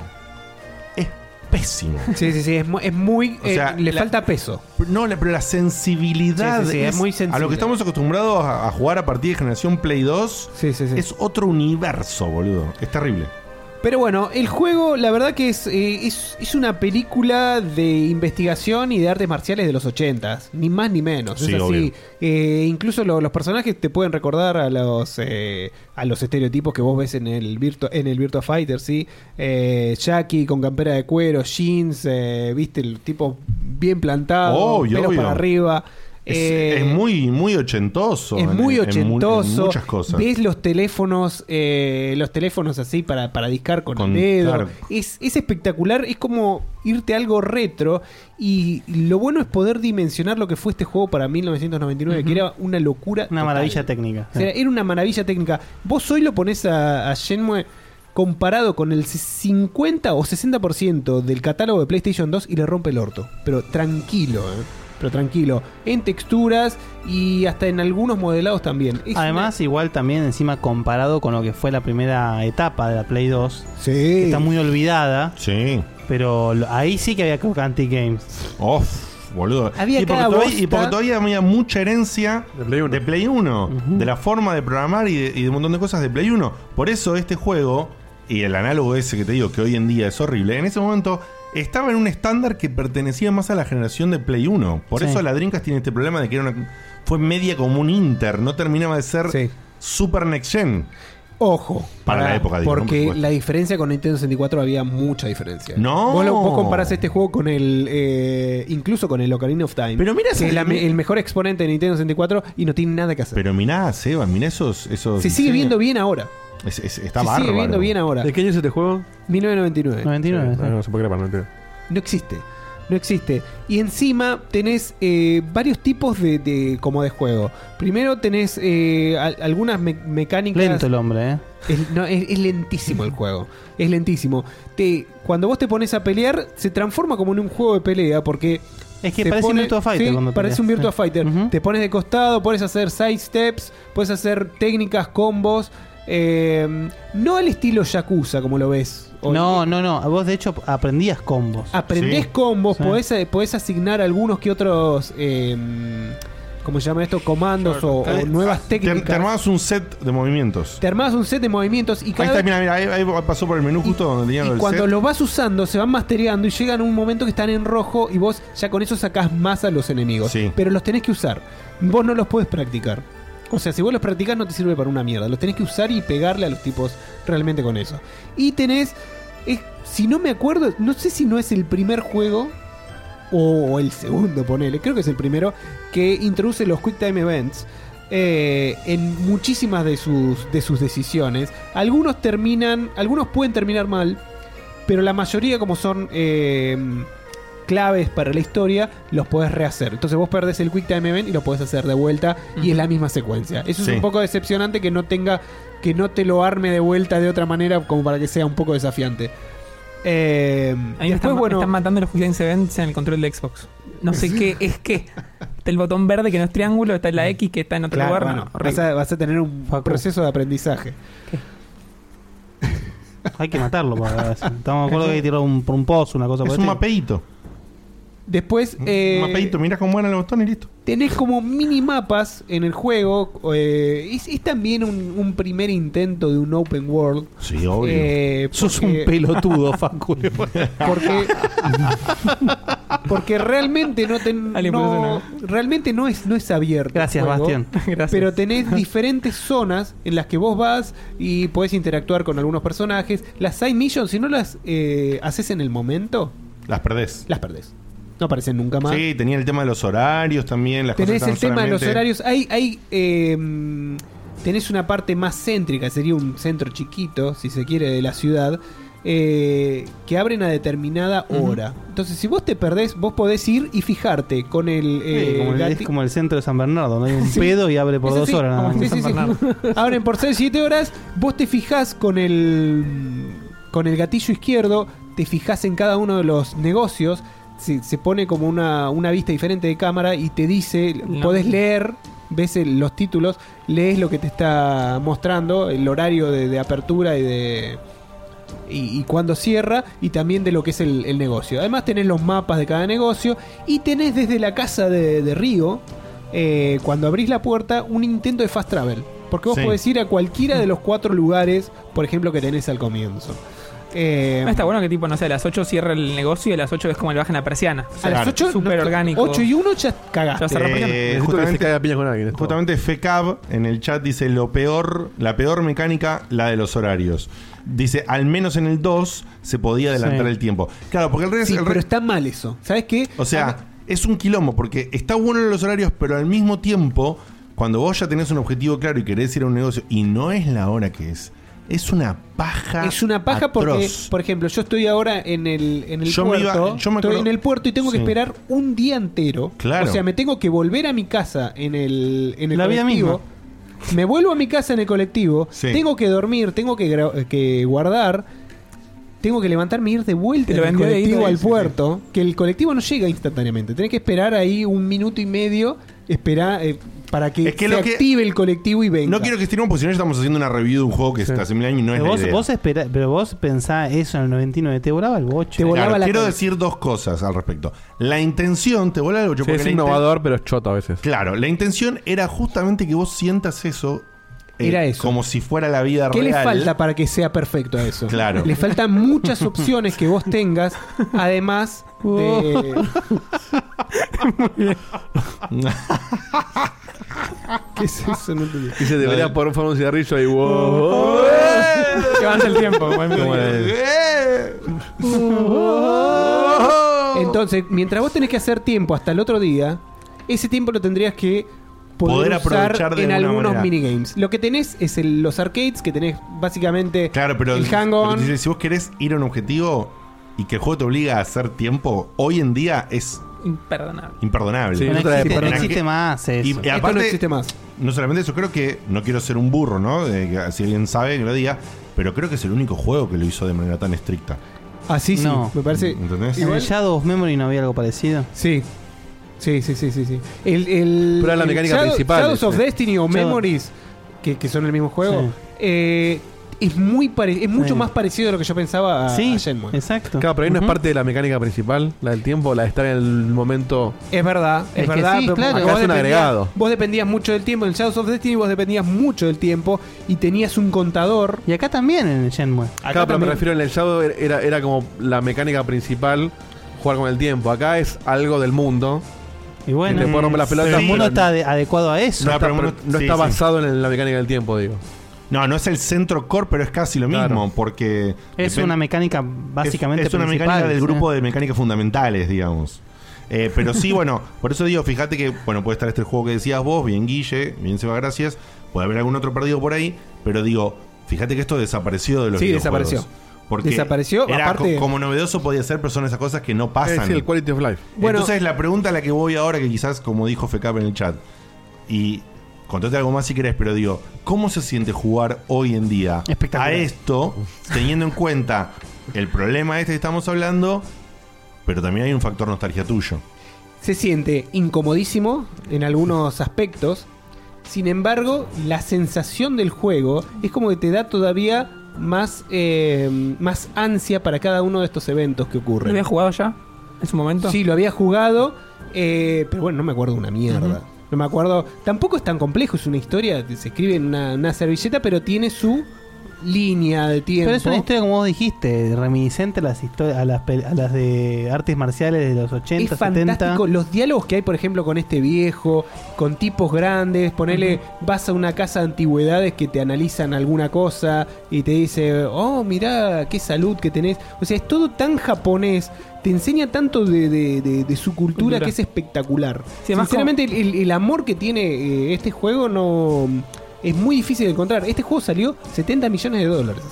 Es pésimo.
Sí, sí, sí. Es, mu- es muy. eh, le
la-
falta peso.
No, la- pero la sensibilidad
Sí, sí, sí, es muy
a
sensible.
lo que estamos acostumbrados a, a jugar a partir de generación Play 2. Es otro universo, boludo. Es terrible.
Pero bueno, el juego, la verdad que es, eh, es, es una película de investigación y de artes marciales de los 80 Ni más ni menos.
Sí,
es
obvio.
así. Eh, incluso lo- los personajes te pueden recordar a los eh, a los estereotipos que vos ves en el Virtua, en el Virtua Fighter, ¿sí? Eh, Jackie con campera de cuero, jeans, eh, viste, el tipo bien plantado,
Obvio,
Ah, pelos
obvio.
para arriba.
Es,
Eh,
es muy, muy ochentoso.
es
en-
muy
en- en mu- en
ochentoso.
muchas cosas.
Ves los teléfonos, eh, los teléfonos así para, para discar con,
Con-
el dedo.
claro.
Es, es espectacular, es como irte a algo retro. Y lo bueno es poder dimensionar lo que fue este juego para 1999, que era una locura.
Una
total.
maravilla técnica.
O sea, era una maravilla técnica. Vos hoy lo pones a, a Shenmue comparado con el 50 o 60% del catálogo de PlayStation 2 y le rompe el orto. Pero tranquilo, ¿eh? Pero tranquilo. En texturas y hasta en algunos modelados también. Es
Además, igual también encima comparado con lo que fue la primera etapa de la Play 2. que Está muy olvidada.
Sí.
Pero lo- ahí sí que había Crack Anti Games.
Off, boludo.
Había
y, porque
cada
todavía, y
bosta.
porque todavía había mucha herencia de Play 1, de, la forma de programar y de, y de un montón de cosas de Play 1. Por eso este juego, y el análogo ese que te digo que hoy en día es horrible, en ese momento estaba en un estándar que pertenecía más a la generación de Play 1. Por
Sí.
eso la Dreamcast tiene este problema de que era una- fue media como un Inter, no terminaba de ser Super Next Gen.
Ojo.
Para, la época, digo, ¿no? Por
Porque
supuesto.
la diferencia con Nintendo 64 había mucha diferencia.
No.
Vos, lo- vos comparás este juego con el. eh, incluso con el Ocarina of Time. Pero
mira,
que es la me- el mejor exponente de Nintendo 64 y no tiene nada que hacer.
Pero mirá, Seba, mirá esos. esos
Se sigue viendo bien ahora.
Es- es- está
Se sigue
bárbaro.
viendo bien ahora.
¿De qué año es este juego?
1999.
Sí, No, no se puede creer para 99.
No existe. No existe. Y encima tenés eh, varios tipos de, de- como de juego. Primero tenés eh, al- algunas me- mecánicas.
Lento el hombre, ¿eh?
Es, no, es- es lentísimo el juego. Es lentísimo. Te, cuando vos te pones a pelear, se transforma como en un juego de pelea porque.
Es que
te
parece un Virtua Fighter
sí,
cuando
parece
peleas.
un Virtua
Sí.
Fighter. Te pones de costado, puedes hacer side steps, puedes hacer técnicas, combos. eh, no al estilo Yakuza, como lo ves. hoy.
No, no, no. Vos de hecho aprendías combos.
Aprendés
Sí.
combos,
Sí.
podés, eh, podés asignar algunos que otros. eh, ¿Cómo se llama esto? Comandos o, o nuevas
Te-
técnicas.
te armabas un set de movimientos.
Te armás un set de movimientos y
Ahí
cada
está,
vez-
mira, mira, ahí, ahí pasó por el menú justo donde tenía
Y
lo del
cuando
set.
los vas usando, se van mastereando y llegan a un momento que están en rojo y vos ya con eso sacás más a los enemigos. Pero los tenés que usar. Vos no los podés practicar. O sea, si vos los practicás no te sirve para una mierda. Los tenés que usar y pegarle a los tipos realmente con eso. Y tenés, es- si no me acuerdo, no sé si no es el primer juego o el segundo, ponele, creo que es el primero, que introduce los Quick Time Events eh, en muchísimas de sus, de sus decisiones. Algunos terminan, algunos pueden terminar mal, pero la mayoría como son eh, claves para la historia, los podés rehacer. Entonces vos perdés el Quick Time Event y lo podés hacer de vuelta y es la misma secuencia. Eso
Sí.
es un poco decepcionante que no tenga, que no te lo arme de vuelta de otra manera como para que sea un poco desafiante. Eh,
Ahí me están, me están matando los Julian Events en el control de Xbox. No sé qué es que. Está el botón verde que no es triángulo, está la X que está en otro
Claro,
lugar.
bueno,
no,
vas,
horrible.
a, vas a tener un proceso de aprendizaje.
Hay que matarlo. para- Estamos de acuerdo que hay que tirar un, por un pozo, una cosa
Es
por el
un
estilo.
mapeíto.
Después. Eh,
mapeito, mirás cómo eran los botones y listo.
Tenés como mini mapas en el juego. eh, es, es también un, un primer intento de un open world.
Sí, obvio.
Eh,
Sos
porque-
un pelotudo, Facu.
Porque, porque realmente no, ten-
Alguien
no-
puso una-
realmente no es, no es abierto. el
Gracias,
juego,
Bastián. Gracias.
Pero tenés diferentes zonas en las que vos vas y podés interactuar con algunos personajes. Las side missions, si no las eh, haces en el momento,
Las perdés.
Las perdés. no aparecen nunca más.
Sí, tenía el tema de los horarios también. Las
tenés
cosas
el tema de los
solamente-
horarios. Hay, hay eh, tenés una parte más céntrica, sería un centro chiquito, si se quiere, de la ciudad, eh, que abren a determinada hora. Entonces, si vos te perdés, vos podés ir y fijarte con el, eh,
como el-
gati-
es como el centro de San Bernardo, donde hay un
Sí.
pedo y abre por
Eso
dos
sí,
horas nada más.
sí, sí, sí. Abren por 6, 7 horas. Vos te fijás con el, con el gatillo izquierdo, te fijás en cada uno de los negocios. Se, se pone como una, una vista diferente de cámara y te dice, podés leer, ves el- los títulos, lees lo que te está mostrando, el horario de, de apertura y de... Y, y cuando cierra, y también de lo que es el, el negocio. Además, tenés los mapas de cada negocio y tenés desde la casa de, de Río, eh, cuando abrís la puerta, un intento de fast travel. Porque vos
Sí.
podés ir a cualquiera de los cuatro lugares, por ejemplo, que tenés al comienzo. Eh,
Ah, está bueno que tipo, no sé, a las 8 cierra el negocio y a las 8 es como le bajan la persiana.
a las 8,
Súper orgánico.
8 y 1 ya
Ya
cagaste.
cerró
Eh, justamente, justamente E FECAB en el chat dice lo peor, la peor mecánica, la de los horarios. Dice, al menos en el 2 se podía adelantar
Sí.
el tiempo. Claro, porque el resto.
Sí, pero está mal eso. ¿Sabes qué? Ah.
O sea, es un quilombo, porque está bueno en los horarios, pero al mismo tiempo, cuando vos ya tenés un objetivo claro y querés ir a un negocio y no es la hora que es, es una paja.
Es una paja porque,
atroz.
por ejemplo, yo estoy ahora en el, en el
Yo me
puerto.
iba- yo me
estoy
acuerdo-
en el puerto y tengo que
Sí.
esperar un día entero.
Claro.
O sea, me tengo que volver a mi casa en el, en el
La vida
colectivo. Me vuelvo a mi casa en el colectivo.
Sí.
Tengo que dormir, tengo que, gra- que guardar. Tengo que levantarme y ir de vuelta
Te lo
del
vendió de
colectivo
ida,
al
sí, sí.
puerto. Que el colectivo no llega instantáneamente. Tenés que esperar ahí un minuto y medio. Esperar para que,
Es que
se
lo que-
active el colectivo y venga.
No quiero que estiremos porque si no ya estamos haciendo una review de un juego que está hace mil años y no es
Pero
la
vos,
idea.
vos esperá- pero vos pensás eso en el 99, te volaba el bocho.
Claro, quiero decir dos cosas al respecto. La intención, te vuelve algo, yo
Sí, es innovador, pero es choto a veces.
Claro, la intención era justamente que vos sientas eso, eh,
Era eso.
como si fuera la vida
¿Qué
real.
le falta para que sea perfecto a eso?
Claro.
Le faltan muchas opciones que vos tengas, además
Oh.
de... ¿Qué es eso? No entendí.
Y se debería poner un cigarrillo y wow.
Que avance el tiempo, buen
¿Cómo
video.
es?
Oh.
Entonces, mientras vos tenés que hacer tiempo hasta el otro día, ese tiempo lo tendrías que poder,
Poder aprovechar
aprovechar
de
en
alguna
algunos
manera.
minigames. Lo que tenés es el- los arcades, que tenés básicamente
Claro, pero,
el hang-on.
pero dice, si vos querés ir a un objetivo y que el juego te obliga a hacer tiempo, hoy en día es
Imperdonable.
imperdonable.
Sí, no existe- no
En aquel-
existe más eso.
Y, y
Esto no
aparte,
existe más.
No solamente eso, creo que no quiero ser un burro, ¿no? De que si alguien sabe que lo diga, pero creo que es el único juego que lo hizo de manera tan estricta.
Ah,
Así Ah, sí,
No.
me parece...
¿Entendés?
¿En el
Igual-
Shadow of Memory no había algo parecido?
Sí. Sí, sí, sí, sí, sí. El, el-
Pero era la
el
mecánica
Shadow-
principal,
Shadows of
ese.
Destiny o
Shadow-
Memories, que, que son el mismo juego,
Sí.
eh, es muy pare- es
Sí.
mucho más parecido a lo que yo pensaba a,
Sí,
a Shenmue.
exacto.
Claro, pero ahí no es
Ujú.
parte de la mecánica principal, la del tiempo, la de estar en el momento.
Es verdad,
Es
es,
que
verdad.
sí,
pero
claro.
vos
Acá es un
dependías-
agregado.
Vos dependías mucho del tiempo. En Shadows of Destiny vos dependías mucho del tiempo y tenías un contador.
Y acá también en el Shenmue.
Acá, pero me refiero en el Shadow era- era, era como la mecánica principal jugar con el tiempo. Acá es algo del mundo.
Y bueno,
te puedo romper las pelotas.
el mundo
pero
está de- adecuado a eso.
no está, pero no está
basado
basado en la mecánica del tiempo, digo.
No, no es el centro core, pero es casi lo mismo, porque...
Es
depende-
una mecánica básicamente ¿eh?
Es, es una mecánica
principal,
del grupo
¿sí?
de mecánicas fundamentales, digamos. Eh, pero sí, bueno, por eso digo, fíjate que, bueno, puede estar este juego que decías vos, bien Guille, bien Seba, gracias. Puede haber algún otro perdido por ahí, pero digo, fíjate que esto desapareció de los
Sí,
videojuegos.
desapareció.
Porque
Desapareció,
era
aparte-
co- como novedoso podía ser, pero son esas cosas que no pasan.
Es el quality of life.
Bueno-
Entonces la pregunta a la que voy ahora, que quizás como dijo Fecap en el chat, y contate algo más si querés, pero digo, ¿cómo se siente jugar hoy en día a esto, teniendo en cuenta el problema este que estamos hablando, pero también hay un factor nostalgia tuyo?
se siente incomodísimo en algunos aspectos. Sin embargo, la sensación del juego es como que te da todavía más, eh, más ansia para cada uno de estos eventos que
¿Lo
ocurren.
había jugado ya? en su momento?
Sí, lo había jugado, eh, pero bueno, no me acuerdo una mierda.
Ujú.
No me acuerdo. Tampoco es tan complejo, es una historia, se escribe en una, una servilleta, pero tiene su línea de tiempo.
Pero es una historia, como vos dijiste, reminiscente a las, histo- a las, pel- a las de artes marciales de los 80,
es
70.
fantástico los diálogos que hay, por ejemplo, con este viejo, con tipos grandes, ponele, vas a una casa de antigüedades que te analizan alguna cosa y te dice, oh, mirá, qué salud que tenés. O sea, es todo tan japonés, te enseña tanto de, de- de- de su cultura,
Cultura.
que es espectacular.
Sí, además
Sinceramente, el, el amor que tiene eh, este juego no... Es muy difícil de encontrar. Este juego salió 70 millones de dólares.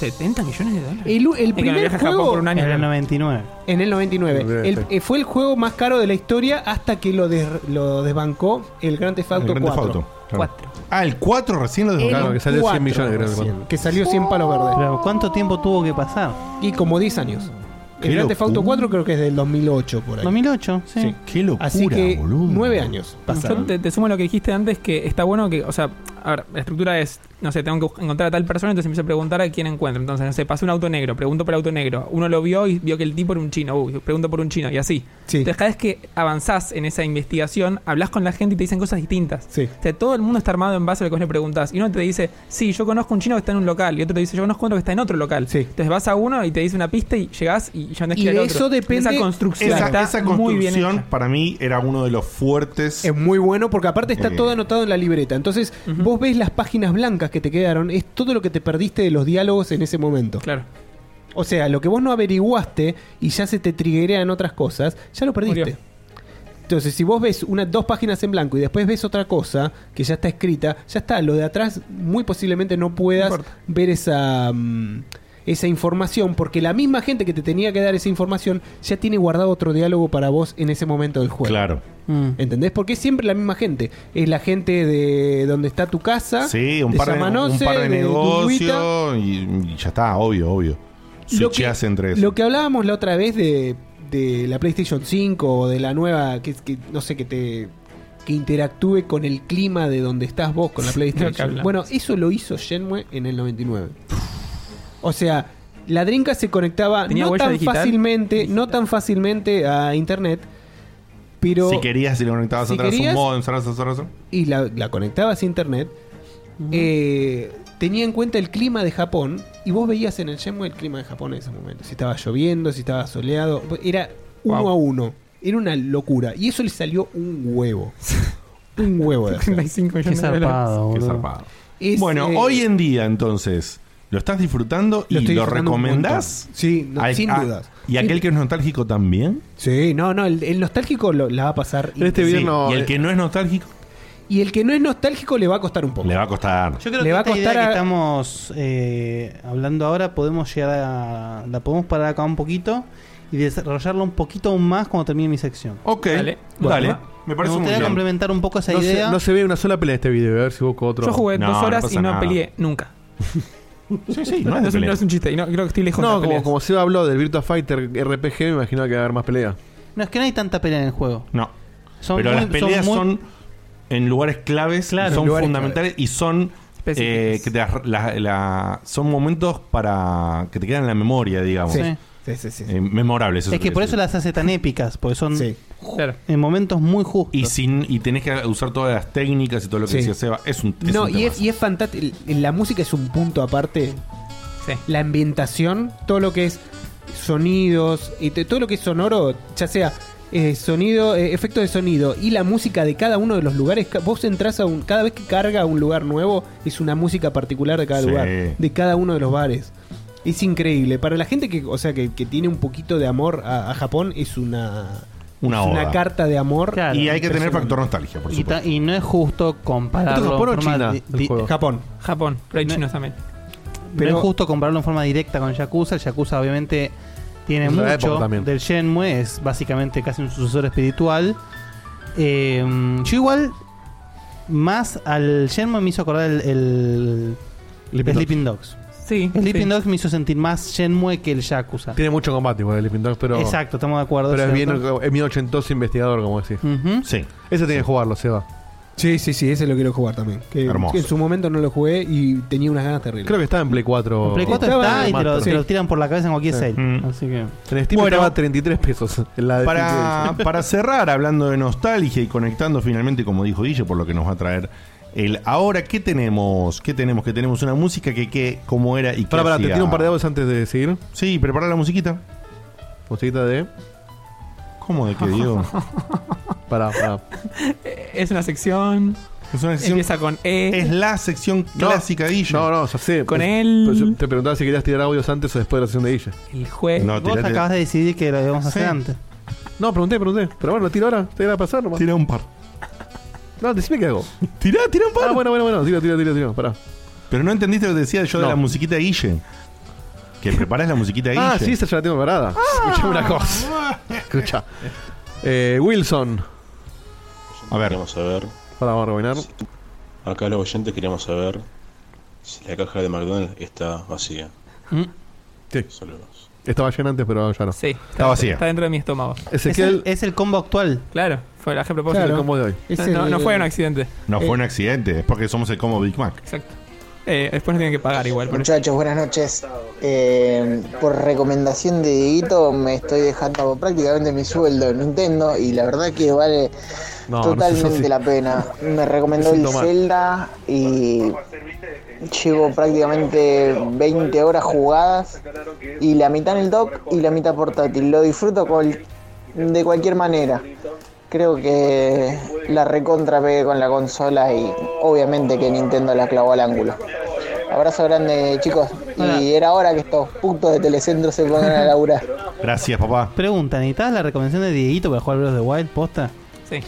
70 millones de dólares.
El, u- el
Es que
primer
viaja a Japón
juego
por un año. En el
99.
En el 99.
Olvídate.
El- eh, fue el juego más caro de la historia hasta que lo, des- lo desbancó el Grand Theft Auto
El Grand Theft
4.
Auto, claro. Ah, el 4 recién lo desbancaron.
El
Que salió 100
4
millones, creo que
recién,
cuando-
que salió 100 palos verdes.
Pero ¿cuánto tiempo tuvo que pasar?
Y como 10 años.
Qué
El Grand Theft Auto
locura.
4 creo que es del 2008 por ahí.
2008, sí.
Qué locura,
Así que
boludo.
9 años
Yo
pasaron.
te, te sumo lo que dijiste antes, que está bueno que, o sea, a ver, la estructura es, no sé, tengo que buscar- encontrar a tal persona, entonces empiezo a preguntar a quién encuentro. Entonces, no sé, pasó un auto negro, pregunto por el auto negro. Uno lo vio y vio que el tipo era un chino, uy, pregunto por un chino, y así. Entonces, cada vez que avanzás en esa investigación, hablas con la gente y te dicen cosas distintas. O sea, todo el mundo está armado en base a lo que vos le preguntás. Y uno te dice, sí, yo conozco un chino que está en un local, y otro te dice, yo conozco otro que está en otro local. Entonces vas a uno y te dice una pista y llegás y ya no
Y
que ir al
de
otro.
eso depende-
Esa construcción
Esa-
está
esa
muy bien
construcción
hecha.
Para mí era uno de los fuertes.
Es muy bueno porque aparte está
Eh.
todo anotado en la libreta. Entonces, vos ves las páginas blancas que te quedaron, es todo lo que te perdiste de los diálogos en ese momento.
Claro.
O sea, lo que vos no averiguaste y ya se te triguerean otras cosas, ya lo perdiste.
Murió.
Entonces, si vos ves una, dos páginas en blanco y después ves otra cosa que ya está escrita, ya está. Lo de atrás muy posiblemente no puedas ver esa, mm, esa información porque la misma gente que te tenía que dar esa información ya tiene guardado otro diálogo para vos en ese momento del juego.
Claro.
¿Entendés? Porque es siempre la misma gente. Es la gente de donde está tu casa.
Sí, un
de
par de, un
Yamanose,
par de
de Duduita.
negocios y, y ya está, obvio, obvio.
Lo que-
Switcheas entre eso.
Lo que hablábamos la otra vez de, de la PlayStation 5 o de la nueva, que, que no sé, que te que interactúe con el clima de donde estás vos con la
Lo que
PlayStation.
hablamos.
Bueno, eso lo hizo Shenmue en el 99. O sea, la Drinka se conectaba
¿Tenía
no
huella
tan
digital?
fácilmente, no tan fácilmente a internet, pero
si querías, si lo conectabas
si
atrás,
querías-
un mod, encerrabas, encerrabas, encerrabas.
y la, la conectabas a internet, eh, tenía en cuenta el clima de Japón y vos veías en el Shenmue el clima de Japón en ese momento. Si estaba lloviendo, si estaba soleado, era uno
Wow.
a uno. Era una locura. Y eso le salió un huevo. un huevo de hacer.
35 millones de dólares.
Qué
boludo.
zarpado.
Es,
bueno,
eh,
hoy en día, entonces, ¿lo estás disfrutando y
estoy
lo
disfrutando un
recomendás?
montón. Sí, no,
Al-
sin
a-
dudas.
¿Y aquel que es nostálgico también?
Sí, no, no, el, el nostálgico lo- la va a pasar.
Sí,
increíble.
¿Y el que no es nostálgico?
Y el que no es nostálgico le va a costar un poco.
Le va a costar.
Yo creo
Le
que
va a
esta
costar
idea
a-
que estamos eh, hablando ahora podemos llegar a... La podemos parar acá un poquito y desarrollarla un poquito aún más cuando termine mi sección.
Ok, dale. dale. Me parece muy
gustaría
bien.
complementar un poco esa
no
idea.
Se, no se ve una sola pelea de este video, a ver si busco otro.
Yo jugué
No,
dos
no
horas
pasa
y no
nada.
peleé nunca.
sí, sí,
no es de
no, es un-
pelea.
no es un chiste. Y no, creo que estoy lejos de
No,
las
como,
peleas.
como Seba habló del Virtua Fighter RPG, me imaginaba que iba a haber más pelea.
No, es que no hay tanta pelea en el juego.
No.
Son
Pero
muy-
las peleas
son
son,
muy-
en lugares claves,
Claro.
son
En lugares
fundamentales y son eh, que te las- la- la- son momentos para que te quedan en la memoria, digamos.
Sí.
Sí, sí, sí.
Eh, memorables.
Es que por eso las hace tan épicas, porque son ju- en momentos muy justos.
y sin y tenés que usar todas las técnicas y todo lo que
Sí.
decía Seba, es un es
no,
un
y es,
temazo.
y es fantástico. La música es un punto aparte. La ambientación, todo lo que es sonidos, y te- todo lo que es sonoro, ya sea eh, sonido, eh, efecto de sonido y la música de cada uno de los lugares. Ca- Vos entras a un. Cada vez que carga un lugar nuevo, es una música particular de cada
Sí.
lugar, de cada uno de los bares. Es increíble. Para la gente que, o sea, que, que tiene un poquito de amor a, a Japón, es una.
Una
es
oda.
una carta de amor.
Y hay que tener
impresionante.
factor nostalgia, por
Y
supuesto.
ta- Y, no es justo compararlo.
¿Esto es Japón
en
o
forma
China,
di-
el
di-
juego? Japón.
Japón, pero hay chinos también.
no
Pero-
es justo compararlo en forma directa con Yakuza. El Yakuza, obviamente, tiene
Es la época
mucho
también.
del Shenmue. Es básicamente casi un sucesor espiritual. Eh, yo, igual, más al Shenmue me hizo acordar el, el Sleeping Dogs.
Sí.
Sleeping
sí.
Dogs me hizo sentir más Shenmue que el Yakuza.
Tiene mucho combate igual el Sleeping Dogs, pero.
Exacto, estamos de acuerdo.
Pero es
¿cierto?
bien, es bien ochentoso investigador, como decís.
Ujú.
Sí.
Ese tiene que jugarlo, Seba.
Sí, sí, sí, ese lo quiero jugar también. Que,
Hermoso.
que en su momento no lo jugué y tenía unas ganas terribles.
Creo que está en Play 4.
En Play 4 está y te lo- te lo
tiran por la cabeza en cualquier sale. Así que.
En Steam
Bueno.
estaba a 33 pesos. en la de
Para,
Steam Sales.
para cerrar, hablando de nostalgia y conectando finalmente, como dijo Guille, por lo que nos va a traer el ahora, ¿qué tenemos? ¿Qué tenemos? Que tenemos una música que, que cómo era y qué
Para, para, te
hacía.
tiro un par de dados antes de seguir.
Sí, prepara la musiquita.
Musiquita de.
¿Cómo de qué digo?
para, para.
Es una sección.
Es una sección-
Empieza con E.
Es la sección clásica de Guille.
No, no, ya sé.
Con
Pero-
él.
pero yo te preguntaba si querías tirar audios antes o después de la sesión de Guille.
El juego.
No,
Vos
tirate-
acabas de decidir que lo debemos hacer
Sí.
antes.
No, pregunté, pregunté. Pero bueno, lo tiro ahora. Te iba a pasar nomás.
Tira un par.
No, decime qué hago.
Tirá, tira un par.
Ah, bueno, bueno, bueno. Tira, tira, tira, tira. Pará.
Pero no entendiste lo que decía yo
No.
de la musiquita de Guille. Que preparás la musiquita de Guille.
Ah, sí, esta ya la tengo parada.
Ah.
Escuchame una cosa. Escucha. Eh, Wilson.
A ver.
Queríamos saber.
Para, vamos a rebobinar.
Acá los oyentes queríamos saber si la caja de McDonald's está vacía.
Mm. Sí.
Saludos.
Estaba llena antes, pero ya no.
Sí. Está dentro de mi estómago.
Ezequiel-
Es el combo actual.
Claro, fue la propósito.
Claro. El combo de hoy.
No, no, no fue un accidente.
No
Eh,
fue un accidente, es porque somos el combo Big Mac.
Exacto. Eh, después nos tienen que pagar igual. por eso.
este.
Muchachos, buenas noches. Eh, por recomendación de Dieguito me estoy dejando prácticamente mi sueldo en Nintendo y la verdad que vale
No, no
totalmente
seas así.
la pena. Me recomendó
Me
el
siento mal.
Zelda y llevo prácticamente 20 horas jugadas y la mitad en el dock y la mitad portátil. Lo disfruto cual- de cualquier manera. Creo que la recontra pegué con la consola y obviamente que Nintendo la clavó al ángulo. Abrazo grande, chicos. Y era hora que estos putos de Telecentro se pongan a laburar.
Gracias, papá.
Pregunta, ¿necesitas la recomendación de Dieguito para jugar Breath of the Wild? ¿Posta?
Sí.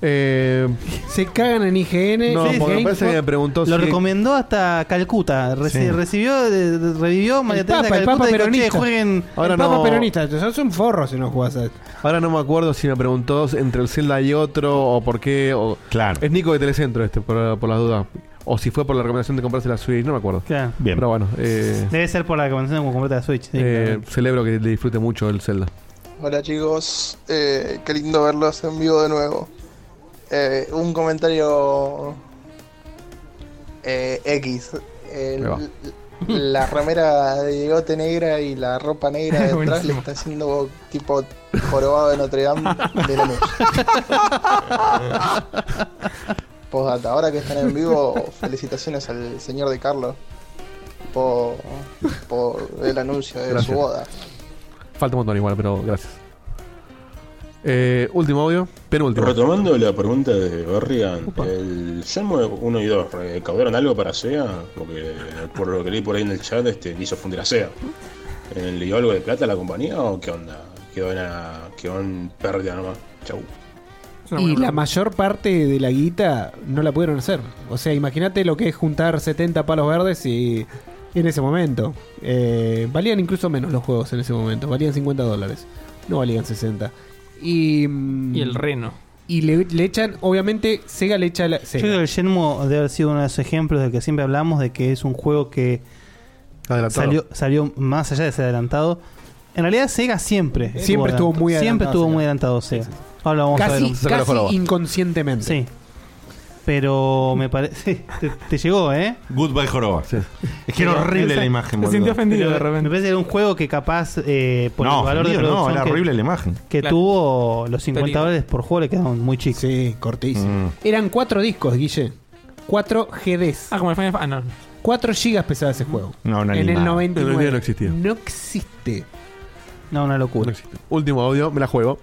Se cagan en IGN.
Eh, No, porque me
en GameSpot.
parece que me
preguntó
Lo
si-
recomendó hasta Calcuta. Reci-
Sí.
Recibió, eh, revivió María
el
Teresa
Papa, el
Calcuta
Papa
y dijo, "Che,
peronista.
jueguen.
Ahora
el Papa
no-
peronista. Sos un forro si no jugás a
Ahora no me acuerdo si me preguntó entre el Zelda y otro o por qué. O...
Claro.
Es Nico de Telecentro este, por, por las dudas. O si fue por la recomendación de comprarse la Switch, no me acuerdo.
Claro.
Bien.
Pero bueno, eh,
Debe ser por la recomendación como completa de Switch. sí,
eh,
claro.
celebro que le disfrute mucho el Zelda.
Hola chicos, Eh, qué lindo verlos en vivo de nuevo. Eh, un comentario eh, X. El-
Ahí va.
la remera de Diegote negra y la ropa negra de atrás le
Buenísimo.
está haciendo tipo jorobado de Notre Dame de la luz. Postdata, ahora que están en vivo, felicitaciones al señor de Carlos por, por el anuncio de
Gracias.
su boda.
Falta un montón igual, pero gracias. Eh, último audio, penúltimo.
Retomando la pregunta de Berrigan, el Salmo 1 y 2, ¿recaudaron algo para SEA? Porque por lo que leí por ahí en el chat, este, hizo fundir a SEA. Eh, ¿Le dio algo de plata a la compañía o qué onda? Quedó en, a- quedó en pérdida nomás. Chau.
Y la mayor parte de la guita no la pudieron hacer. O sea, imagínate lo que es juntar 70 palos verdes y en ese momento. Eh, valían incluso menos los juegos en ese momento. Valían 50 dólares. No valían 60. Y, mm,
Y el reno.
Y le, le echan, obviamente, Sega le echa la...
Yo
Sega.
creo que el Shenmue debe haber sido uno de esos ejemplos del que siempre hablamos de que es un juego que
Adelantado.
salió, salió más allá de ser adelantado. En realidad Sega siempre
Siempre estuvo muy
Siempre
adelantado
estuvo
Sega.
muy adelantado Sega. Ahora vamos a ver.
Casi,
un-
casi inconscientemente.
Sí. Pero me parece. te, te llegó, ¿eh?
Goodbye Joroba. Es que era
Pero-
horrible la imagen, boludo.
Pero Me parece que era un juego que capaz. eh, por
No,
el valor de
ofendido no,
producción
era
que-
horrible la imagen.
Que
Claro.
tuvo los 50
Terrible.
dólares por juego, le quedaron muy chicos.
Sí,
Mm.
cortísimo. Eran cuatro discos, Guille. Cuatro GDs.
Ah, como el Final Fantasy. Ah, no.
4 gigas pesaba ese juego.
No, una
en el
animada.
99.
En el día no existía.
No existe.
No, una locura.
Último audio, me la juego.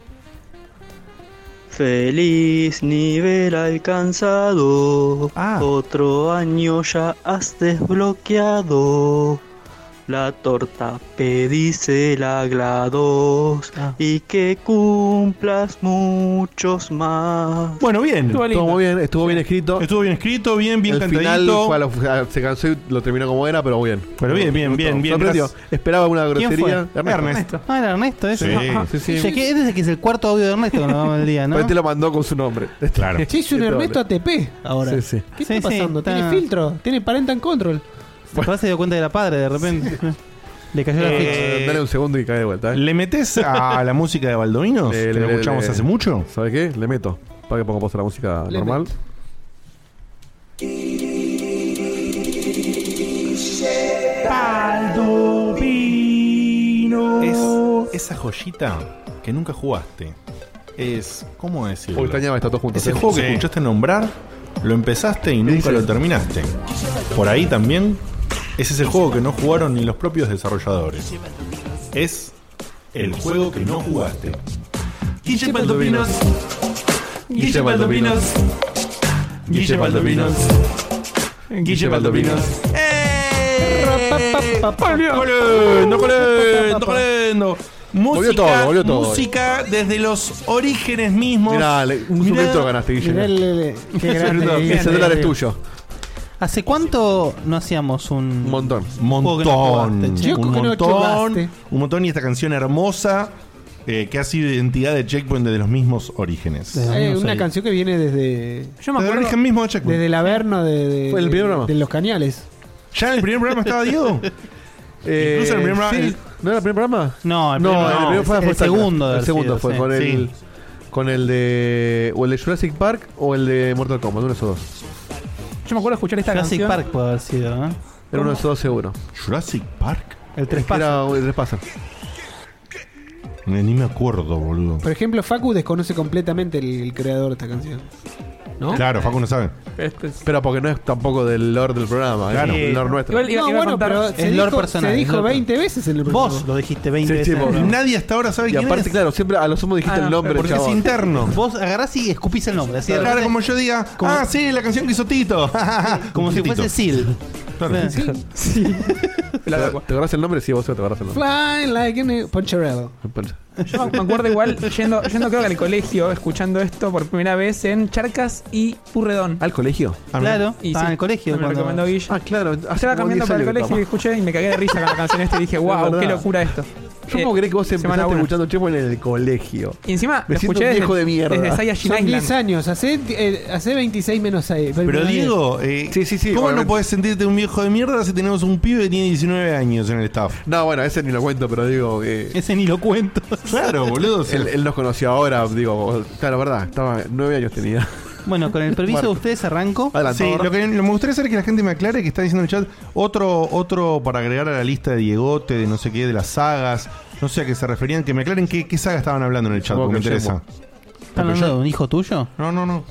Feliz nivel alcanzado.
Ah.
Otro año ya has desbloqueado. La torta pedice la GLaDOS
Ah.
y que cumplas muchos más.
Bueno, bien.
Estuvo muy bien, estuvo bien escrito.
Estuvo bien escrito, bien, bien
el final
cantadito.
fue a lo- a- se cansó y lo terminó como era, pero bien.
Pero bien, bien,
Me
bien,
gustó.
bien,
Sorprendió.
gracias.
Esperaba una
¿Quién fue?
grosería.
Ah, era Ernesto, ese.
Sí,
Ajá.
sí, sí.
Ese que- ese es el que es el cuarto audio de Ernesto que nos damos el día, ¿no?
Pero te lo mandó con su nombre. Claro.
Sí, es un Ernesto ATP ahora.
Sí, sí.
¿Qué
Sí,
está
sí,
pasando?
está-
Tiene filtro, tiene parent and control.
Capaz se dio cuenta que era padre de repente. Le cayó la
Eh,
ficha.
Dale un segundo y cae de vuelta.
¿Le metes a la música de Baldovinos?
Eh,
que
le-
lo
le-
escuchamos
le-
hace mucho.
¿Sabes qué? Le meto. Para que ponga pausa a la música normal.
esa joyita que nunca jugaste. Es, ¿cómo decirlo?
Uy, extrañaba estar todos juntos.
Ese juego que
Sí.
escuchaste nombrar, lo empezaste y nunca
dices?
lo terminaste. Por ahí también es ese juego que no jugaron ni los propios desarrolladores. Es el juego que no jugaste. Guille Baldovinos.
Guille Baldovinos.
Guille Baldovinos. Guille Baldovinos.
¡Eh!
Colendo, colendo, colendo. Música,
Volvió todo, volvió todo.
música desde los orígenes mismos.
Mirá, le- un suministro ganaste, Guille. Mirá, le- le- qué Ese grande, celular- Guille. ese celular es tuyo.
¿Hace cuánto no hacíamos un
montón?
Juego que no
montón,
jugaste, che.
un montón, un montón y esta canción hermosa eh, que ha sido identidad de Checkpoint desde los mismos orígenes.
Hay Eh, una canción que viene desde.
Yo me Desde el acuerdo- origen mismo de Checkpoint.
Desde el Averno de, de-
Fue el primer
de-
programa.
de los cañales.
¿Ya en el primer programa estaba Diego?
Eh,
Incluso en el primer programa-
sí,
el-
¿No era el primer programa?
No,
el primer- no,
primer
el
Stalker.
segundo debe
El
haber
segundo
sido,
fue
sí.
con
Sí.
el. Con el de. O el de Jurassic Park o el de Mortal Kombat, uno de esos dos.
Yo me acuerdo escuchar esta
Jurassic
canción.
Park puede haber sido, ¿eh? ¿no?
Era uno de esos dos seguro.
¿Jurassic Park?
El tres
Era el tres pasos.
Ni ni me acuerdo, boludo.
Por ejemplo, Facu desconoce completamente el, el creador de esta canción. ¿No?
Claro, Facu no sabe.
Pero porque no es tampoco del lore del programa,
Claro.
es el lore nuestro.
Igual iba- No, iba a bueno, contar- pero se
el
dijo- se dijo 20 veces en el
Vos lo dijiste 20
Sí, sí,
veces. en el
vos.
programa.
Nadie hasta ahora sabe Y quién aparte, es. claro, siempre a lo sumo dijiste
Ah,
el nombre,
Porque
chabón.
es interno. Vos agarrás y escupís el nombre. Así de
Claro,
repente-
como yo diga,
como-
ah, sí, la canción que hizo Tito.
Como si
Tito.
fuese Sil. Eh,
Claro.
Sí.
¿Te te acordás el nombre? Sí, vos te acordás el nombre.
Flying like an Poncherello.
Yo me acuerdo igual yendo, yendo creo que al colegio, escuchando esto por primera vez en Charcas y Purredón.
¿Al colegio?
Claro,
Y sí,
estaba en el colegio
Me lo
cuando-
recomendó Guille.
Ah, claro.
Estaba
como 10
cambiando para el
años que
colegio y escuché y me cagué de risa con la canción esta y dije, wow, qué
verdad.
locura esto. Eh,
Yo puedo creer que vos
semana
empezaste
uno.
escuchando Chepo en el colegio.
Y encima
Me
lo escuché
siento un
desde,
viejo de mierda.
desde Saiyajin
Son 10
Island.
años, hace, eh, hace 26 menos 6.
Pero Diego, eh, ¿cómo
obviamente.
no podés sentirte un viejo de mierda si tenemos un pibe que tiene 19 años en el staff?
No, bueno, ese ni lo cuento, pero digo.
ese ni lo cuento.
Claro, boludo. sí.
eh. Él, él nos conoció ahora, digo, claro, verdad, estaba nueve años tenía.
Bueno, con el permiso de
Marco.
ustedes arranco.
Sí, lo que lo me gustaría hacer es que la gente me aclare que está diciendo en el chat otro, otro para agregar a la lista de Diegote, de no sé qué, de las sagas, no sé a qué se referían, que me aclaren qué, qué saga estaban hablando en el chat,
Supongo
porque me
que
interesa.
Yemo. ¿Están hablando de un hijo tuyo?
No, no, no.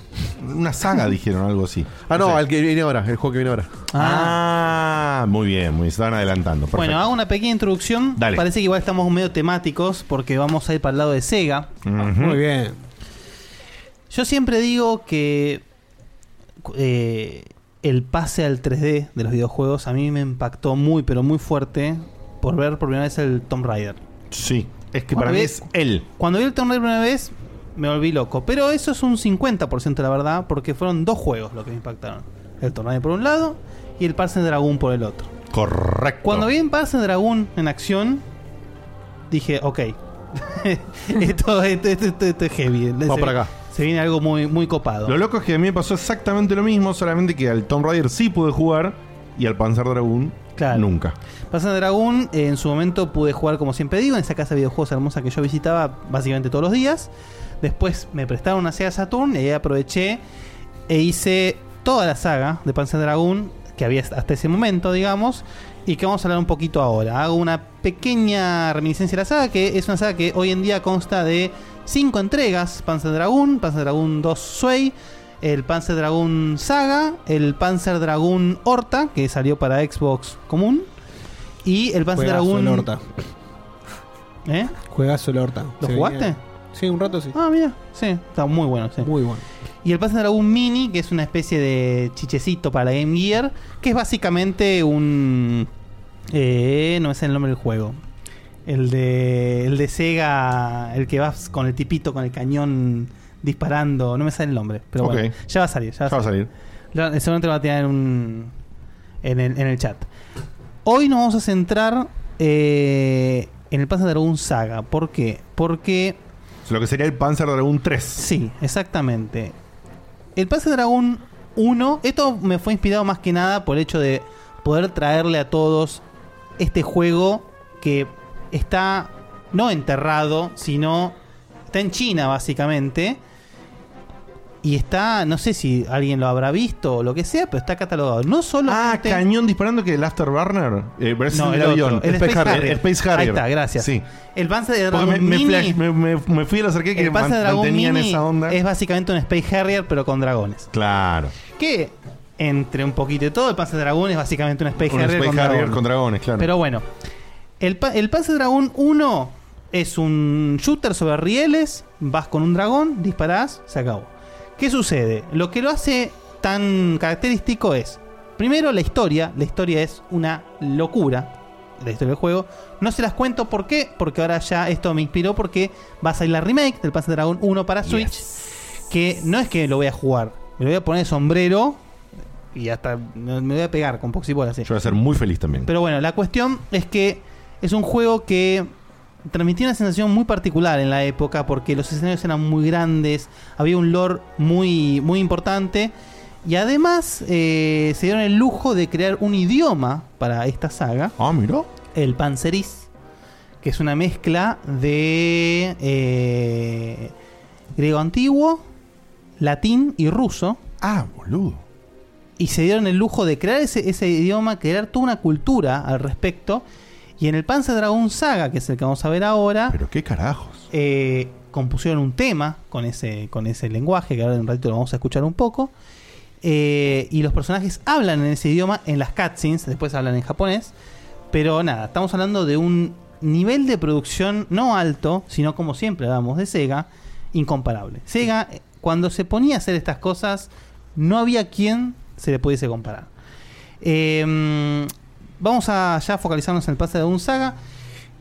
Una saga, dijeron, algo así.
Ah, no, al que viene ahora, el juego que viene ahora.
Ah, muy bien, muy bien, se estaban adelantando. Perfecto.
Bueno, hago una pequeña introducción.
Dale.
Parece que igual estamos medio temáticos porque vamos a ir para el lado de Sega.
Muy bien.
Yo siempre digo que eh, el pase al 3D de los videojuegos a mí me impactó muy, pero muy fuerte por ver por primera vez el Tomb Raider.
Sí, es que para mí es él.
Cuando vi el Tomb Raider por primera vez, me volví loco. Pero eso es un 50% de la verdad, porque fueron dos juegos los que me impactaron. El Tomb Raider por un lado y el Parsen Dragon por el otro.
Correcto.
Cuando vi en Parsen Dragon en acción, dije, ok. esto, esto- esto- esto- esto es heavy.
Vamos
Se-
para acá.
Se viene algo muy, muy copado.
Lo loco es que a mí me pasó exactamente lo mismo, solamente que al Tomb Raider sí pude jugar y al Panzer Dragoon
Claro.
nunca.
Pasan Dragón, eh, en su momento pude jugar como siempre digo, en esa casa de videojuegos hermosa que yo visitaba básicamente todos los días. Después me prestaron una Sega Saturn y ahí aproveché e hice toda la saga de Panzer Dragoon que había hasta ese momento, digamos, y que vamos a hablar un poquito ahora. Hago una pequeña reminiscencia de la saga, que es una saga que hoy en día consta de cinco entregas, Panzer Dragoon, Panzer Dragoon 2 Sway, el Panzer Dragoon Saga, el Panzer Dragoon Horta, que salió para Xbox común, y el Panzer
Juegazo
Dragoon...
el Horta.
¿Eh?
Juegazo el Horta.
¿Lo
Se
jugaste?
venía- Sí, un rato sí.
Ah, mira, sí, está muy bueno, sí.
Muy bueno.
Y el Panzer Dragoon Mini, que es una especie de chichecito para Game Gear, que es básicamente un... eh, no es el nombre del juego. El de, el de Sega, el que vas con el tipito, con el cañón disparando. No me sale el nombre, pero bueno.
Ok.
Ya va a salir, ya va,
Ya va a
Lo- seguramente lo va a tirar en, un, en, el, en el chat. Hoy nos vamos a centrar eh, en el Panzer Dragoon Saga. ¿Por qué? Porque
Lo que sería el Panzer Dragoon 3.
Sí, exactamente. El Pase Dragón 1, esto me fue inspirado más que nada por el hecho de poder traerle a todos este juego que está no enterrado, sino está en China básicamente. Y está, no sé si alguien lo habrá visto o lo que sea, pero está catalogado. No solo.
Ah, cañón disparando que el Afterburner. Eh, pero ese es el avión.
El Space, Harrier.
El Space Harrier.
Ahí está, gracias.
Sí.
El Panzer de
Porque
Dragon
me, me
Mini.
flash- me- me- me fui a lo acerqué que
el Panzer
man-
de Dragon
mantenían
Mini
esa onda.
es básicamente un Space Harrier, pero con dragones.
Claro.
Que, entre un poquito de todo, el Panzer de Dragon es básicamente un Space
Un
Harrier,
Space
con,
Harrier
dragones.
con dragones, claro.
Pero bueno, el, pa- el Panzer Dragon 1 es un shooter sobre rieles. Vas con un dragón, disparás, se acabó. ¿Qué sucede? Lo que lo hace tan característico es, primero, la historia. La historia es una locura. La historia del juego. No se las cuento por qué, porque ahora ya esto me inspiró porque va a salir la remake del Panzer Dragon 1 para Switch. Que no es que lo voy a jugar, me lo voy a poner de sombrero y hasta me me voy a pegar con Poxyball así.
Yo voy a ser muy feliz también.
Pero bueno, la cuestión es que es un juego que transmitía una sensación muy particular en la época porque los escenarios eran muy grandes, había un lore muy, muy importante y además eh, se dieron el lujo de crear un idioma para esta saga.
Ah, miró.
El Panzeriz, que es una mezcla de eh, griego antiguo, latín y ruso.
Ah, boludo.
Y se dieron el lujo de crear ese, ese idioma, crear toda una cultura al respecto. Y en el Panzer Dragon Saga, que es el que vamos a ver ahora. eh,
Pero qué carajos.
compusieron un tema con ese, con ese lenguaje, que ahora en un ratito lo vamos a escuchar un poco. Eh, y los personajes hablan en ese idioma en las cutscenes, después hablan en japonés. Pero nada, estamos hablando de un nivel de producción no alto, sino como siempre hablamos de Sega, incomparable. Sega, eh, cuando se ponía a hacer estas cosas, no había quien se le pudiese comparar. Eh, vamos a ya focalizarnos en el pase de un saga.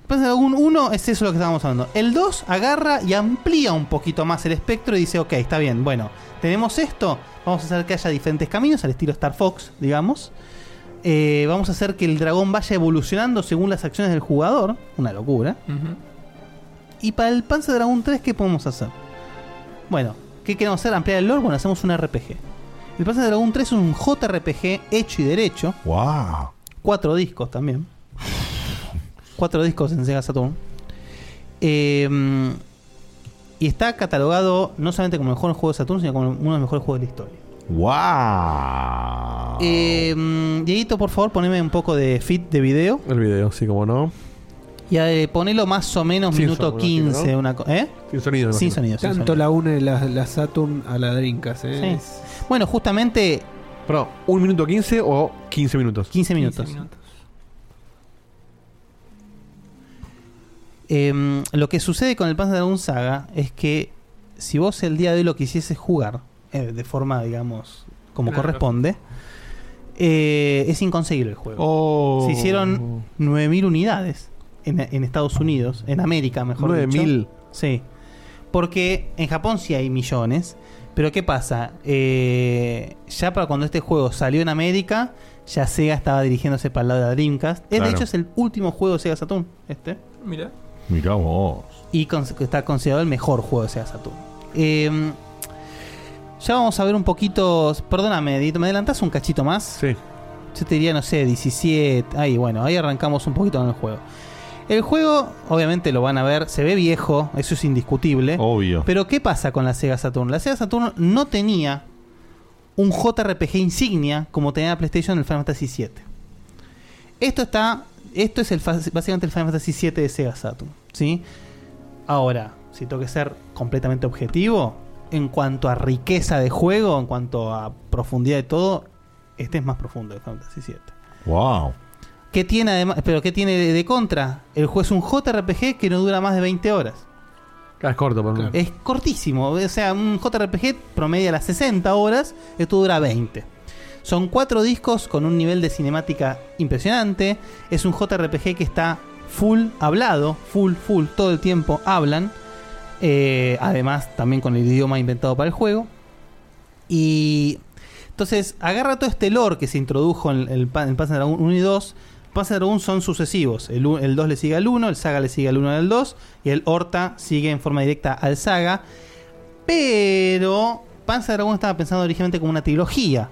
El pase de Pues, un 1 es eso lo que estábamos hablando. El 2 agarra y amplía un poquito más el espectro y dice, ok, está bien, bueno, tenemos esto, vamos a hacer que haya diferentes caminos al estilo Star Fox, digamos. Eh, vamos a hacer que el dragón vaya evolucionando según las acciones del jugador. Una locura. Y para el Panzer Dragon 3, ¿qué podemos hacer? Bueno, ¿qué queremos hacer? ¿Ampliar el lore? Bueno, hacemos un RPG. El Panzer Dragon 3 es un JRPG hecho y derecho.
¡Wow!
Cuatro discos también. Cuatro discos en Sega Saturn. Eh, y está catalogado no solamente como el mejor juego de Saturn, sino como uno de los mejores juegos de la historia.
¡Wow!
Eh, mm, Dieguito, por favor, poneme un poco de fit de video.
El video, sí, como no.
Y eh, ponelo más o menos
Sin
minuto
sonido,
15,
imagino, ¿no?
una co- ¿eh?
Sin sonido,
Sin
imagino.
sonido, sin
Tanto
sonido.
La une la, la Saturn a la Dreamcast, ¿eh?
Sí. Bueno, justamente.
Perdón, ¿un minuto 15 o 15 minutos?
15 minutos. Eh, lo que sucede con el Panzer Dragon Saga es que si vos el día de hoy lo quisieses jugar eh, de forma, digamos, como
Claro.
corresponde, eh, es inconseguible el juego.
Oh.
Se hicieron 9.000 unidades en, en Estados Unidos, en América, mejor dicho.
9.000.
Sí. Porque en Japón sí hay millones. Pero ¿qué pasa? Eh, ya para cuando este juego salió en América, ya Sega estaba dirigiéndose para el lado de la Dreamcast. Es,
Claro.
De hecho, es el último juego de Sega Saturn, este.
Mira.
Mirá vos.
Y con- está considerado el mejor juego de Sega Saturn. Eh, ya vamos a ver un poquito. Perdóname, Edito, ¿me adelantás un cachito más?
Sí.
Yo te diría, no sé, 17. Ahí, bueno, ahí arrancamos un poquito con el juego. El juego, obviamente lo van a ver, se ve viejo, eso es indiscutible.
Obvio.
Pero ¿qué pasa con la Sega Saturn? La Sega Saturn no tenía un JRPG insignia como tenía la PlayStation en el Final Fantasy VII. Esto está. Esto es el, fa- básicamente el Final Fantasy VII de Sega Saturn. ¿sí? Ahora, si tengo que ser completamente objetivo, en cuanto a riqueza de juego, en cuanto a profundidad de todo, este es más profundo que Final Fantasy VII.
¡Wow!
¿Qué tiene además? ¿Pero qué tiene de, de contra? El juego es un JRPG que no dura más de 20 horas.
Ah, es corto, perdón.
Es cortísimo. O sea, un JRPG promedia las 60 horas, esto dura 20. Son cuatro discos con un nivel de cinemática impresionante. Es un JRPG que está full hablado, full, full, todo el tiempo hablan. Eh, además, también con el idioma inventado para el juego. Y entonces, agarra todo este lore que se introdujo en el, pa- en Panzer Dragoon 1 y 2. Panzer Dragoon son sucesivos. El, u- el 2 le sigue al 1, el Saga le sigue al 1 y al 2. Y el Horta sigue en forma directa al Saga. Pero Panzer Dragoon estaba pensando originalmente como una trilogía.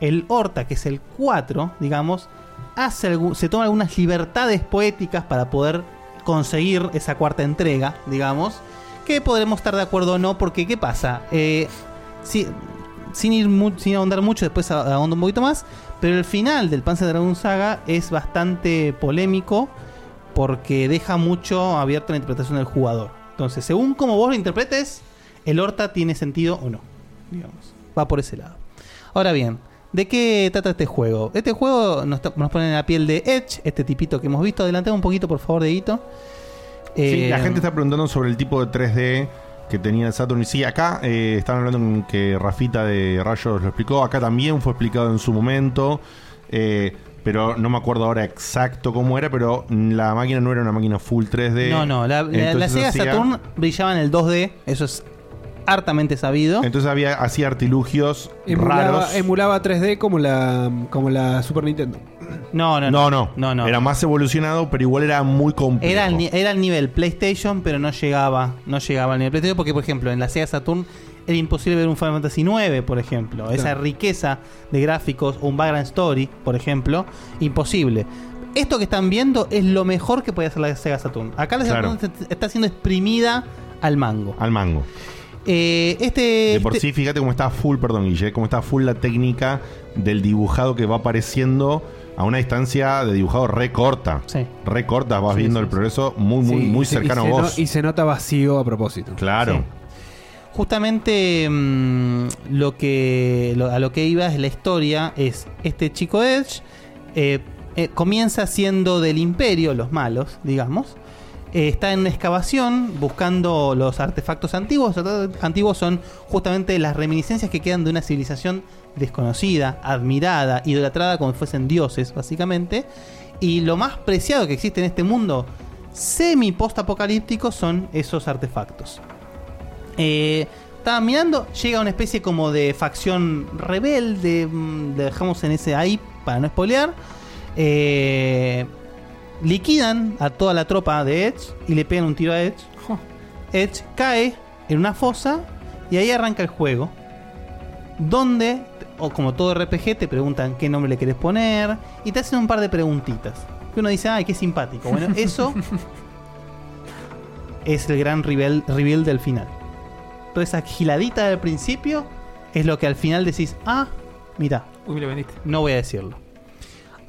El Horta, que es el 4, digamos, hace algu- se toma algunas libertades poéticas para poder conseguir esa cuarta entrega, digamos. Que podremos estar de acuerdo o no, porque ¿qué pasa? Eh, sí, sin ir mu- sin ahondar mucho, después ah- ahondo un poquito más, pero el final del Panzer Dragon Saga es bastante polémico porque deja mucho abierto la interpretación del jugador. Entonces, según como vos lo interpretes, el Horta tiene sentido o no. Digamos, va por ese lado. Ahora bien, ¿de qué trata este juego? Este juego nos, ta- nos pone en la piel de Edge, este tipito que hemos visto. Adelantemos un poquito, por favor, Deguito.
Sí, la
Eh,
gente está preguntando sobre el tipo de 3D que tenía el Saturn. Y sí, acá eh, están hablando con que Rafita de Rayos lo explicó. Acá también fue explicado en su momento. eh, pero no me acuerdo ahora exacto cómo era. Pero la máquina no era una máquina full 3D.
No, no, la, la- la
Eh, Entonces
Sega
hacía-
Saturn brillaba en el 2D, eso es hartamente sabido.
Entonces había hacía artilugios
Emulaba-
raros.
em-
Emulaba 3D como la, como la Super Nintendo.
No, no,
no, no, Era más evolucionado, pero igual era muy complejo.
Era el, ni- era el nivel PlayStation, pero no llegaba, no llegaba al nivel PlayStation porque, por ejemplo, en la Sega Saturn era imposible ver un Final Fantasy IX, por ejemplo. Esa riqueza de gráficos, un background story, por ejemplo, imposible. Esto que están viendo es lo mejor que podía hacer la Sega Saturn. Acá la Sega
Claro.
Saturn se- está siendo exprimida al mango.
Al mango.
Eh, este,
De por
este-
sí, fíjate cómo está full, perdón, Guille, cómo está full la técnica del dibujado que va apareciendo a una distancia de dibujado re corta.
Sí.
Re corta, vas viendo el progreso muy, muy,
Sí,
muy
y se- y
cercano a
se
vos.
no- y se nota vacío a propósito.
Claro.
Justamente mm, lo que lo- a lo que iba es la historia es este chico Edge eh, eh, comienza siendo del imperio los malos digamos Eh, está en una excavación buscando los artefactos antiguos los artefactos antiguos son justamente las reminiscencias que quedan de una civilización desconocida admirada idolatrada como si fuesen dioses básicamente y lo más preciado que existe en este mundo semi post apocalíptico son esos artefactos eh, estaba mirando, llega una especie como de facción rebelde. mm, la dejamos en ese ahí para no spoilear. Eh, liquidan a toda la tropa de Edge y le pegan un tiro a Edge. Edge cae en una fosa y ahí arranca el juego. Donde, o como todo RPG, te preguntan qué nombre le querés poner y te hacen un par de preguntitas. Que uno dice, ay, qué simpático. Bueno, eso es el gran reveal, reveal del final. Toda esa giladita del principio es lo que al final decís, ah, mira. No voy a decirlo.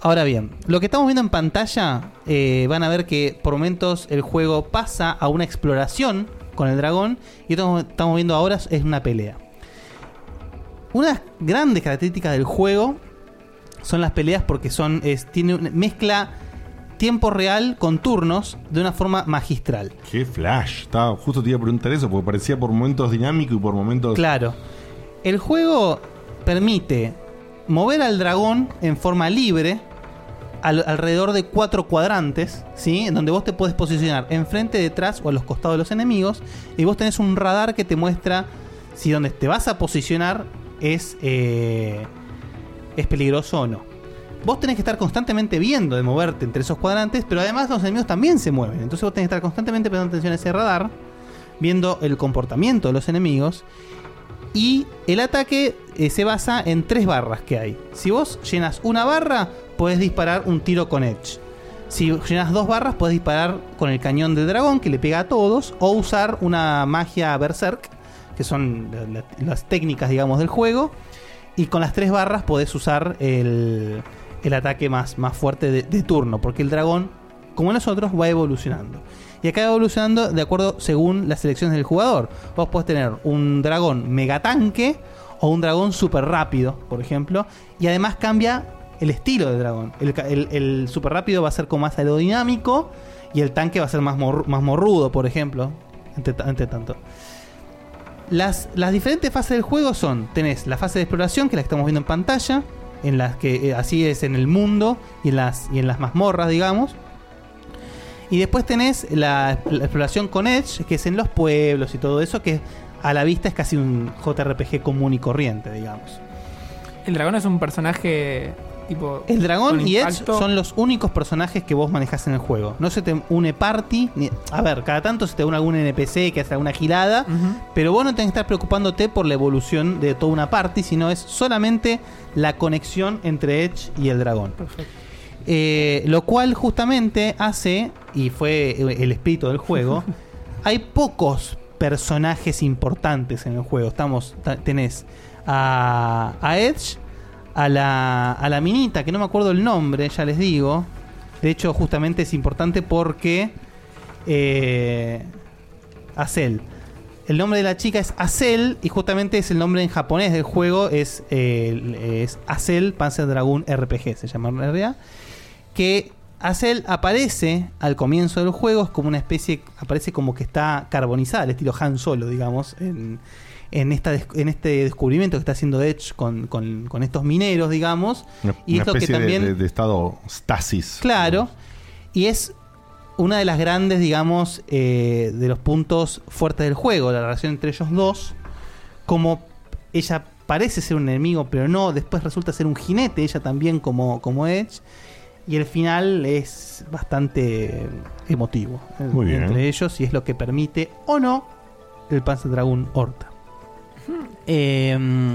Ahora bien, lo que estamos viendo en pantalla, eh, van a ver que por momentos el juego pasa a una exploración con el dragón y esto que estamos viendo ahora es una pelea. Una de las grandes características del juego son las peleas porque son es, tiene una mezcla tiempo real con turnos de una forma magistral.
Qué flash. Estaba, justo te iba a preguntar eso, porque parecía por momentos dinámico y por momentos.
Claro. El juego permite mover al dragón en forma libre al- alrededor de cuatro cuadrantes, ¿sí? En donde vos te podés posicionar enfrente, detrás o a los costados de los enemigos. Y vos tenés un radar que te muestra si donde te vas a posicionar es, eh, es peligroso o no. Vos tenés que estar constantemente viendo de moverte entre esos cuadrantes, pero además los enemigos también se mueven. Entonces vos tenés que estar constantemente prestando atención a ese radar, viendo el comportamiento de los enemigos. Y el ataque eh, se basa en tres barras que hay. Si vos llenas una barra, podés disparar un tiro con Edge. Si llenas dos barras, podés disparar con el cañón del dragón que le pega a todos. O usar una magia Berserk, que son la- la- las técnicas, digamos, del juego. Y con las tres barras podés usar el, el ataque más, más fuerte de, de turno. Porque el dragón, como nosotros, va evolucionando. Y acá va evolucionando de acuerdo según las selecciones del jugador. Vos podés tener un dragón megatanque o un dragón súper rápido, por ejemplo. Y además cambia el estilo del dragón. El, ca- el, el súper rápido va a ser como más aerodinámico. Y el tanque va a ser más, morru- más morrudo, por ejemplo. Entre, ta- entre tanto. Las, las diferentes fases del juego son, tenés la fase de exploración, que es la que estamos viendo en pantalla, en las que eh, así es en el mundo y en las, y en las mazmorras, digamos. Y después tenés la, la exploración con Edge, que es en los pueblos y todo eso, que a la vista es casi un JRPG común y corriente, digamos.
El dragón es un personaje tipo.
El dragón
con
y Edge
impacto.
son los únicos personajes que vos manejás en el juego. No se te une party, ni- a ver, cada tanto se te une algún NPC que hace alguna girada, pero vos no tenés que estar preocupándote por la evolución de toda una party, sino es solamente la conexión entre Edge y el dragón. Eh, lo cual justamente hace, y fue el espíritu del juego, hay pocos personajes importantes en el juego. Estamos, ta- tenés a, a Edge, a la, a la minita, que no me acuerdo el nombre, ya les digo. De hecho, justamente es importante porque... Eh, Acel. El nombre de la chica es Acel y justamente es el nombre en japonés del juego, es, eh, el- es Acel Panzer Dragoon RPG, se llama en realidad. Que Acel aparece al comienzo del juego, es como una especie, aparece como que está carbonizada, al estilo Han Solo, digamos, en, en, esta, des- en este descubrimiento que está haciendo Edge con, con- con estos mineros, digamos.
Una,
y
una
esto que
especie de-
también...
de, de estado stasis.
Claro. Y es una de las grandes, digamos, eh, de los puntos fuertes del juego, la relación entre ellos dos. Como ella parece ser un enemigo, pero no, después resulta ser un jinete, ella también como, como Edge. Y el final es bastante emotivo eh,
Muy bien.
entre ellos y es lo que permite o no el Panzer Dragoon Horta.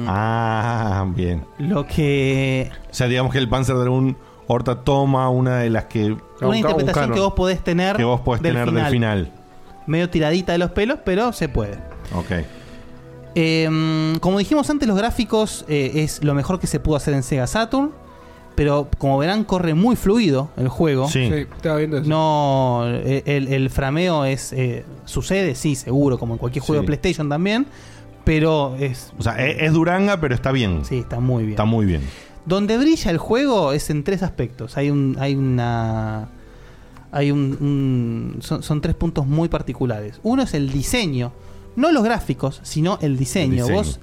ah, bien.
Em, Lo que.
O sea, digamos que el Panzer Dragoon Horta toma una de las que.
Una interpretación que vos podés tener,
Que vos podés tener del final.
Medio tiradita de los pelos, pero se puede.
Ok.
Eh, como dijimos antes, los gráficos eh, es lo mejor que se pudo hacer en Sega Saturn. Pero como verán, corre muy fluido el juego.
Sí. Sí,
No, eh, el, el frameo es eh, sucede, sí, seguro, como en cualquier juego
Sí.
de PlayStation también. Pero es.
O sea, e, es, es Duranga, pero está bien.
Sí, está muy bien.
Está muy bien.
Donde brilla el juego es en tres aspectos. Hay un. hay una. Hay un. un- son, son tres puntos muy particulares. Uno es el diseño. No los gráficos, sino el diseño.
El diseño.
Vos.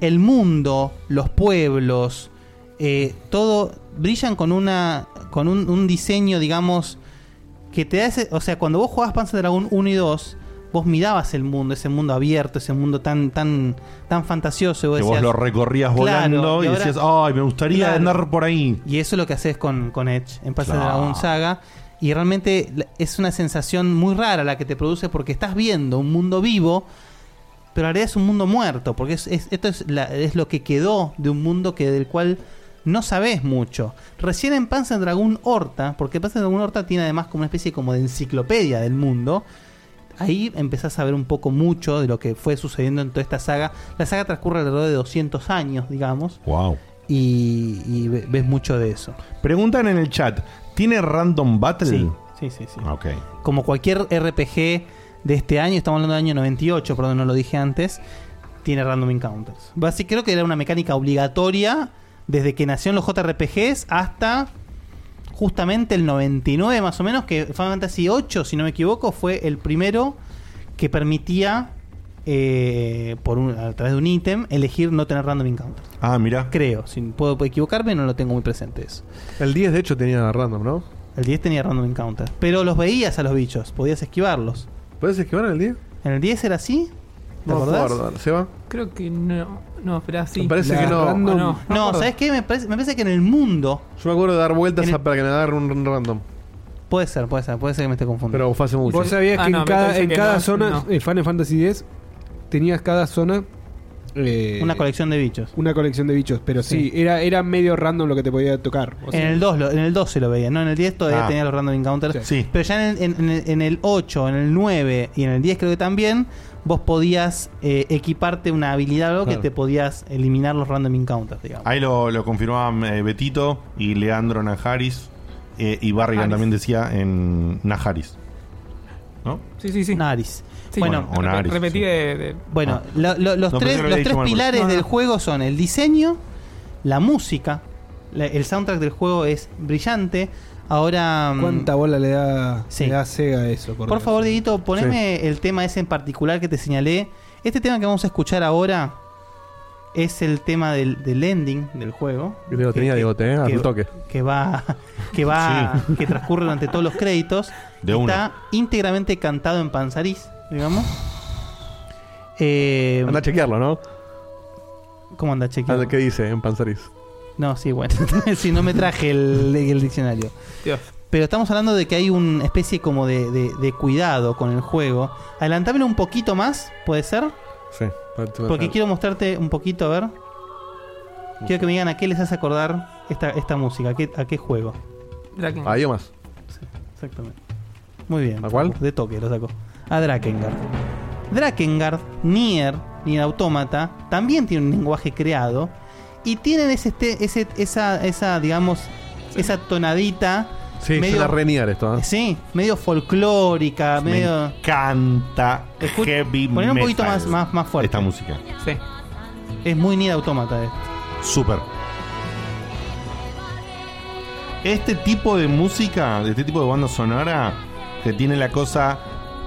El mundo, los pueblos. eh, todo. brillan con una. con un, un diseño, digamos. que te da ese. O sea, cuando vos jugabas Panzer Dragon 1 y 2. Vos mirabas el mundo, ese mundo abierto, ese mundo tan, tan, tan fantasioso. y
Que vos
decías,
lo recorrías
Claro,
volando y,
y ahora-
decías, ay, me gustaría
Claro.
andar por ahí.
Y eso es lo que haces con, con Edge en Panzer
Claro.
Dragon Saga. Y realmente la- es una sensación muy rara la que te produce porque estás viendo un mundo vivo, pero en realidad es un mundo muerto. Porque es, es- esto es, la- es lo que quedó de un mundo que, del cual no sabes mucho. Recién en Panzer Dragon Horta, porque Panzer Dragon Horta tiene además como una especie como de enciclopedia del mundo. Ahí empezás a ver un poco mucho de lo que fue sucediendo en toda esta saga. La saga transcurre alrededor de 200 años, digamos.
Wow.
Y, ves mucho de eso.
Preguntan en el chat: ¿tiene random battle?
Sí, sí, sí. sí.
Ok.
Como cualquier RPG de este año, estamos hablando del año 98, perdón, no lo dije antes, tiene random encounters. Básicamente creo que era una mecánica obligatoria desde que nacieron los JRPGs hasta justamente el 99 más o menos, que Final Fantasy VIII, si no me equivoco, fue el primero que permitía, eh, por un- a través de un ítem, elegir no tener random encounters.
Ah, mira.
Creo, si puedo equivocarme, no lo tengo muy presente eso.
El 10 de hecho tenía random, ¿no?
El 10 tenía random encounter. Pero los veías a los bichos, podías esquivarlos.
¿Puedes esquivar en el 10?
¿En el 10 era así? ¿Te
No me
acordás?
acuerdo. ¿Se va?
Creo que no. No, esperá, sí.
Me parece que no.
No,
No,
no.
No, ¿sabes qué? Me parece, me parece que en el mundo.
Yo me acuerdo de dar vueltas a- para que me agarre un un random.
Puede ser, puede ser, puede ser que me esté confundiendo. Ah,
Pero fue hace mucho.
Vos sabías que en cada, en cada zona,
no.
en Final Fantasy X, tenías cada zona. eh,
Una colección de bichos.
Una colección de bichos, pero sí, era, era medio random lo que te podía tocar. O sea,
en, el 2, lo- en el 2 se lo veía, ¿no? En el 10 todavía
Ah.
tenía los random encounters.
Sí.
Pero ya en el, en- en el- en el 8, en el 9 y en el 10 creo que también, vos podías eh, equiparte una habilidad o algo
Claro.
que te podías eliminar los random encounters, digamos.
Ahí lo, lo confirmaban eh, Betito y Leandro Najaris. eh, y Barrigan también decía en Najaris. ¿No?
Sí, sí, sí.
Nariz.
Sí,
Bueno,
o Naris,
Repetí de, de-
Bueno,
Ah.
lo- lo- los
No, pensé
tres,
que lo
los
había
tres
dicho mal,
pilares
pero-
del juego son el diseño, la música, la- el soundtrack del juego es brillante. Ahora, mm,
¿Cuánta bola le da, le da Sega a eso?
por favor, Dieguito, poneme el tema ese en particular que te señalé. Este tema que vamos a escuchar ahora es el tema del, del ending del juego.
Yo lo tenía, Diegote, ¿eh? Al toque.
Que va, que va, que transcurre durante todos los créditos.
De
Está
una.
íntegramente cantado en panzariz, digamos. Eh,
Anda a chequearlo, ¿no?
¿Cómo anda a chequearlo?
¿Qué dice en Panzariz?
No, sí, bueno. si no me traje el, el diccionario.
Dios.
Pero estamos hablando de que hay una especie como de, de- de cuidado con el juego. Adelantámelo un poquito más, ¿puede ser?
Sí.
Porque quiero mostrarte un poquito, a ver. Quiero que me digan a qué les hace acordar esta, esta música, a qué, a qué juego.
Draken.
Ahí más.
Sí, exactamente. Muy bien.
¿A cuál?
De toque lo saco. A Drakengard. Drakengard, Nier, Nier Automata, también tiene un lenguaje creado y tienen ese, este- ese- esa, esa, digamos, esa tonadita.
Sí,
medio-
suena re Nier esto. ¿eh?
Sí, medio folclórica,
Me
medio.
Canta heavy
Poner un poquito
metal
más, más, más fuerte.
Esta música.
Sí. Es muy Nier Automata eh. esto.
Súper. Este tipo de música, de este tipo de banda sonora, que tiene la cosa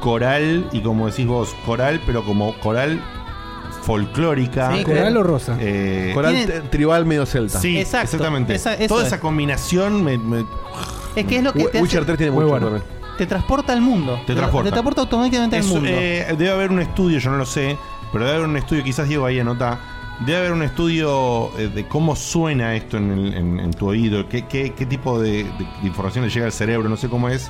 coral y como decís vos, coral, pero como coral folclórica.
Sí, ¿Coral claro. o
rosa?
Eh,
Coral
Tiene-
t- tribal medio celta.
Sí,
Exacto,
exactamente.
esa- eso
Toda
es.
esa combinación me, me-
Es que es lo que
Wi-
te
Witcher
hace-
3 tiene Muy mucho bueno. también.
Te transporta al mundo.
te transporta.
Te transporta automáticamente
Es-
al mundo.
eh, debe haber un estudio, yo no lo sé, pero debe haber un estudio, quizás Diego ahí anota. Debe haber un estudio eh, de cómo suena esto en, el- en- en tu oído, qué, qué- qué tipo de, de- de información le llega al cerebro, no sé cómo es,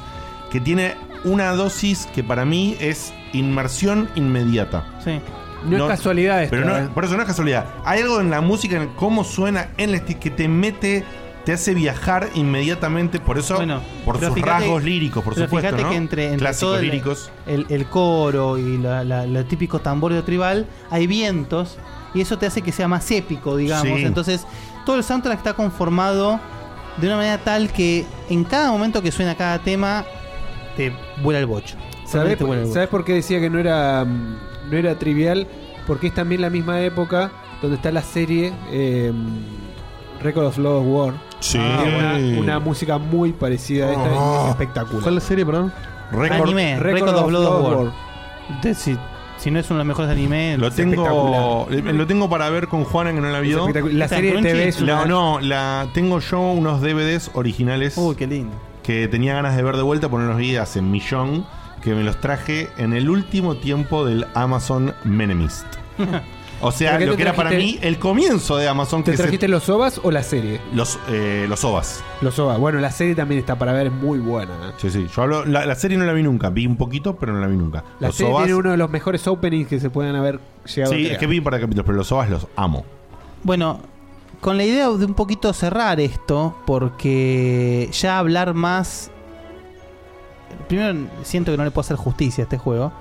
que tiene una dosis que para mí es inmersión inmediata.
Sí.
No es casualidad esto,
Pero no-
eh.
Por eso no es casualidad. Hay algo en la música, en cómo suena, en el esti- que te mete, te hace viajar inmediatamente. Por eso, por
Pero
sus
fíjate-
rasgos líricos, por
pero
supuesto.
Fíjate
¿no?
que entre, entre
Clásicos
todo el,
líricos.
El, el coro y la, la- los típicos tambores tribal, hay vientos y eso te hace que sea más épico, digamos.
Sí.
Entonces, todo el soundtrack está conformado de una manera tal que en cada momento que suena cada tema, te vuela el bocho.
¿Sabes
Te vuela el
por,
bocho.
sabés por qué decía que no era, mm, no era trivial? Porque es también la misma época donde está la serie eh, Record of Love War.
Sí.
Que tiene Una, una música muy parecida a esta
Oh.
y es espectacular.
¿Cuál es la serie, perdón?
Record-
anime,
Record
Record
of
of Blood of
Blood
War.
War.
De- si, si no es uno de los mejores animes,
Lo
es
tengo, eh,
espectacular.
lo tengo para ver con Juana que no la vio.
Es espectacular. La Está en serie de Crunchy. TV es
La-
una-
No, la tengo yo unos DVDs originales. Uy,
qué lindo.
Que tenía ganas de ver de vuelta por unos días en Millón. Que me los traje en el último tiempo del Amazon Menemist. O sea,
¿Pero qué
lo
te
que era para mí
trajiste?
el comienzo de Amazon.
¿Te
que se-
trajiste los ovas o la serie?
los, eh, los OVAs.
Los ovas. Bueno, la serie también está para ver, es muy buena. ¿eh?
Sí, sí. Yo hablo, la, la serie no la vi nunca. Vi un poquito, pero no la vi nunca.
La
los
serie
OVAs.
tiene uno de los mejores openings que se pueden haber llegado
Sí,
a
es
crear.
que vi un par de capítulos, pero los OVAs los amo.
Bueno, con la idea de un poquito cerrar esto, porque ya hablar más. Primero, siento que no le puedo hacer justicia a este juego.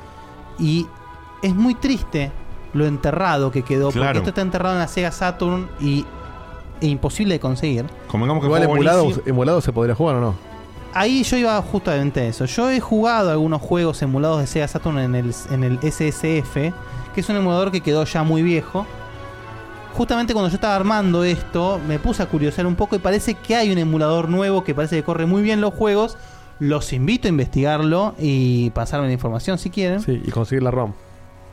Y es muy triste lo enterrado que quedó,
Claro.
porque esto está enterrado en la Sega Saturn y e imposible de conseguir.
Convengamos
Igual emulado, emulado se podría jugar o no.
Ahí yo iba justamente a eso. Yo he jugado algunos juegos emulados de Sega Saturn en el, en el SSF, que es un emulador que quedó ya muy viejo. Justamente cuando yo estaba armando esto, me puse a curiosear un poco y parece que hay un emulador nuevo que parece que corre muy bien los juegos. Los invito a investigarlo y pasarme la información si quieren.
Sí, y conseguir la ROM.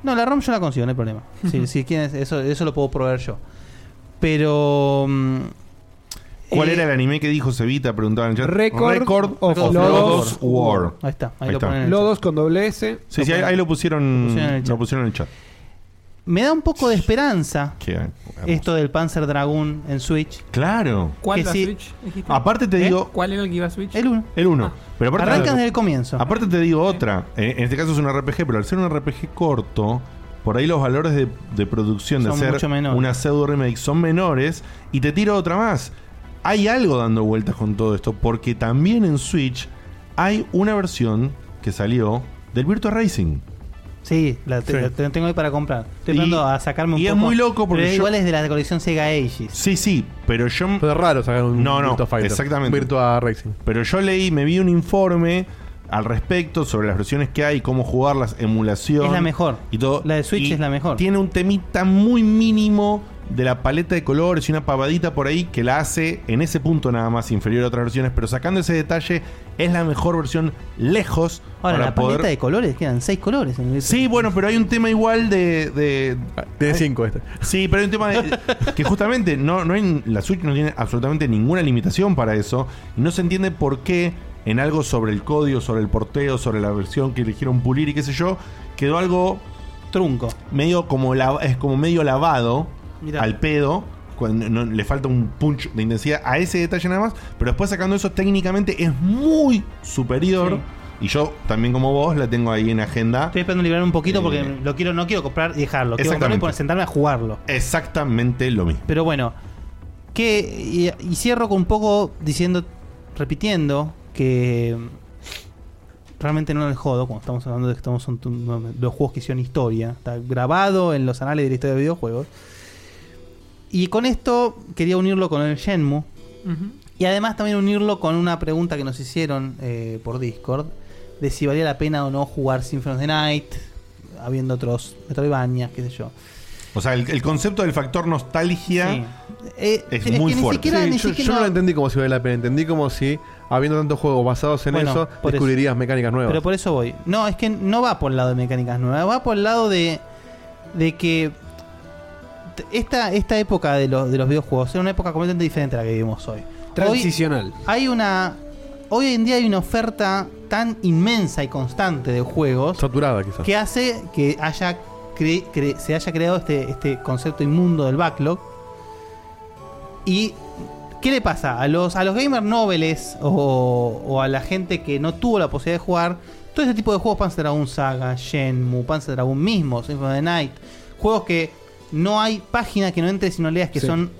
No, la ROM yo la consigo, no hay problema. si, si quieren, eso, eso lo puedo proveer yo. Pero... mm,
¿Cuál
eh,
era el anime que dijo Cevita? Preguntaba en el chat.
Record
of,
of
Lodos
Lodos
War.
Ahí está, ahí, lo
está.
ponen en el
Lodos con doble S.
Sí, sí, ahí, ahí lo pusieron.
Lo pusieron en el
Lo pusieron en el chat.
Me da un poco de esperanza
Qué hermoso.
esto del Panzer Dragoon en Switch.
Claro.
Que
era
sí.
Switch? Dijiste.
Aparte te
¿Eh?
digo-
¿Cuál era el que iba a Switch? Ah.
El 1.
El 1. Pero aparte,
Arrancan desde el comienzo.
Aparte te digo otra. En, en este caso es un RPG, pero al ser un RPG corto, por ahí los valores de, de producción
Son
de
mucho
ser
menores.
una pseudo remake son menores. Y te tiro otra más. Hay algo dando vueltas con todo esto, porque también en Switch hay una versión que salió del Virtua Racing.
Sí, la, te-
Sí.
la- te- la tengo ahí para comprar. Estoy
Y-
esperando a sacarme un
y es
poco,
muy loco porque
pero
yo-
igual es de la colección Sega Aegis.
Sí, sí, pero yo. Pero
es raro sacar un
no, no,
Virtua Fighter.
Exactamente.
Virtua Racing.
Pero yo leí, me vi un informe al respecto sobre las versiones que hay, cómo jugarlas, emulación.
Es la mejor.
Y todo.
La de Switch
Y
es la mejor.
Tiene un temita muy mínimo de la paleta de colores y una pavadita por ahí que la hace en ese punto nada más inferior a otras versiones, pero sacando ese detalle es la mejor versión lejos
Ahora,
para
la
poder
paleta de colores, quedan seis colores. En el...
Sí, bueno, pero hay un tema igual de. de
tiene 5 este.
Sí, pero hay un tema de- que justamente no, no hay, la Switch no tiene absolutamente ninguna limitación para eso. Y no se entiende por qué en algo sobre el código, sobre el porteo, sobre la versión que eligieron pulir y qué sé yo, quedó algo.
Trunco.
Medio como, la- es como medio lavado
Mirá.
al pedo. Cuando no- le falta un punch de intensidad a ese detalle nada más. Pero después sacando eso, técnicamente es muy superior. Y yo también como vos la tengo ahí en agenda.
Estoy esperando liberar un poquito
Eh,
porque lo quiero, no quiero comprar y dejarlo. Quiero comprarlo y
Exactamente.
poner- sentarme a jugarlo.
Exactamente lo mismo.
Pero bueno, que y, y cierro con un poco diciendo, repitiendo que mm, realmente no les jodo, cuando estamos hablando de que estamos son los juegos que hicieron historia, está grabado en los anales de la historia de videojuegos. Y con esto quería unirlo con el Shenmue y además también unirlo con una pregunta que nos hicieron eh, por Discord de si valía la pena o no jugar Symphony of the Night, habiendo otros Metroidvania, qué sé yo.
O sea, el, el concepto del factor nostalgia
Eh,
es muy fuerte.
Sí, yo, yo no lo entendí como si valiera la pena, entendí como si, habiendo tantos juegos basados en
Bueno,
eso,
por eso.
descubrirías mecánicas nuevas.
Pero por eso voy. No, es que no va por el lado de mecánicas nuevas, va por el lado de, de que t- esta, esta época de los, de los videojuegos era una época completamente diferente a la que vivimos hoy.
Transicional.
Hoy hay una. Hoy en día hay una oferta tan inmensa y constante de juegos.
Saturada, quizás.
Que hace que haya cre- cre- se haya creado este, este concepto inmundo del backlog. ¿Y qué le pasa? A los, a los gamer noveles o, o a la gente que no tuvo la posibilidad de jugar, todo este tipo de juegos, Panzer Dragoon Saga, Shenmue, Panzer Dragoon mismo, Symphony of the Night, juegos que no hay página que no entres y no leas que
Sí.
son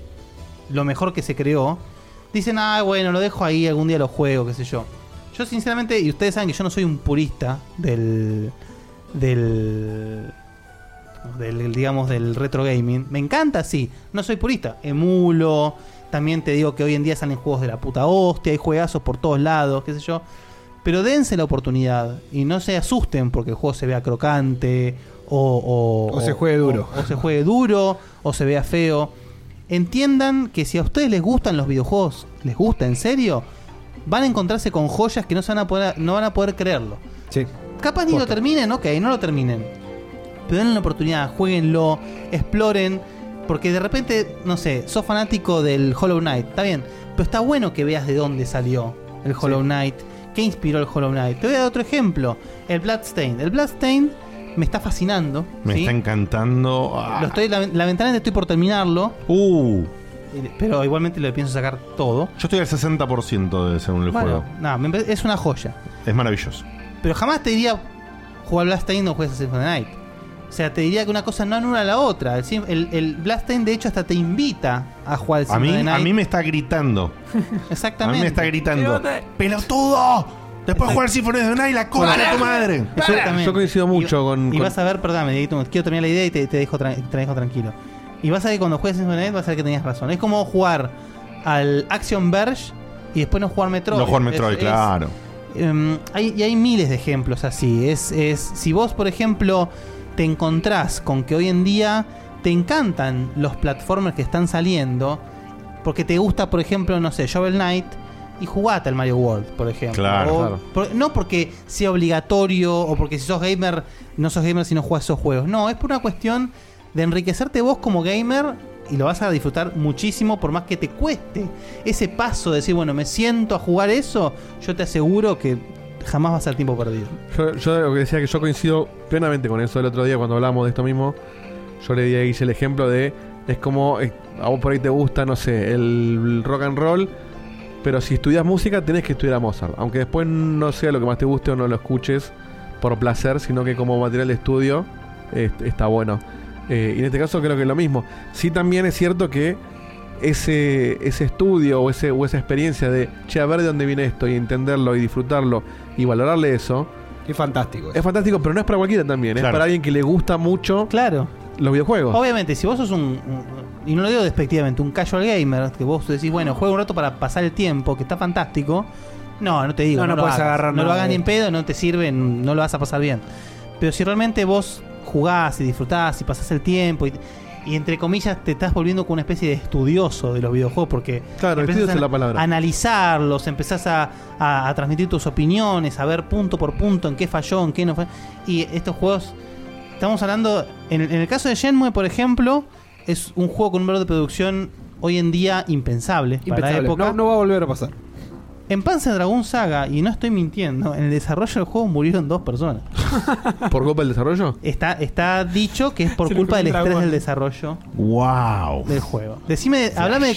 lo mejor que se creó, dicen, ah, bueno, lo dejo ahí, algún día lo juego, qué sé yo. Yo sinceramente, y ustedes saben que yo no soy un purista del... del del, digamos, del retro gaming. Me encanta, sí. No soy purista. Emulo. También te digo que hoy en día salen juegos de la puta hostia. Hay juegazos por todos lados, qué sé yo. Pero dense la oportunidad. Y no se asusten porque el juego se vea crocante. O,
O se juegue duro.
O, o se juegue duro. O se vea feo. Entiendan que si a ustedes les gustan los videojuegos, les gusta en serio, van a encontrarse con joyas que no, se van, a poder, no van a poder creerlo. Capaz ni lo terminen, ok, no lo terminen pero denle la oportunidad, jueguenlo, exploren, porque de repente, no sé, sos fanático del Hollow Knight, está bien, pero está bueno que veas de dónde salió el Hollow Knight, qué inspiró el Hollow Knight. Te voy a dar otro ejemplo, el Bloodstained. El Bloodstained me está fascinando,
Me
¿sí?
está encantando. Ah,
Lo estoy, la- lamentablemente estoy por terminarlo.
Uh.
Pero igualmente lo pienso sacar todo.
Yo estoy al 60% de según el
Bueno,
juego.
nada, me pare- es una joya.
Es maravilloso.
Pero jamás te diría jugar Bloodstained o juegas a Symphony of the Night. O sea, te diría que una cosa no anula la otra. El, Sym- el, el Bloodstained, de hecho, hasta te invita a jugar al
A
Symphony
mí,
of the Night.
a mí me está gritando. A
Exactamente.
mí me está gritando.
¡Oh!
¡Pelotudo! Después jugar Symphony of the Night, la cola de tu madre.
Exactamente.
mucho
y,
con-
Y
con-
vas a ver, perdóname, Dieguito, quiero terminar la idea y te, te dejo, tra- te dejo tranquilo. Y vas a ver que cuando juegues Symphony of the Night vas a ver que tenías razón. Es como jugar al Action Verge y después no jugar Metroid.
No jugar Metroid,
Es- es-
claro.
Em, hay, y hay miles de ejemplos así. Es, es, si vos, por ejemplo, te encontrás con que hoy en día te encantan los platformers que están saliendo, porque te gusta, por ejemplo, no sé, Shovel Knight, y jugate al Mario World, por ejemplo.
Claro,
O-
claro.
por- no porque sea obligatorio o porque si sos gamer, no sos gamer si no juegas esos juegos. No, es por una cuestión de enriquecerte vos como gamer y lo vas a disfrutar muchísimo por más que te cueste. Ese paso de decir, bueno, me siento a jugar eso, yo te aseguro que jamás vas a ser tiempo perdido.
Yo, yo lo que decía que yo coincido plenamente con eso el otro día cuando hablamos de esto mismo. Yo le di a Guille el ejemplo de. Es como. eh, a vos por ahí te gusta, no sé, el rock and roll. Pero si estudias música, tenés que estudiar a Mozart. Aunque después no sea lo que más te guste o no lo escuches por placer, sino que como material de estudio eh, está bueno. Eh, y en este caso creo que es lo mismo. Sí, también es cierto que ese, ese estudio o, ese, o esa experiencia de che, a ver de dónde viene esto y entenderlo y disfrutarlo y valorarle eso.
Es fantástico.
Es fantástico, pero no es para cualquiera también. Es
Claro.
para alguien que le gusta mucho
claro.
los videojuegos.
Obviamente, si vos sos un, un- Y no lo digo despectivamente, un casual gamer, que vos decís, bueno, juego un rato para pasar el tiempo, que está fantástico. No, no te digo.
No, eh. no
lo
podés
hagas.
agarrar
No lo
nada
hagas
de-
ni en pedo, no te sirve, n- no lo vas a pasar bien. Pero si realmente vos jugás y disfrutás y pasás el tiempo y. y entre comillas te estás volviendo como una especie de estudioso de los videojuegos porque
Claro,
empezás
estudioso
a
es la palabra.
analizarlos, empezás a, a- a transmitir tus opiniones, a ver punto por punto en qué falló, en qué no falló. Y estos juegos, estamos hablando, en, el- en el caso de Shenmue, por ejemplo, es un juego con un valor de producción hoy en día impensable, para la
Impensable.
época.
No, no va a volver a pasar.
En Panzer Dragon Saga, y no estoy mintiendo, en el desarrollo del juego murieron dos personas.
¿Por culpa del desarrollo?
Está, está dicho que es por culpa del estrés del desarrollo
¡Wow!
del juego. Decime, hablame de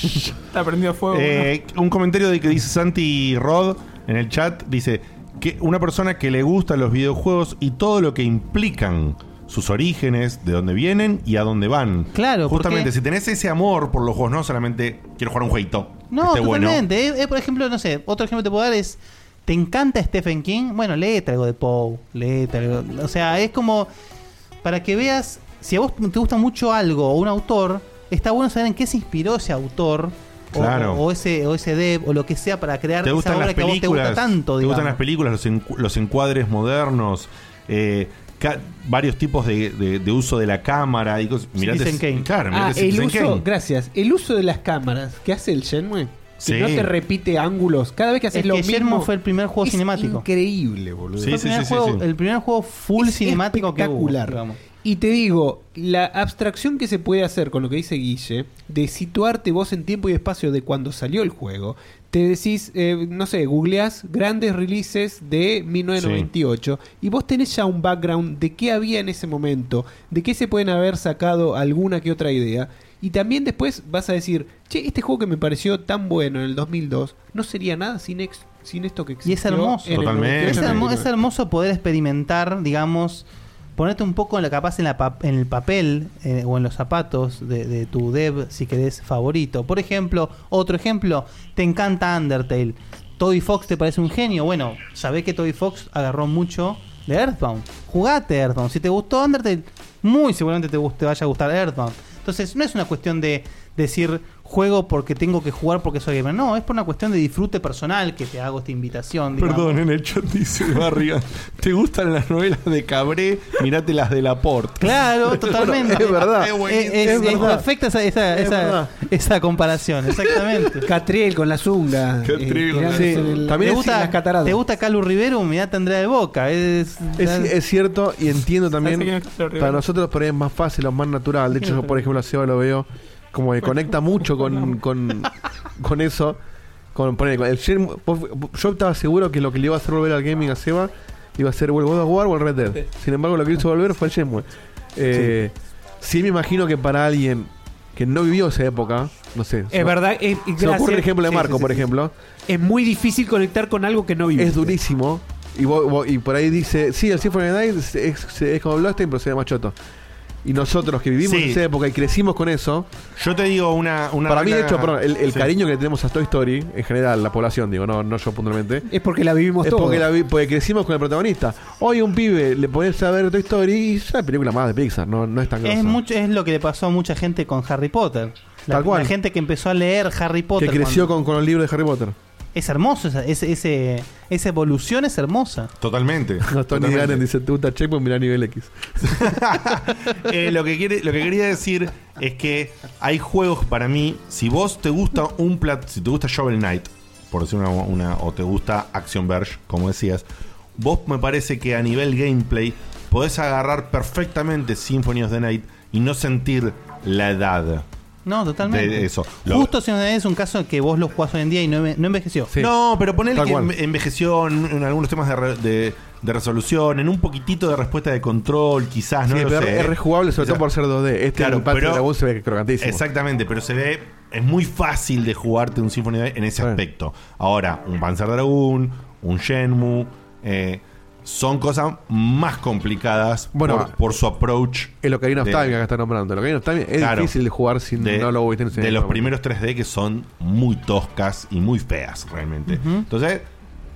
Crunch.
Está prendido fuego. Eh, un comentario de que dice Santi Rod en el chat dice que una persona que le gustan los videojuegos y todo lo que implican sus orígenes, de dónde vienen y a dónde van.
Claro,
Justamente,
porque-
si tenés ese amor por los juegos, Este no solamente quiero jugar un jueguito. que
No,
esté bueno.
totalmente. Eh, eh, por ejemplo, no sé, otro ejemplo que te puedo dar es ¿Te encanta Stephen King? Bueno, léete algo de Poe, léete algo. O sea, es como para que veas, si a vos te gusta mucho algo o un autor, está bueno saber en qué se inspiró ese autor. O,
Claro.
o, o ese o ese dev o lo que sea para crear
te gustan
esa obra
las
que a vos te gusta
películas,
tanto
te gustan
digamos.
las películas, los, encu- los encuadres modernos, eh, ca- varios tipos de, de- de uso de la cámara y cosas. Mirate-
Citizen Kane.
Claro,
Ah,
mirate
el
Citizen
uso-
Kane.
Gracias. El uso de las cámaras que hace el Shenmue, que
Sí.
no te repite ángulos. Cada vez que haces
Es
lo
que
mismo.
Shenmue fue el primer juego
es
cinemático.
Increíble, boludo.
Fue el, primer juego, el primer juego full
Es
cinemático que hubo.
espectacular.
digamos.
Y te digo, la abstracción que se puede hacer con lo que dice Guille, de situarte vos en tiempo y espacio de cuando salió el juego, te decís, eh, no sé, googleás grandes releases de 1998 y vos tenés ya un background de qué había en ese momento, de qué se pueden haber sacado alguna que otra idea. Y también después vas a decir, che, este juego que me pareció tan bueno en el 2002, no sería nada sin, ex- sin esto que existió.
Y es hermoso.
en el 98.
Es, hermo- es hermoso poder experimentar, digamos, ponerte un poco en la capaz en, la pa- en el papel eh, o en los zapatos de, de tu dev, si querés, favorito. Por ejemplo, otro ejemplo, te encanta Undertale. Toby Fox te parece un genio. Bueno, sabés que Toby Fox agarró mucho de Earthbound. Jugate Earthbound. Si te gustó Undertale, muy seguramente te, gust- te vaya a gustar Earthbound. Entonces, no es una cuestión de decir juego porque tengo que jugar porque soy gamer. No, es por una cuestión de disfrute personal que te hago esta invitación. digamos.
Perdón, en el chat dice Barriga, ¿te gustan las novelas de Cabré? Mirate las de Laporte.
Claro, totalmente. Eh,
Es verdad.
Es, es- es perfecta esa, esa,
Es
esa,
verdad.
esa comparación, exactamente.
Catriel con la zunga.
Catriel con la
tirándose
zunga.
el-
eh, También
¿Te
es las
gusta,
cataratas.
¿Te gusta Calu Rivero? Mirá, tendrá de boca. Es,
Es, es cierto y entiendo también.
quién es Carlos Rivera?
Para nosotros por ahí es más fácil o más natural. De hecho, yo por ejemplo a Seba lo veo como que conecta mucho con, con, con eso. Con, ponele, con el Shenmue- vos- yo estaba seguro que lo que le iba a hacer volver al gaming a Seba iba a ser o el God of War o el Red Dead. Sin embargo, lo que hizo volver fue el Shenmue. Eh, sí. me imagino que para alguien que no vivió esa época, no sé.
Es verdad, es-
se me
gracias.
ocurre el ejemplo de
Sí,
Marco,
sí, sí,
por
sí.
ejemplo.
Es muy difícil conectar con algo que no viviste.
Es durísimo. Y, vos- vos- y por ahí dice, sí, el Symphony of the Night es, es- es como Bloodstained, pero se ve más choto. Y nosotros que vivimos
Sí.
esa época y crecimos con eso.
Yo te digo una. una
para mí, de
regla-
hecho, perdón, el, el
Sí.
cariño que le tenemos a Toy Story, en general, la población, digo, no, no yo puntualmente.
Es porque la vivimos
es
todos.
Porque, la vi- porque crecimos con el protagonista. Hoy un pibe le pones a ver Toy Story y es una película más de Pixar, no, no es tan grosa.
es, mucho, es lo que le pasó a mucha gente con Harry Potter. La,
Tal cual.
la gente que empezó a leer Harry Potter.
que creció
cuando-
con, con el libro de Harry Potter.
Es hermoso, esa, ese- ese- esa evolución es hermosa.
Totalmente.
No, Tony
Totalmente.
Garen dice, te gusta Checkpoint, mirá nivel X.
Eh, lo, que quiere, lo que quería decir es que hay juegos para mí. Si vos te gusta un plat, si te gusta Shovel Knight, por decir una, una- o te gusta Action Verge, como decías, vos me parece que a nivel gameplay podés agarrar perfectamente Symphony of the Night y no sentir la edad.
No, totalmente.
De eso. Lo-
Justo si no es un caso que vos lo jugás hoy en día y no, enve- no envejeció.
No, pero ponele
Tal
que
cual.
enve- envejeció en, en algunos temas de, re- de- de resolución, en un poquitito de respuesta de control, quizás,
Sí,
no lo
pero
sé.
es rejugable, sobre
O sea,
todo por ser 2D. Este
claro,
el Patrick
pero-
Dragón se ve crocantísimo.
Exactamente, pero se ve. Es muy fácil de jugarte un Symphony en ese aspecto. Ahora, un Panzer Dragoon, un Shenmue, eh, son cosas más complicadas
Bueno,
por, por su approach.
El Ocarina of
de-
Time que acá está nombrando. El Ocarina of Time es
Claro.
difícil de jugar sin
de,
no lo viste en ese
de los
momento.
primeros 3D que son muy toscas y muy feas realmente.
Ujú.
Entonces,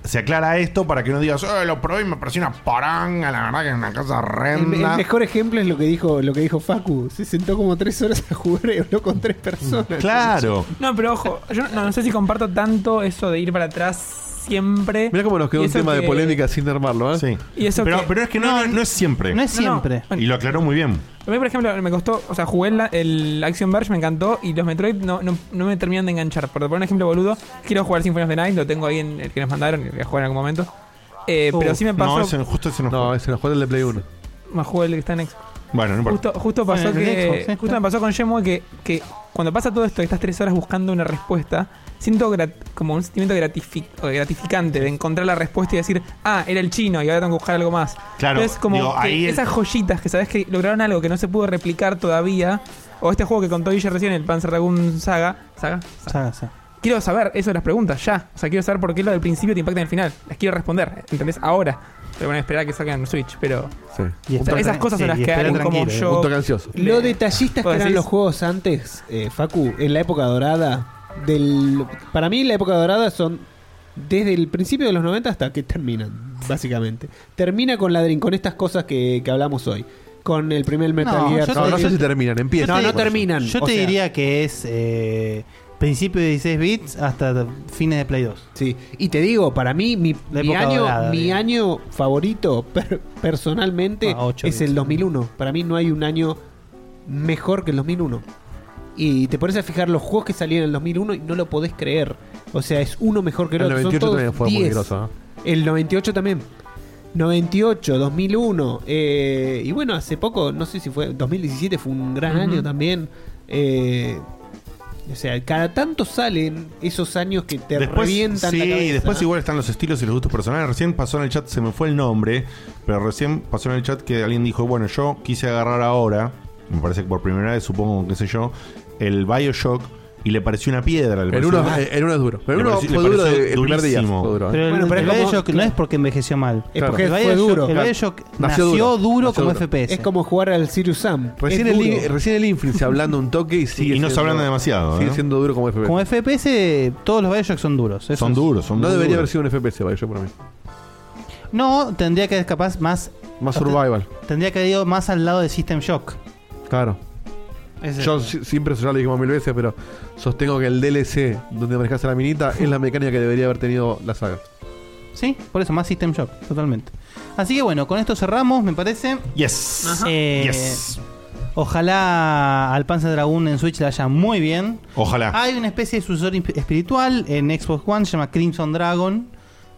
se aclara esto para que no digas, "Eh, lo probé y me pareció una paranga, la verdad que es una cosa
El, el
horrenda.
mejor ejemplo es lo que dijo lo que dijo Facu. Se sentó como tres horas a jugar y habló con tres
Mm.
personas.
Claro.
No, pero ojo, yo no, no sé si comparto tanto eso de ir para atrás siempre.
Mira cómo nos quedó
Y
un
eso
tema de
que-
polémica sin armarlo, ¿eh?
Sí.
Y eso
pero,
que-
pero es que no, no, no es siempre.
No es siempre.
Y lo aclaró muy bien.
A mí, por ejemplo, me costó, o sea, jugué la- el Action Verge, me encantó, y los Metroid no, no, no me terminan de enganchar. Por poner un ejemplo boludo, quiero jugar Symphony of the Night, lo tengo ahí en el que nos mandaron, y lo voy a jugar en algún momento. Eh, pero sí me pasó,
Uh, No,
me
justo ese Uh, no
No, ese no juega el de Play 1.
jugué el que está en Xbox.
Bueno, no importa.
Justo, justo pasó
Bueno, en
que,
Xbox, ¿eh?
justo me pasó con Shenmue que, que cuando pasa todo esto, estas tres horas buscando una respuesta, siento grat- como un sentimiento gratifi- o gratificante de encontrar la respuesta y decir, ah, era el chino y ahora tengo que buscar algo más.
Claro,
Entonces, como
digo,
que
ahí el-
esas joyitas que sabes que lograron algo que no se pudo replicar todavía, o este juego que contó Guille recién, el Panzer Dragoon Saga, ¿saga?
Saga, saga.
Quiero saber eso de las preguntas ya. O sea, quiero saber por qué lo del principio te impacta en el final. Las quiero responder, ¿entendés? Ahora. Pero bueno, esperar a que salgan en Switch, pero...
Sí.
O sea, esas cosas son las que alguien como yo...
Lo detallistas que
¿Vos
eran
decís?
los juegos antes, eh, Facu, en la época dorada. del Para mí, la época dorada son desde el principio de los 90 hasta que terminan, básicamente. Termina con Ladrin, con estas cosas que, que hablamos hoy. Con el primer Metal
No,
Gear.
yo No, te- no sé si terminan, empiezan.
No, no
Yo te-
terminan.
Yo
o
te
sea,
diría que es eh, principio de 16 bits hasta fines de Play 2.
Sí, y te digo, para mí, mi, mi año, mi año favorito per- personalmente
Ah, ocho
es
bits.
el 2001. Para mí no hay un año mejor que el 2001. Y te pones a fijar los juegos que salieron en el 2001 y no lo podés creer. O sea, es uno mejor que el,
El
otro. Son
98
todos
también fue muy
10.
groso, ¿no?
El 98 también. 98, 2001. eh, y bueno, hace poco, no sé si fue 2017, fue un gran
Ujú.
año también. Eh, o sea, cada tanto salen esos años que te revientan
sí,
la cabeza.
y después igual están los estilos y los gustos personales. Recién pasó en el chat, se me fue el nombre, pero recién pasó en el chat que alguien dijo, bueno, yo quise agarrar ahora, me parece que por primera vez, supongo, qué sé yo, el Bioshock y le pareció una piedra. le
El
pareció-
uno- el uno es duro, pero
Le
el uno
pareció-
fue
le
duro
pareció
de- el primer día,
durísimo.
fue duro, ¿eh?
Pero
Bueno,
el,
pero
el
es como-
Bioshock no es porque envejeció mal.
Es porque
el
fue
Bioshock-
duro.
El
Claro.
Bioshock nació,
Nació duro.
duro
Nació
como
duro.
FPS.
Es como jugar al Sirius Sam.
Recién
Es
el,
duro.
in- recién el Infinite se hablando un toque y sigue
Y no se
siendo-
hablando demasiado,
Sigue
¿eh?
siendo duro como FPS.
Como FPS, todos los Bioshock son duros. eso
Son
es-
duros, son No muy debería duros. haber sido un FPS Bioshock para mí.
No, tendría que ser capaz más.
Más survival.
Tendría que haber ido más al lado de System Shock.
Claro.
Ese-
Yo si- siempre ya lo dijimos mil veces, pero sostengo que el DLC donde manejas a la minita es la mecánica que debería haber tenido la saga.
Sí, por eso, más System Shock, totalmente. Así que bueno, con esto cerramos, me parece.
Yes.
Ajá. Eh,
Yes.
Ojalá al Panzer Dragoon en Switch la haya muy bien.
Ojalá.
Hay una especie de sucesor imp- espiritual en Xbox One, se llama Crimson Dragon.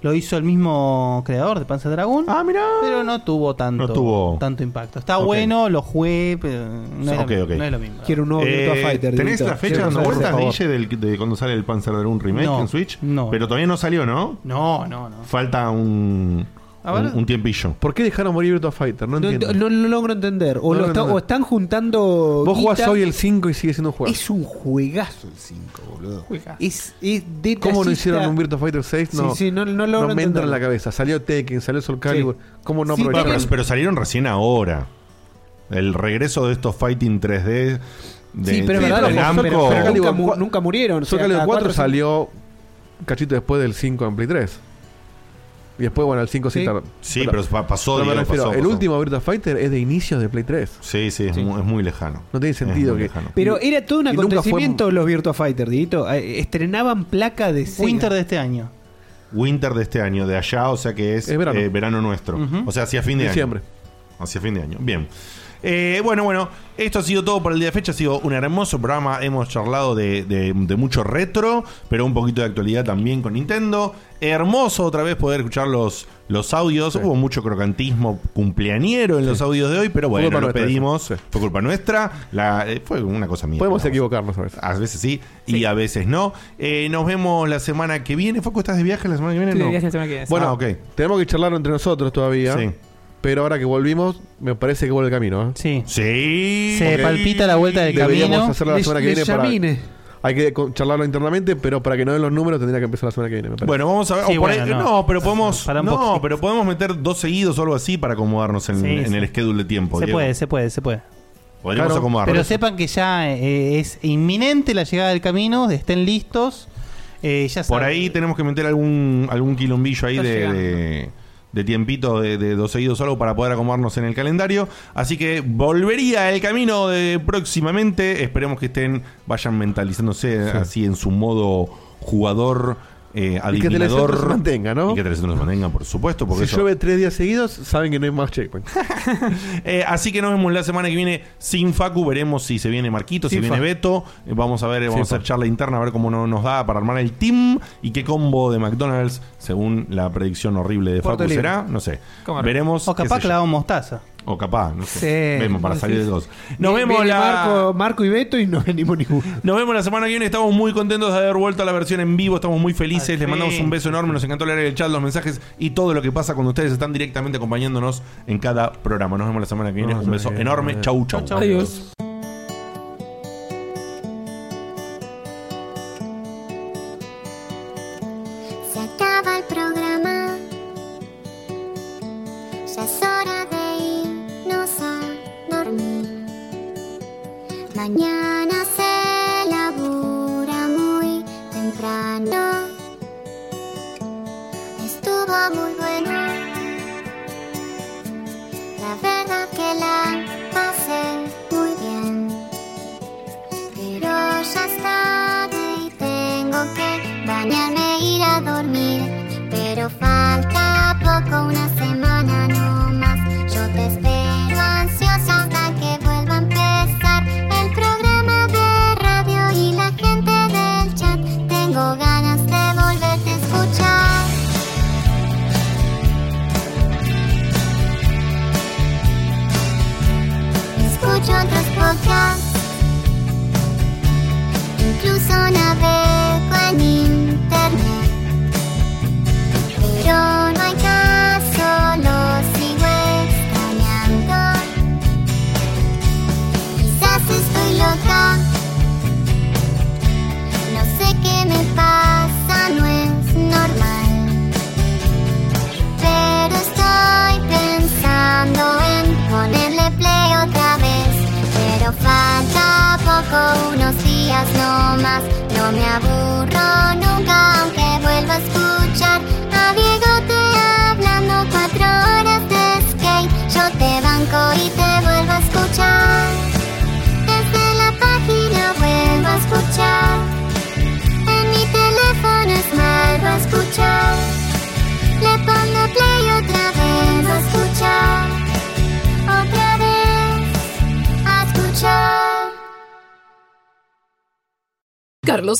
Lo hizo el mismo creador de Panzer Dragoon. Ah, mira. Pero no tuvo tanto,
No tuvo-
tanto impacto. Está
Ok.
bueno, lo jugué, pero no, es
Ok,
lo,
ok.
no es lo mismo.
Quiero un nuevo
Eh,
Virtua Fighter.
¿Tenés
Dieguito.
la fecha
Quiero
dando
un nuevo,
vueltas,
por favor.
Guille, del- de cuando sale el Panzer Dragon Remake
No,
en Switch?
no.
Pero todavía no salió, ¿no?
No, no, no.
Falta un,
A ver.
un, un tiempillo.
¿Por qué dejaron morir Virtua Fighter? No
No,
entiendo.
no- no logro entender. O,
No
lo
logro
está-
entender.
o están juntando.
Vos jugás
guita.
hoy el 5 y sigue siendo un juego.
Es un juegazo el 5, boludo. Es, es
¿Cómo no
detallista.
hicieron un Virtua Fighter 6? No,
Sí, sí, no- no logro
me entra en
entenderlo.
la cabeza. Salió Tekken, salió Soul Calibur. ¿Cómo no
Sí,
aprovecharon?
pero, pero salieron recién ahora. El regreso de estos Fighting 3D de,
sí, pero,
de-
es
de
verdad, los-
Namco.
pero- pero nunca, mu- nunca murieron. o
Soul
sea,
Calibur
cada
4
cuatro-
salió un cachito después del 5 en Play 3. Y después, bueno, el 5 sí,
Sí.
tardó.
Sí, pero pa- pasó,
me
digamos,
refiero,
pasó,
El
pasó.
último Virtua Fighter es de inicios de Play 3.
Sí, sí, es, Muy, es muy lejano.
No tiene sentido que.
Pero era todo un
y nunca fue-
acontecimiento los Virtua Fighter, Dieguito. Eh, Estrenaban placa de Sega.
Winter de este año.
Winter de este año, de allá, o sea que es, eh, verano. nuestro.
Ujú.
O sea, hacia fin de
Diciembre.
año. Hacia fin de año. Bien. Eh, bueno, bueno, esto ha sido todo por el día de fecha. Ha sido un hermoso programa. Hemos charlado de, de- de mucho retro, pero un poquito de actualidad también con Nintendo. Hermoso otra vez poder escuchar los, los audios. Hubo mucho crocantismo cumpleañero en los audios de hoy, pero bueno,
culpa
lo
nuestra,
pedimos. Fue culpa nuestra. La, eh, fue una cosa mía.
Podemos
equivocarnos a veces. A veces sí, y a veces no. Eh, nos vemos la semana que viene. ¿Facu, estás de viaje la semana que viene?
Estoy de
No.
viaje la semana que viene, sí.
Bueno,
Ah, ok.
tenemos que charlar entre nosotros todavía.
Sí.
Pero ahora que volvimos, me parece que vuelve el camino. ¿eh?
Sí.
Sí.
Se palpita la vuelta del
Deberíamos
camino.
hacerlo la
Le-
semana que
le
viene para-
llamine.
Hay que con- charlarlo internamente, pero para que no den los números tendría que empezar la semana que viene. me parece.
Bueno, vamos a ver. o por ahí- no. pero podemos. no, pero podemos meter dos seguidos o algo así para acomodarnos en,
Sí,
en
sí.
el schedule de tiempo.
Se
Diego.
puede, se puede, se puede.
Podríamos acomodarnos.
Pero sepan que ya eh, es inminente la llegada del camino, estén listos. Eh, ya
Por
saben.
ahí tenemos que meter algún, algún quilombillo ahí
Está
de,
llegando.
de- de tiempito de, de dos seguidos o algo para poder acomodarnos en el calendario. Así que volvería el camino de próximamente. Esperemos que estén, vayan mentalizándose así en su modo jugador. Eh,
Y que
adivinador.
Telecentre se mantenga, ¿no?
Y que Telecentre se mantenga, por supuesto. Porque
si
eso-
llueve tres días seguidos, saben que no hay más checkpoint.
Eh, así que nos vemos la semana que viene sin Facu. Veremos si se viene Marquito, si
Sin
viene
Facu.
Beto. Eh, vamos a ver, vamos
Sin
a hacer
Facu.
charla interna, a ver cómo no- nos da para armar el team y qué combo de McDonald's, según la predicción horrible de
Puerto
Facu,
Libre.
será. No sé.
¿Cómo no?
Veremos.
O
qué
capaz
sé yo.
clavamos mostaza.
O capaz, no sé.
Sí.
Vemos para
Sí.
salir de dos. Nos
Viene
vemos la.
Marco, Marco y Beto y no venimos ninguno.
Nos vemos la semana que viene. Estamos muy contentos de haber vuelto a la versión en vivo. Estamos muy felices. Les
fin.
mandamos un beso enorme. Nos encantó leer el chat, los mensajes y todo lo que pasa cuando ustedes están directamente acompañándonos en cada programa. Nos vemos la semana que viene.
Nos
Un
vemos
beso
la semana que
enorme.
viene.
Chau, chau.
Chau, chau. Adiós.
Se acaba el programa. Ya es hora de irnos a dormir. Mañana se labura muy temprano. estaba muy bueno. La verdad que la pasé muy bien. Pero ya es tarde y tengo que bañarme e ir a dormir. Pero falta poco, una semana no más. Yo te espero ansiosa hasta que vuelva a empezar el programa de radio y la gente del chat. Tengo ganas de volverte a escuchar. Escucho otros podcasts. Incluso navego en internet. Pero no hay caso, lo sigo extrañando. Quizás estoy loca. No sé qué me pasa, no es normal. Pero estoy pensando en ponerle play otra vez. Pero falta poco, unos días no más. No me aburro nunca, aunque vuelva a escuchar a Diego te hablando cuatro horas de skate. Yo te banco y te vuelvo a escuchar. Desde la página vuelvo a escuchar. En mi teléfono es malo escuchar. Le pongo play otra vez a escuchar. Otra vez a escuchar.
Carlos